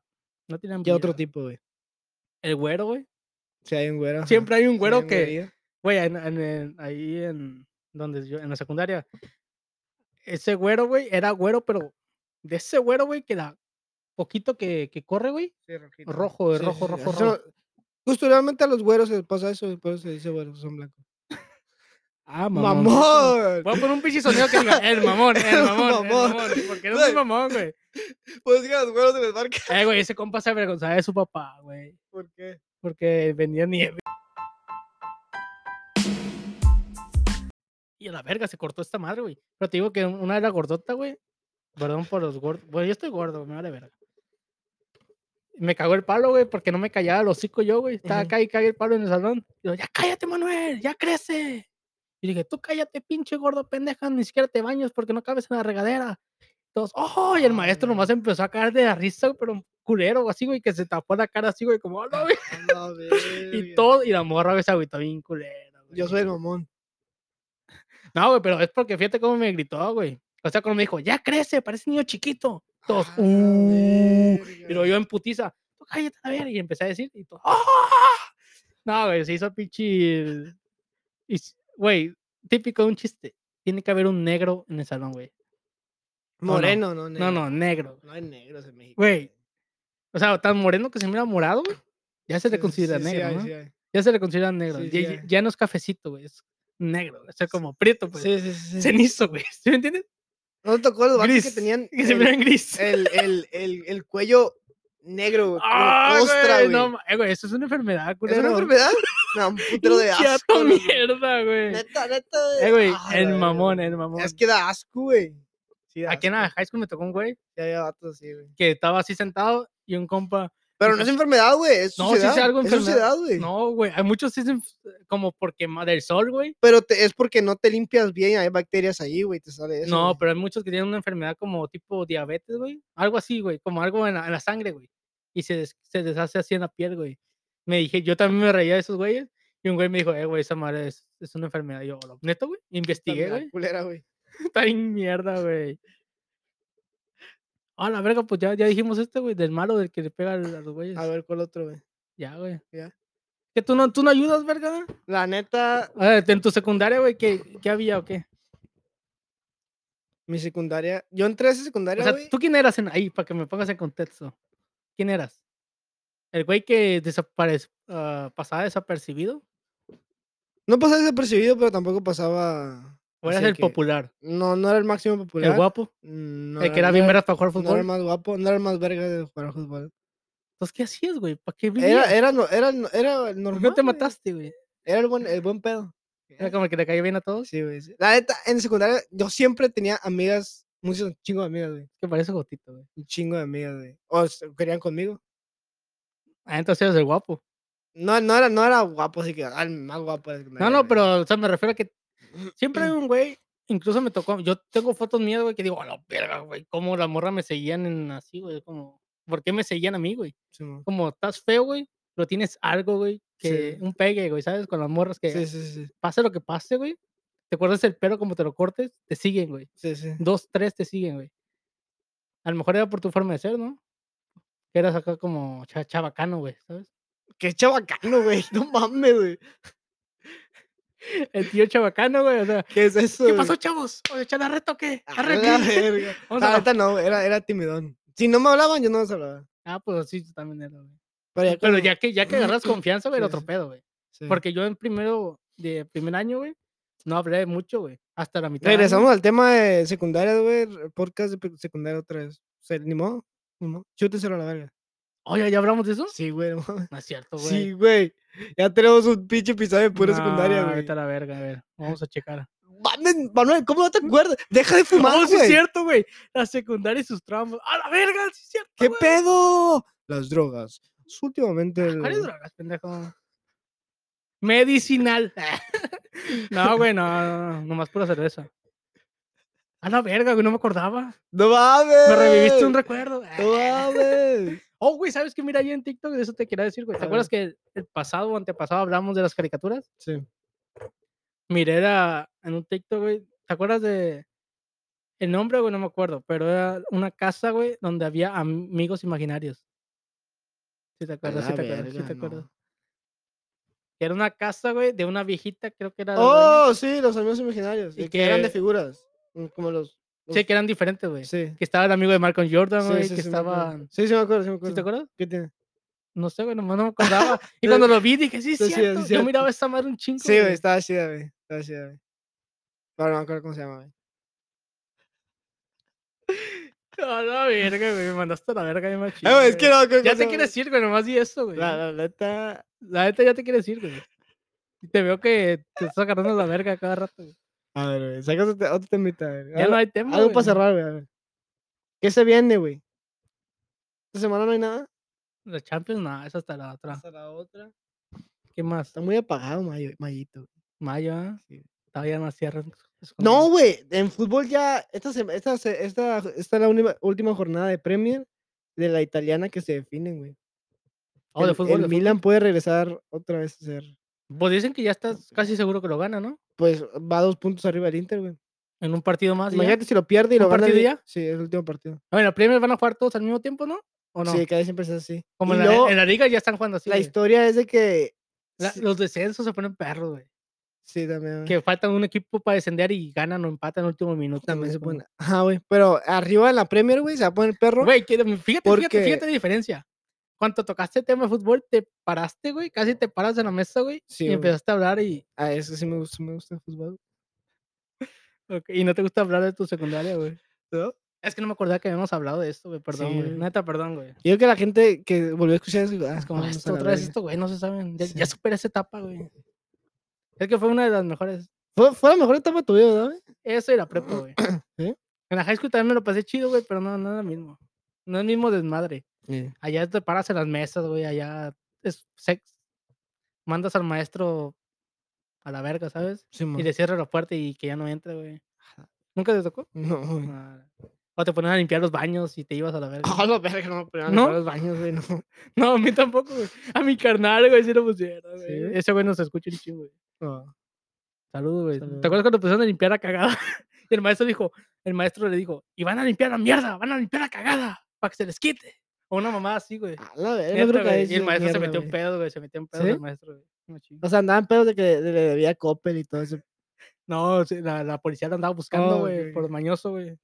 S2: no tienen
S1: ¿Qué otro
S2: vida.
S1: tipo, güey?
S2: El güero, güey.
S1: Si hay un güero. ajá.
S2: Siempre hay un
S1: Sí,
S2: güero
S1: un
S2: que,
S1: güerillo.
S2: güey, en- en- en- ahí en donde yo, en la secundaria. Ese güero, güey, era güero, pero de ese güero, güey, que la poquito que, que corre, güey, rojo,
S1: Sí,
S2: güey,
S1: sí,
S2: rojo,
S1: sí,
S2: rojo,
S1: eso-
S2: rojo.
S1: Justo realmente a los güeros se les pasa eso, por eso se dice güeros, son blancos.
S2: Ah, mamón.
S1: ¡Mamón!
S2: Voy a poner un pinche sonido que diga, el mamón, el mamón, el
S1: Mamón.
S2: mamón. Porque eres un
S1: Güey.
S2: mamón, güey.
S1: Pues digan los güeros de las marcas.
S2: Eh, güey, ese compa se avergonzaba de su papá, güey.
S1: ¿Por qué?
S2: Porque vendía nieve. Y a la verga, se cortó esta madre, güey. Pero te digo que una era gordota, güey. Perdón por los gordos. Bueno, yo estoy gordo, me vale verga. Me cagó el palo, güey, porque no me callaba el hocico yo, güey. Estaba
S1: Ujú.
S2: acá y cagué el palo en el salón. Y yo, ya cállate, Manuel, ya crece. Y dije, tú cállate, pinche gordo pendeja, ni siquiera te bañas porque no cabes en la regadera. Todos, ¡oh! Y el maestro nomás empezó a caer de la risa, güey, pero culero, así, güey, que se tapó la cara así, güey, como, ¡hola, güey! Y todo, y la morra güey, se agüitó bien culera, güey.
S1: Yo soy el mamón.
S2: No, güey, pero es porque fíjate cómo me gritó, güey. O sea, cuando me dijo, ya crece, parece niño chiquito. Todos,
S1: A la
S2: uh. Y luego
S1: Ah, verga.
S2: yo en putiza, "Tú cállate a ver. Y empecé a decir, y todo, ¡ah! No, güey, se hizo pinche. y s- Güey, típico de un chiste. Tiene que haber un negro en el salón, güey. no.
S1: Moreno, no, negro.
S2: No, no, negro.
S1: No hay negros en México.
S2: Güey. O sea, tan moreno que se mira morado, güey. Ya se le considera negro, ¿no? Ya se le considera negro.
S1: Sí,
S2: ya,
S1: sí
S2: ya-
S1: hay.
S2: ya no es cafecito, güey. Es negro. O sea, como prieto, pues.
S1: Sí, sí, sí. sí.
S2: Cenizo, güey. ¿Sí me entiendes?
S1: ¿No te tocó los vatos que
S2: Gris.
S1: tenían
S2: Que se
S1: el-
S2: miran gris.
S1: el, el, el, el cuello negro, güey? como
S2: ¡Ah,
S1: ostra,
S2: güey!
S1: güey.
S2: No, ma- eh, güey, eso es una enfermedad,
S1: ¿Es
S2: culero.
S1: una enfermedad? No, un putero de
S2: Pinche
S1: asco.
S2: vato
S1: güey.
S2: mierda, güey.
S1: Neta, neta.
S2: Eh, güey,
S1: ah, la
S2: el
S1: verga,
S2: mamón,
S1: güey.
S2: el mamón.
S1: Es que da asco, güey. Sí, da
S2: Aquí en la
S1: asco.
S2: high school me tocó un güey
S1: Ya había vatos así, güey.
S2: que estaba así sentado y un compa.
S1: Pero no es enfermedad, güey. Es
S2: No, sí es
S1: sociedad.
S2: algo
S1: es
S2: enfermedad.
S1: sociedad, güey.
S2: No, güey. Hay muchos dicen como porque ma- del sol, güey.
S1: Pero te- es porque no te limpias bien. Hay bacterias ahí, güey. Te sale eso.
S2: No,
S1: güey.
S2: pero hay muchos que tienen una enfermedad como tipo diabetes, güey. Algo así, güey. Como algo en la, en la sangre, güey. Y se, des- se deshace así en la piel, güey. Me dije, yo también me reía de esos güeyes. Y un güey me dijo, eh, güey, esa madre es, es una enfermedad. Y Yo, "Hola, neto, güey. Investigué,
S1: Enfermedad
S2: güey.
S1: culera, güey.
S2: Está bien mierda, güey. Ah, la verga, pues ya, ya dijimos este, güey, del malo, del que le pega al- a los güeyes.
S1: A ver, ¿cuál otro, güey?
S2: Ya, güey.
S1: ya.
S2: Que tú no, tú no ayudas, verga.
S1: La neta,
S2: A ver, en tu secundaria, güey, ¿qué, qué había o qué?
S1: mi secundaria. Yo entré a esa
S2: O
S1: secundaria,
S2: sea,
S1: güey.
S2: ¿tú quién eras en ahí? Para que me pongas en contexto. ¿Quién eras? ¿El güey que desaparece, pasaba desapercibido?
S1: No pasaba desapercibido, pero tampoco pasaba.
S2: ¿O eras
S1: así
S2: el
S1: Pues que-
S2: popular?
S1: No, no era el máximo popular.
S2: ¿El guapo?
S1: Mm, No
S2: ¿El que era bien
S1: no
S2: veras para jugar
S1: No era el
S2: fútbol?
S1: más guapo, no era el más verga de jugar al fútbol.
S2: Entonces, ¿qué hacías, güey? ¿Para qué vivías?
S1: Era, era, no- era, no- era el
S2: Pues ¿Por
S1: normal.
S2: qué no te
S1: güey.
S2: mataste, güey?
S1: Era el buen, el buen pedo.
S2: Era como el que le caía bien a todos.
S1: Sí, güey. sí. La neta, en secundaria yo siempre tenía amigas, muchos un chingo de amigas, güey.
S2: Que parece gotito, güey.
S1: Un chingo de amigas, güey. O s- querían conmigo.
S2: Ah, entonces eres el guapo.
S1: No, no era, no era guapo, así que ah, el más guapo. era el que me
S2: No,
S1: valía verga.
S2: no, pero, o sea, me refiero a que siempre hay un güey, incluso me tocó, yo tengo fotos mías, güey, que digo, a la verga, güey, cómo la morra me seguían en así, güey, como, ¿por qué me seguían a mí, güey?
S1: Simón.
S2: Como, estás feo, güey, pero tienes algo, güey, que
S1: Sí.
S2: un pegue, güey, ¿sabes? Con las morras que
S1: Sí, sí, sí.
S2: pase lo que pase, güey, te acuerdas el pelo como te lo cortes, te siguen, güey,
S1: sí, sí.
S2: dos, tres te siguen, güey. A lo mejor era por tu forma de ser, ¿no? Que eras acá como cha- chabacano, güey, ¿sabes?
S1: Qué chabacano, güey. No mames, güey.
S2: El tío chabacano, güey, o sea,
S1: ¿Qué es eso?
S2: ¿qué
S1: güey?
S2: pasó, chavos? ¿Oye, echar la reta o qué?
S1: Pues A
S2: Arre,
S1: la
S2: ¿qué?
S1: verga.
S2: Vamos a
S1: La
S2: la-
S1: neta no, era, era timidón. Si no me hablaban, yo no les hablaba.
S2: Ah, pues sí, yo también era, güey.
S1: Pero ya,
S2: Pero
S1: cuando-
S2: ya que, ya que agarras confianza, güey, era
S1: Sí,
S2: otro
S1: sí.
S2: pedo, güey.
S1: sí.
S2: Porque yo en primero, de primer año, güey, no hablé mucho, güey. Hasta la mitad. del año,
S1: Regresamos al tema de secundaria, güey. r- Podcast de pe- secundaria otra vez. O sea, ni modo, ni modo. Chúteselo a la verga.
S2: Oye, ¿ya hablamos de eso?
S1: Sí, güey, no mames.
S2: No es cierto, güey.
S1: Sí, güey. Ya tenemos un pinche episodio de pura secundaria,
S2: Nah,
S1: güey.
S2: Vete a la verga, a ver. Vamos a checar.
S1: Mamen, Manuel, ¿cómo no te acuerdas? Deja de
S2: No,
S1: fumar,
S2: sí es
S1: güey.
S2: cierto, güey. La secundaria y sus tramos. ¡A la verga! Sí es cierto.
S1: ¿Qué
S2: güey! Ah,
S1: pedo? Las drogas. Pues, Últimamente. el-
S2: ¿Cuáles drogas, pendejo? Medicinal. no, güey, no, no, no. Nomás pura cerveza. A la verga, güey, no me acordaba.
S1: No mames.
S2: Me reviviste un recuerdo.
S1: No mames.
S2: Oh, güey, ¿sabes qué? Mira, yo en TikTok, de eso te quería decir, güey.
S1: A
S2: ¿Te
S1: ver.
S2: acuerdas que el- el pasado o antepasado hablamos de las caricaturas?
S1: Sí.
S2: Miré era en un TikTok, güey. ¿Te acuerdas de el nombre, güey? No me acuerdo, pero era una casa, güey, donde había amigos imaginarios. Sí, te acuerdas, sí,
S1: la
S2: te acuerdas, sí,
S1: ah, verga,
S2: te acuerdas.
S1: no.
S2: Que era una casa, güey, de una viejita, creo que era. la dueña,
S1: Oh, sí, los amigos imaginarios.
S2: Ah, Y
S1: Y que eran de
S2: que-
S1: figuras. mm, Como los.
S2: Sí, que eran diferentes, güey.
S1: Sí.
S2: Que estaba el amigo de Marco Jordan,
S1: Sí,
S2: güey,
S1: sí,
S2: que
S1: sí me acuerdo.
S2: estaban.
S1: Sí, sí, me acuerdo, sí me acuerdo.
S2: ¿Sí te acuerdas?
S1: ¿Qué tiene?
S2: No sé, güey, nomás no me acordaba. Y cuando lo vi dije, sí, es
S1: Sí, sí, es
S2: cierto. Yo
S1: cierto.
S2: miraba esta madre un chingo.
S1: Sí, güey, estaba chida, güey. Estaba chida, güey. Pero no me acuerdo cómo se llama, güey.
S2: No, no, verga, güey. Me mandaste a la verga bien machín,
S1: Eh, güey, es que
S2: güey.
S1: no me acuerdo cómo
S2: Ya
S1: se
S2: te
S1: llama,
S2: quieres ir, güey. Nomás di eso, güey.
S1: güey. La, la neta.
S2: La neta ya te quieres ir, güey. Y te veo que te estás agarrando la verga cada rato. güey.
S1: A ver, güey. Sacas otro, otro temita, güey.
S2: Ya no hay tema.
S1: Algo para
S2: güey.
S1: cerrar, güey. a ver. ¿Qué se viene, güey? ¿Esta semana no hay nada?
S2: La Champions, no, es hasta la otra.
S1: la otra.
S2: ¿Qué más?
S1: Está muy apagado, Mayo, Mayito. güey.
S2: Mayo, ¿ah? Todavía no cierran. sus-
S1: No, güey. En fútbol ya. Esta, sema- esta, se- esta, esta es la última, última jornada de Premier de la italiana que se definen, güey.
S2: Oh, de
S1: El-
S2: fútbol,
S1: el
S2: de fútbol.
S1: Milan puede regresar otra vez a ser.
S2: Pues dicen que ya estás casi seguro que lo gana, ¿no?
S1: Pues va dos puntos arriba el Inter, güey.
S2: En un partido más. y ¿Ah, ya.
S1: Imagínate si lo pierde y
S2: ¿Un
S1: lo gana. el
S2: partido
S1: I- Sí, es el último partido.
S2: Ah, Bueno, primero van a jugar todos al mismo tiempo, ¿no? ¿O no?
S1: Sí, cada vez siempre es así.
S2: Como
S1: Y
S2: en la,
S1: luego,
S2: en la liga ya están jugando así.
S1: la
S2: güey.
S1: historia es de que.
S2: La-
S1: sí-
S2: los descensos se ponen perros, güey.
S1: Sí, también. güey.
S2: Que falta un equipo para descender y ganan o empatan en el último minuto.
S1: También
S2: güey,
S1: se
S2: como-
S1: pone. Ajá, güey. Pero arriba en la Premier, güey, se va a poner perro.
S2: Güey, que- fíjate, fíjate,
S1: porque-
S2: fíjate la diferencia. Cuando tocaste el tema de fútbol, te paraste, güey. Casi te paras de la mesa, güey.
S1: Sí,
S2: y
S1: güey.
S2: empezaste a hablar y,
S1: A Ah, eso sí me gusta, me gusta el fútbol.
S2: ok, y no te gusta hablar de tu secundaria, güey.
S1: ¿No?
S2: Es que no me acordaba que habíamos hablado de esto, güey. Perdón,
S1: Sí,
S2: güey.
S1: güey.
S2: Neta, perdón, güey.
S1: Yo creo que la gente que volvió a escuchar eso, ah,
S2: Es como,
S1: vámonos
S2: esto,
S1: a la
S2: otra vez
S1: verga".
S2: esto, güey, no se saben. Ya, ya
S1: Sí.
S2: superé esa etapa, güey. Es que fue una de las mejores.
S1: Fue, fue la mejor etapa de tu vida, ¿verdad? güey?
S2: Eso y la prepa, güey.
S1: ¿Sí?
S2: En la high school también me lo pasé chido, güey, pero no, no es lo mismo. No es el mismo desmadre. Allá te paras en las mesas, güey, allá es sex. Mandas al maestro a la verga, ¿sabes?
S1: Sí,
S2: Y
S1: mo-
S2: le cierras la puerta y que ya no entre, güey. ¿Nunca te tocó?
S1: No, güey.
S2: Nada. O te ponían a limpiar los baños y te ibas a Oh, la verga.
S1: Ah, la verga, no, pero
S2: ¿No?
S1: ¿No? los baños, güey, no.
S2: No, a mí tampoco, güey. A mi carnal, güey, sí lo pusieron,
S1: Sí,
S2: güey.
S1: güey.
S2: Ese güey nos escucha un chingo, güey.
S1: No.
S2: Saludos, güey.
S1: Saludos.
S2: ¿Te acuerdas cuando empezaron a limpiar la cagada? Y el maestro dijo, el maestro le dijo, y van a limpiar la mierda, van a limpiar la cagada, para que se les quite. O una mamá así, güey.
S1: Ah, la verga,
S2: Neta,
S1: no creo que
S2: güey,
S1: haya
S2: y el
S1: sido
S2: maestro se
S1: mierda,
S2: metió en
S1: güey.
S2: pedo, güey. Se metió en pedo
S1: ¿Sí?
S2: el maestro, güey. No chingues.
S1: O sea, andaban pedos de que le, le debía Coppel y todo eso.
S2: No, sí, la, la policía lo andaba buscando,
S1: Oh,
S2: güey,
S1: ok,
S2: por
S1: ok.
S2: mañoso, güey.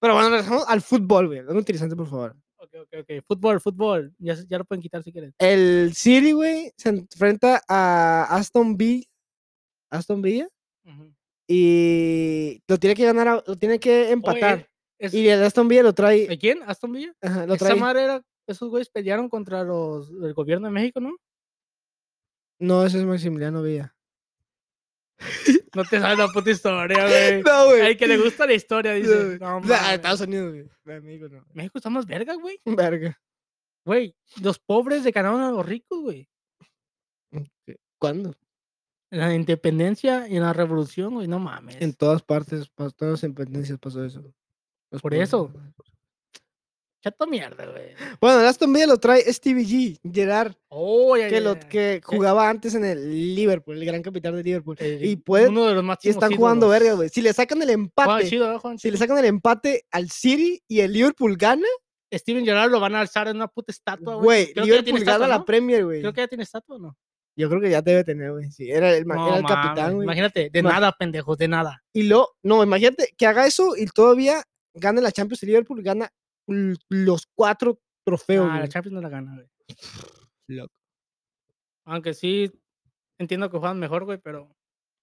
S1: Pero bueno, regresamos al fútbol, güey. Algo interesante, por favor.
S2: Ok, ok, ok. Fútbol, fútbol. Ya, se- ya lo pueden quitar si quieren.
S1: El City, güey, se enfrenta a Aston Villa. Aston Villa.
S2: Ujú.
S1: Y lo tiene que ganar, a- lo tiene que
S2: Oye,
S1: empatar.
S2: es-
S1: Y el Aston Villa lo trae.
S2: ¿De quién? ¿Aston Villa?
S1: ajá, lo
S2: Esa
S1: trae.
S2: madre era... Esos güeyes pelearon contra los, el gobierno de México, ¿no?
S1: No, ese es Maximiliano Villa.
S2: No te sabes la puta historia, güey.
S1: No,
S2: Al que le gusta la historia,
S1: No,
S2: dice.
S1: güey.
S2: No,
S1: O sea, a
S2: mames.
S1: Estados Unidos, güey. De México, no.
S2: México está más verga, güey.
S1: Verga.
S2: Güey, los pobres le ganaron a los ricos, güey.
S1: ¿Cuándo?
S2: En la independencia y en la revolución, güey, no mames.
S1: En todas partes, en todas las independencias pasó eso. Los
S2: Por
S1: pobres,
S2: eso.
S1: ¿no?
S2: Chato mierda, güey.
S1: Bueno, el Aston Villa lo trae Stevie G, Gerard,
S2: Oh, ya,
S1: que,
S2: ya,
S1: lo,
S2: ya.
S1: que jugaba antes en el Liverpool, el gran capitán de Liverpool.
S2: El-
S1: y puede-
S2: Uno de los
S1: Y
S2: máximos
S1: están jugando
S2: ídolos.
S1: verga, güey. Si le sacan el
S2: Juega
S1: empate,
S2: chido, ¿eh? Juegan
S1: si le
S2: chido.
S1: sacan el empate al City y el Liverpool gana,
S2: Steven Gerrard lo van a alzar en una puta estatua, güey.
S1: güey,
S2: Creo que ya tiene
S1: Liverpool gana
S2: estatua,
S1: la
S2: ¿no?
S1: Premier, güey.
S2: Creo que ya tiene estatua, ¿no?
S1: Yo creo que ya debe tener, güey. Sí, era el, ma-
S2: No
S1: era el
S2: mames,
S1: capitán, güey.
S2: Imagínate, de
S1: Ma-
S2: nada, pendejos, de nada.
S1: Y lo, no, imagínate que haga eso y todavía gane la Champions y Liverpool gana l- los cuatro trofeos.
S2: ah, la
S1: güey.
S2: Champions no la gana, güey.
S1: Loco.
S2: Aunque sí entiendo que juegan mejor, güey, pero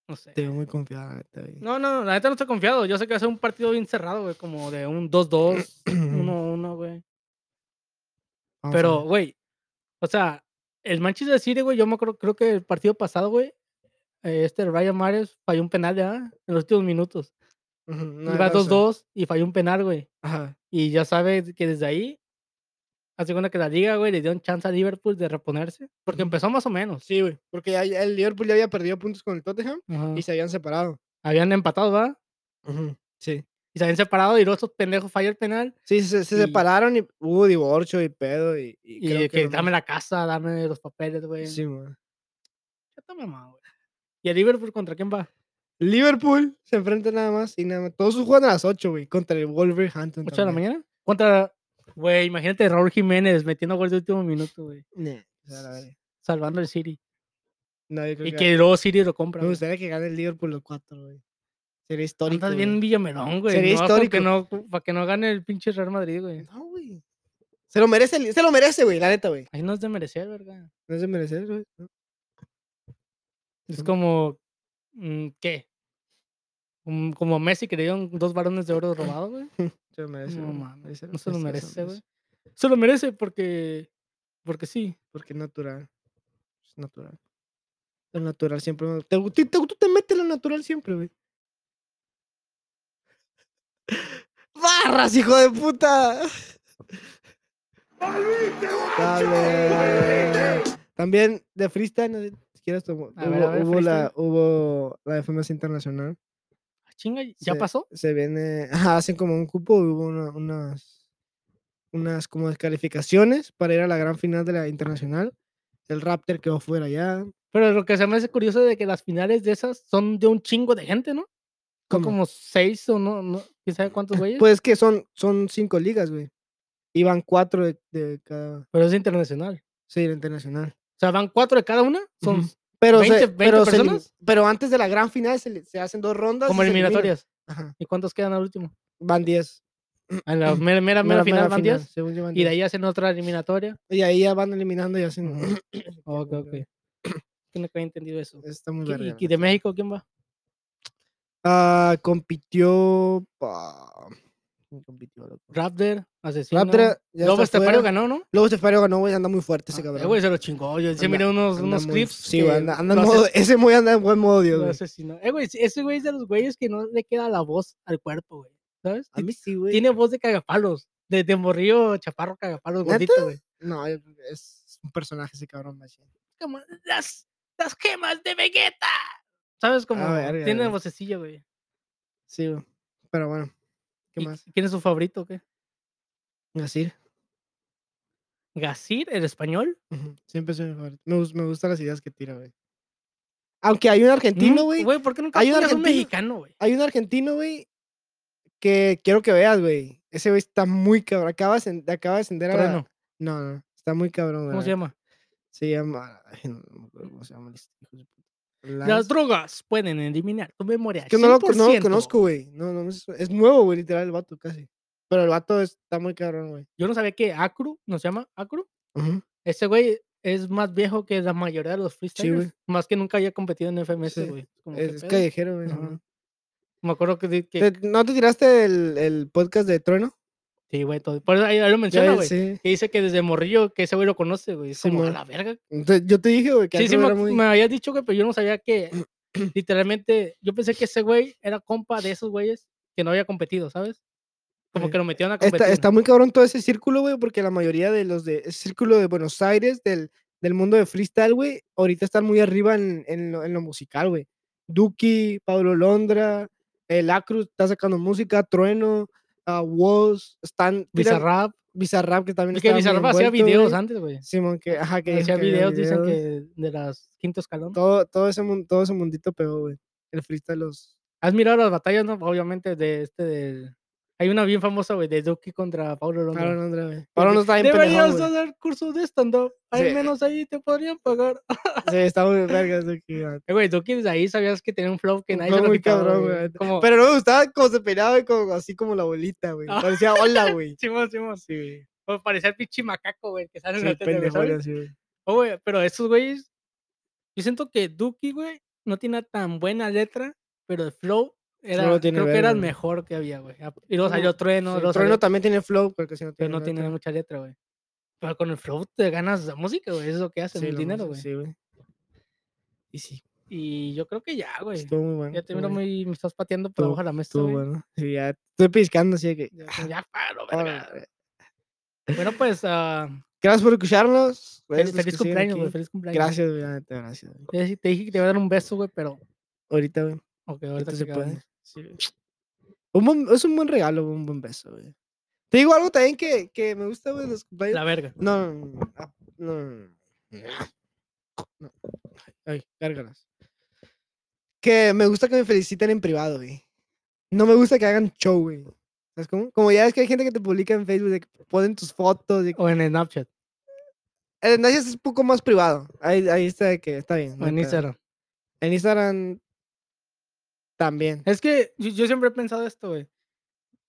S2: no sé.
S1: Te veo muy confiado, la neta, güey.
S2: No, no, la neta no estoy confiado. Yo sé que va a ser un partido bien cerrado, güey, como de un 2-2, 1-1, güey.
S1: Vamos a
S2: Pero,
S1: ver.
S2: güey, o sea, el Manchester City, güey, yo me acuerdo, creo que el partido pasado, güey, eh, este Ryan Mares falló un penal ya en los últimos minutos.
S1: Ujú, no,
S2: Iba
S1: el Barça.
S2: 2-2 y falló un penal, güey.
S1: Ajá.
S2: Y ya sabes que desde ahí, hace cuenta que la liga, güey, le dio un chance a Liverpool de reponerse, porque
S1: Ujú.
S2: empezó más o menos.
S1: Sí, güey. Porque ya- ya el Liverpool ya había perdido puntos con el Tottenham
S2: Ajá.
S1: y se habían separado.
S2: Habían empatado, ¿verdad?
S1: Sí.
S2: Y se habían separado y luego estos pendejos falló el penal.
S1: Sí, se, se
S2: Y-
S1: separaron y hubo divorcio y pedo. Y, y
S2: Y
S1: creo
S2: de que
S1: nomás-
S2: dame la casa, dame los papeles, güey.
S1: Sí, man.
S2: Chata mamá, güey. ¿Y el Liverpool contra quién va?
S1: Liverpool se enfrenta nada más y nada más. Todos juegan a las 8, güey, contra el Wolverhampton.
S2: ¿8 de la
S1: también.
S2: mañana? Contra. Güey, imagínate Raúl Jiménez metiendo gol de último minuto, güey.
S1: Nah, o sea, la verga.
S2: Salvando el City.
S1: No, yo creo
S2: Y
S1: que-
S2: que luego City lo compra.
S1: Me
S2: güey.
S1: gustaría que gane el Liverpool los 4, güey. Sería histórico.
S2: Andas bien
S1: güey.
S2: Villamelón, güey.
S1: Sería
S2: Para que,
S1: histórico.
S2: no, pa' que no gane el pinche Real Madrid, güey.
S1: No, güey. Se lo merece, el- se lo merece, güey, la neta, güey.
S2: Ahí no es de merecer, ¿verdad?
S1: No es de merecer, güey. ¿no?
S2: Es
S1: Ujú.
S2: como. mm, ¿Qué? Como como Messi que le dieron dos varones de oro robados, güey.
S1: Se lo merece.
S2: No
S1: güey.
S2: mames,
S1: Ese-
S2: No se lo
S1: ese-
S2: merece, güey. Se lo merece porque. Porque sí.
S1: Porque es natural. Es natural. Lo natural siempre. me- Te, te- tú te metes en lo natural siempre, güey.
S4: ¡Barras, hijo de puta!
S1: Dale. También de freestyle, no sé si quieres tomo-
S2: A
S1: hubo,
S2: ver, a ver,
S1: hubo la, hubo la de FMS Internacional.
S2: Ah, Chinga, ¿ya
S1: Sí.
S2: pasó?
S1: Se viene, ajá, hacen como un cupo, hubo una- unas, unas como descalificaciones para ir a la gran final de la Internacional. El Raptor quedó fuera ya.
S2: Pero lo que se me hace curioso es de que las finales de esas son de un chingo de gente, ¿no? Son
S1: ¿Cómo?
S2: como seis o no, no quién sabe cuántos güeyes.
S1: Pues es que son, son cinco ligas, güey. Y van cuatro de, de cada.
S2: pero es internacional.
S1: Sí, la Internacional.
S2: O sea, van cuatro de cada una. Son
S1: Ujú. Pero, se-
S2: 20, 20
S1: pero, se elim-
S2: personas.
S1: pero antes de la gran final se, le- se hacen dos rondas.
S2: como
S1: y se eliminan.
S2: eliminatorias.
S1: Ajá,
S2: ¿Y cuántos quedan al último?
S1: van 10.
S2: A la mera, mera,
S1: Mera-
S2: mera final
S1: mera
S2: van 10.
S1: según yo van
S2: Y de
S1: 10.
S2: ahí hacen otra eliminatoria.
S1: Y ahí ya van eliminando y hacen. ok,
S2: Ok, ok. Que nunca había entendido eso.
S1: Está muy
S2: ¿Qué-
S1: verga,
S2: ¿Y,
S1: la
S2: y de
S1: neta.
S2: México quién va?
S1: Ah, compitió. pa, ¿quién compitió, loco?
S2: Raptor, Asesino.
S1: Raptor ya
S2: Lobo
S1: está
S2: Estepario
S1: fuera.
S2: ganó, ¿no?
S1: Luego Estefario ganó, güey. Anda muy fuerte ese
S2: Ah,
S1: cabrón.
S2: eh, güey, se lo chingó. Yo se
S1: Anda-
S2: miré unos,
S1: anda
S2: unos
S1: muy-
S2: clips.
S1: Sí, güey.
S2: que
S1: Anda, anda en
S2: lo
S1: modo-
S2: ases-
S1: ese muy anda en buen modo, Dios,
S2: lo
S1: güey.
S2: asesinó. Eh, güey, ese güey es de los güeyes que no le queda la voz al cuerpo, güey. ¿Sabes?
S1: A mí sí, güey.
S2: Tiene voz de cagapalos. De, de morrillo, chaparro, cagapalos,
S1: ¿Neta?
S2: gordito, güey.
S1: No, yo- es un personaje ese cabrón, machín.
S2: Como las, las gemas de Vegeta. ¿Sabes? Como
S1: Ah, verga,
S2: tiene
S1: güey.
S2: vocecilla, güey.
S1: Sí, güey. Pero bueno, ¿qué
S2: ¿Y
S1: más?
S2: ¿Quién es su favorito o qué?
S1: Así.
S2: ¿Gasir, el español?
S1: Ujú, Siempre soy mi favorito. Me, gus- me gustan las ideas que tira, güey. Aunque
S2: Mm,
S1: hay un argentino,
S2: Ujú,
S1: güey.
S2: Güey, ¿por qué nunca
S1: Hay un
S2: pones un
S1: argentino.
S2: mexicano, güey?
S1: Hay un argentino, güey, que quiero que veas, güey. Ese güey está muy cabrón. Acaba de, ascend- acaba de ascender a la-
S2: Trueno,
S1: No, no, está muy cabrón, güey.
S2: ¿Cómo se llama?
S1: Se llama... Ay, no, no me acuerdo cómo se llama el este, hijo de puta.
S2: Las
S1: Lance-
S2: drogas pueden eliminar tu memoria.
S1: Que no lo, co- no lo
S2: 100%.
S1: conozco, güey. No, no, me su- es nuevo, güey, literal, el vato, casi. Pero el vato es- está muy cabrón, güey.
S2: Yo no sabía que Acru, ¿no se llama Acru? Ese güey es más viejo que la mayoría de los freestylers. Más que nunca había competido en FMS,
S1: Sí,
S2: güey. Como, ¿qué
S1: Es, es
S2: pedo?
S1: callejero, güey. ese
S2: Ajá.
S1: güey.
S2: Me acuerdo que... di- que-
S1: ¿Te- ¿No te tiraste el, el podcast de Trueno?
S2: Sí, güey, todo. Por eso ahí ahí lo
S1: Ya
S2: menciona,
S1: ves,
S2: güey.
S1: sí.
S2: Que dice que desde morrillo que ese güey lo conoce, güey. Es
S1: Sí,
S2: como, a
S1: mo.
S2: la verga.
S1: Entonces, yo te dije, güey, que
S2: Sí, sí,
S1: Acro
S2: me,
S1: era muy...
S2: me habías dicho, güey, pero yo no sabía que... literalmente, yo pensé que ese güey era compa de esos güeyes que no había competido, ¿sabes? Como
S1: Sí.
S2: que lo metieron a competir.
S1: Está, está muy cabrón todo ese círculo, güey, porque la mayoría de los de el círculo de Buenos Aires, del, del mundo de freestyle, güey, ahorita están muy arriba en, en lo, en lo musical, güey. Duki, Pablo Londra, el Acru está sacando música, Trueno, ah, Woz, están... tiran-
S2: Bizarrap.
S1: Bizarrap, que también
S2: Es que
S1: está muy
S2: Bizarrap hacía
S1: envuelto,
S2: videos
S1: güey.
S2: antes, güey.
S1: Simón, que, ajá, que
S2: hacía
S1: dijo que había
S2: videos, dicen
S1: videos.
S2: que de las quinto escalón.
S1: Todo, todo, ese, mun- todo ese mundito pegó, güey. El freestyle los...
S2: ¿Has mirado las batallas, no? Obviamente de este del... Hay una bien famosa, güey, de Duki contra Paulo Londra.
S1: Pablo Londra, güey. Pablo Londra está bien
S2: Deberías
S1: pendejón, güey.
S2: hacer cursos de stand-up. Al
S1: Sí.
S2: menos ahí te podrían pagar.
S1: Sí, está muy vergas, ah, Duki, güey.
S2: Eh, Güey, Duki desde ahí sabías que tenía un flow que
S1: Un
S2: nadie
S1: flow
S2: se lo
S1: muy
S2: quitaba,
S1: cabrón,
S2: güey.
S1: güey.
S2: Como...
S1: Pero no me gustaba cómo se peinaba, y como- así como la abuelita, güey.
S2: Ah.
S1: Parecía hola, güey.
S2: Simón, Simón, sí, güey. Pues parecía el pinche macaco, güey, que sale
S1: Sí,
S2: en la tele, güey,
S1: pendejo,
S2: ¿sabes?
S1: así, güey.
S2: Oh, güey, pero estos güeyes, yo siento que Duki, güey, no tiene tan buena letra, pero el flow era,
S1: tiene
S2: creo que era el
S1: verga.
S2: mejor que había, güey. Ap- Y luego
S1: No,
S2: salió
S1: Sí,
S2: Trueno, luego
S1: Trueno
S2: salió-
S1: también tiene flow, pero casi no
S2: pero
S1: tiene.
S2: no tiene
S1: letra.
S2: mucha letra, güey. Pero con el flow te ganas la música, güey, es lo que hacen,
S1: Sí,
S2: el
S1: la
S2: dinero,
S1: música,
S2: güey.
S1: Sí, güey. Y sí,
S2: Y yo creo que ya, güey.
S1: estuvo muy bueno.
S2: Ya te
S1: estuvo
S2: miro
S1: bueno,
S2: muy, me estás pateando por
S1: Estuvo-
S2: abajo de la mesa,
S1: Estuvo
S2: güey.
S1: bueno. Ah, Sí, ya estoy piscando, así de que.
S2: Ya, como, ya, páralo,
S1: "Órale,
S2: verga".
S1: güey".
S2: Bueno, pues, ah,
S1: Gracias por escucharnos. güey,
S2: fel-
S1: los
S2: feliz
S1: pues, que siguen
S2: cumpleaños, güey,
S1: aquí.
S2: feliz cumpleaños.
S1: Gracias, güey. la neta, Gracias, güey.
S2: Te, te dije que te iba a dar un beso, güey, pero...
S1: Ahorita, güey.
S2: Ok, ahorita
S1: Ahorita
S2: te
S1: se
S2: quedas,
S1: puede.
S2: ¿eh?
S1: Sí, güey. Un buen- es un buen regalo, un buen beso, güey. Te digo algo también que, que me gusta, güey, de los cumpleaños.
S2: La verga.
S1: No, no, no, ah, no, no, no, no. Ay, cárgalas. Que me gusta que me feliciten en privado, güey. No me gusta que hagan show, güey. ¿Sabes cómo? Como ya ves que hay gente que te publica en Facebook, de que ponen tus fotos. De... que-
S2: O en Snapchat.
S1: El Snapchat es un poco más privado. Ahí, ahí está de que está bien. no hay
S2: En
S1: pedo.
S2: Instagram.
S1: En Instagram también.
S2: Es que yo, yo siempre he pensado esto, güey.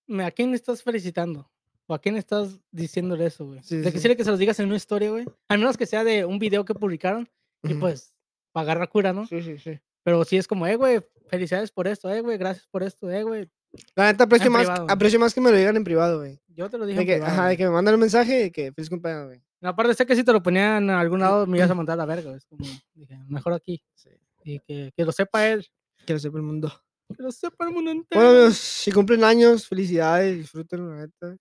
S2: Me- ¿A quién estás felicitando? ¿O a quién estás diciéndole eso, güey?
S1: Sí,
S2: Te
S1: sí.
S2: quisiera que se los digas en una historia, güey. Al menos que sea de un video que publicaron y
S1: Ujú.
S2: pues pagar la cura, ¿no?
S1: Sí, sí, sí.
S2: Pero sí es como, eh, güey, felicidades por esto, eh, güey, gracias por esto, eh, güey.
S1: La neta, aprecio
S2: En
S1: más,
S2: privado.
S1: aprecio más que me lo digan en privado, güey.
S2: Yo te lo dije.
S1: De
S2: en
S1: que,
S2: privado,
S1: ajá, de
S2: güey.
S1: que me mandan un mensaje de que feliz cumpleaños, güey.
S2: No, Aparte, sé que si te lo ponían en algún lado me ibas a mandar a la verga. Es como, dije, mejor aquí. Y que, que lo sepa él.
S1: Que lo sepa el mundo.
S2: Que lo sepa el mundo entero.
S1: Bueno, pues, amigos, si cumplen años, felicidades, disfrútenlo, la neta.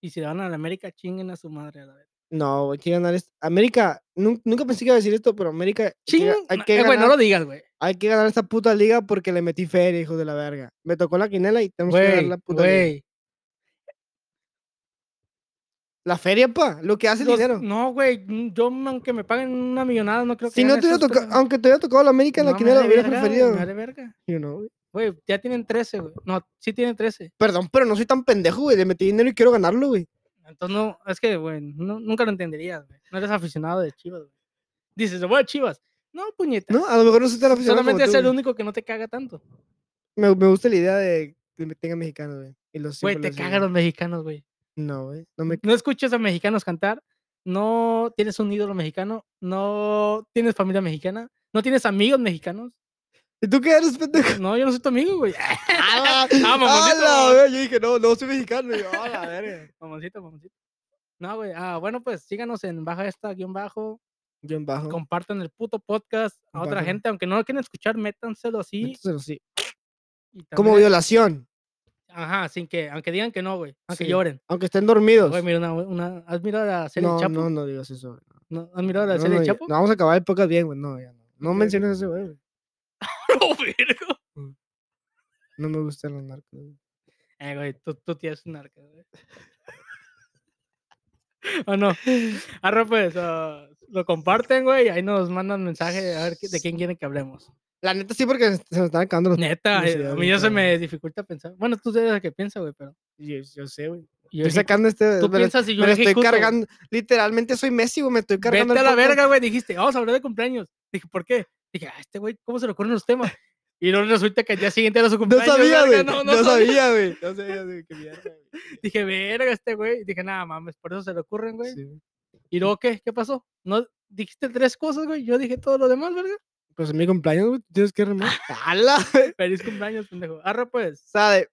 S2: y si le van a la América, chinguen a su madre a la verga.
S1: No, güey, hay que ganar esto. América, nun- nunca pensé que iba a decir esto, pero América. hay que ga-
S2: Ching.
S1: hay
S2: no,
S1: que
S2: eh, güey, no
S1: ganar-
S2: lo digas, güey.
S1: hay que ganar esta puta liga porque le metí feria, hijos de la verga. Me tocó la quinela y tenemos que ganar
S2: Güey,
S1: la puta liga.
S2: güey.
S1: La feria, pa, lo que hace el
S2: Los-
S1: dinero.
S2: No, güey. mm, Yo, aunque me paguen una millonada, no creo que.
S1: si no
S2: gane
S1: te hubiera
S2: esos
S1: tocado,
S2: pendejos.
S1: aunque te hubiera tocado la América en
S2: No,
S1: la
S2: me
S1: quinela,
S2: vale
S1: lo hubiera
S2: verga, güey,
S1: preferido.
S2: me vale verga.
S1: You know, güey.
S2: Güey, ya tienen 13, güey. No, sí tienen 13.
S1: Perdón, pero no soy tan pendejo, güey. Le metí dinero y quiero ganarlo, güey.
S2: Entonces, no, es que, güey, no- nunca lo entenderías, güey. No eres aficionado de Chivas, güey. Dices, voy a Chivas. No, puñeta.
S1: No, a lo mejor no soy tan aficionado. como
S2: Ah, Solamente es
S1: tú,
S2: el
S1: güey.
S2: único que no te caga tanto.
S1: me, me gusta la idea de que me tenga mexicano, güey. Y los
S2: Güey,
S1: siempre los
S2: te cagan
S1: digo.
S2: los mexicanos, güey.
S1: No, güey. No me.
S2: No escuchas a mexicanos cantar, no tienes un ídolo mexicano, no tienes familia mexicana, no tienes amigos mexicanos.
S1: ¿Y tú qué eres, pendejo?
S2: No, yo no soy tu amigo, güey.
S1: ¡Ah,
S2: mamoncito!
S1: la verga! Yo dije, no, no soy mexicano. Y yo, ¡ah, la verga!
S2: Mamoncito, mamoncito. No, güey. Ah, bueno, pues síganos en baja esta guión bajo.
S1: Yo en bajo.
S2: Compartan el puto podcast a otra
S1: Compártelo.
S2: gente, aunque no lo quieran escuchar, métanselo así.
S1: Méteselo así.
S2: y
S1: Como
S2: también-
S1: violación.
S2: Ajá, sin que, aunque digan que no, güey. Aunque
S1: Sí.
S2: lloren.
S1: Aunque estén dormidos.
S2: Güey, mira, una, una- ¿has mirado la serie
S1: No,
S2: Chapo?
S1: no, no digas eso. güey.
S2: ¿No? ¿Has mirado
S1: No,
S2: la
S1: no,
S2: serie
S1: diga-
S2: Chapo?
S1: no, vamos a acabar el podcast bien, güey. No, ya no. No
S2: Ok,
S1: menciones ese, güey. güey.
S2: ¡Oh, verga!
S1: No me gustan los narcos. güey.
S2: Eh, güey, tú, tú tienes un arca, güey. ¿O no? Arra, pues, ah, lo comparten, güey, y ahí nos mandan mensaje a ver qué- de quién quieren que hablemos.
S1: La neta sí, porque se me están acabando los.
S2: Neta, eh, a
S1: curiosidad,
S2: mí ya se
S1: neta.
S2: me dificulta pensar. Bueno, tú eres el que piensa, güey, pero...
S1: Yo, yo sé, güey.
S2: yo
S1: Estoy
S2: ejecu-
S1: sacando este.
S2: tú
S1: me lo-
S2: piensas y yo
S1: Me lo estoy
S2: ejecuto, güey.
S1: cargando. Literalmente soy Messi, güey. Me estoy cargando.
S2: Vete a
S1: el
S2: la
S1: podcast.
S2: verga, güey, dijiste, vamos a hablar de cumpleaños. Dije, ¿por qué? Dije, ah, este güey, ¿cómo se le ocurren los temas? Y luego resulta que al día siguiente era su
S1: No
S2: cumpleaños.
S1: sabía,
S2: verga,
S1: güey.
S2: No,
S1: No,
S2: no sabía.
S1: sabía, güey. No sabía, güey. Qué mierda, güey.
S2: Dije, verga, este güey. Dije, nada, mames, por eso se le ocurren, güey.
S1: Sí, güey.
S2: ¿Y luego qué? ¿Qué pasó? ¿No dijiste tres cosas, güey? Yo dije todo lo demás, ¿verdad?
S1: Pues en mi cumpleaños, güey. Tienes que remar. ¡Hala! güey.
S2: Feliz cumpleaños, pendejo. Arra, pues.
S1: Sabe.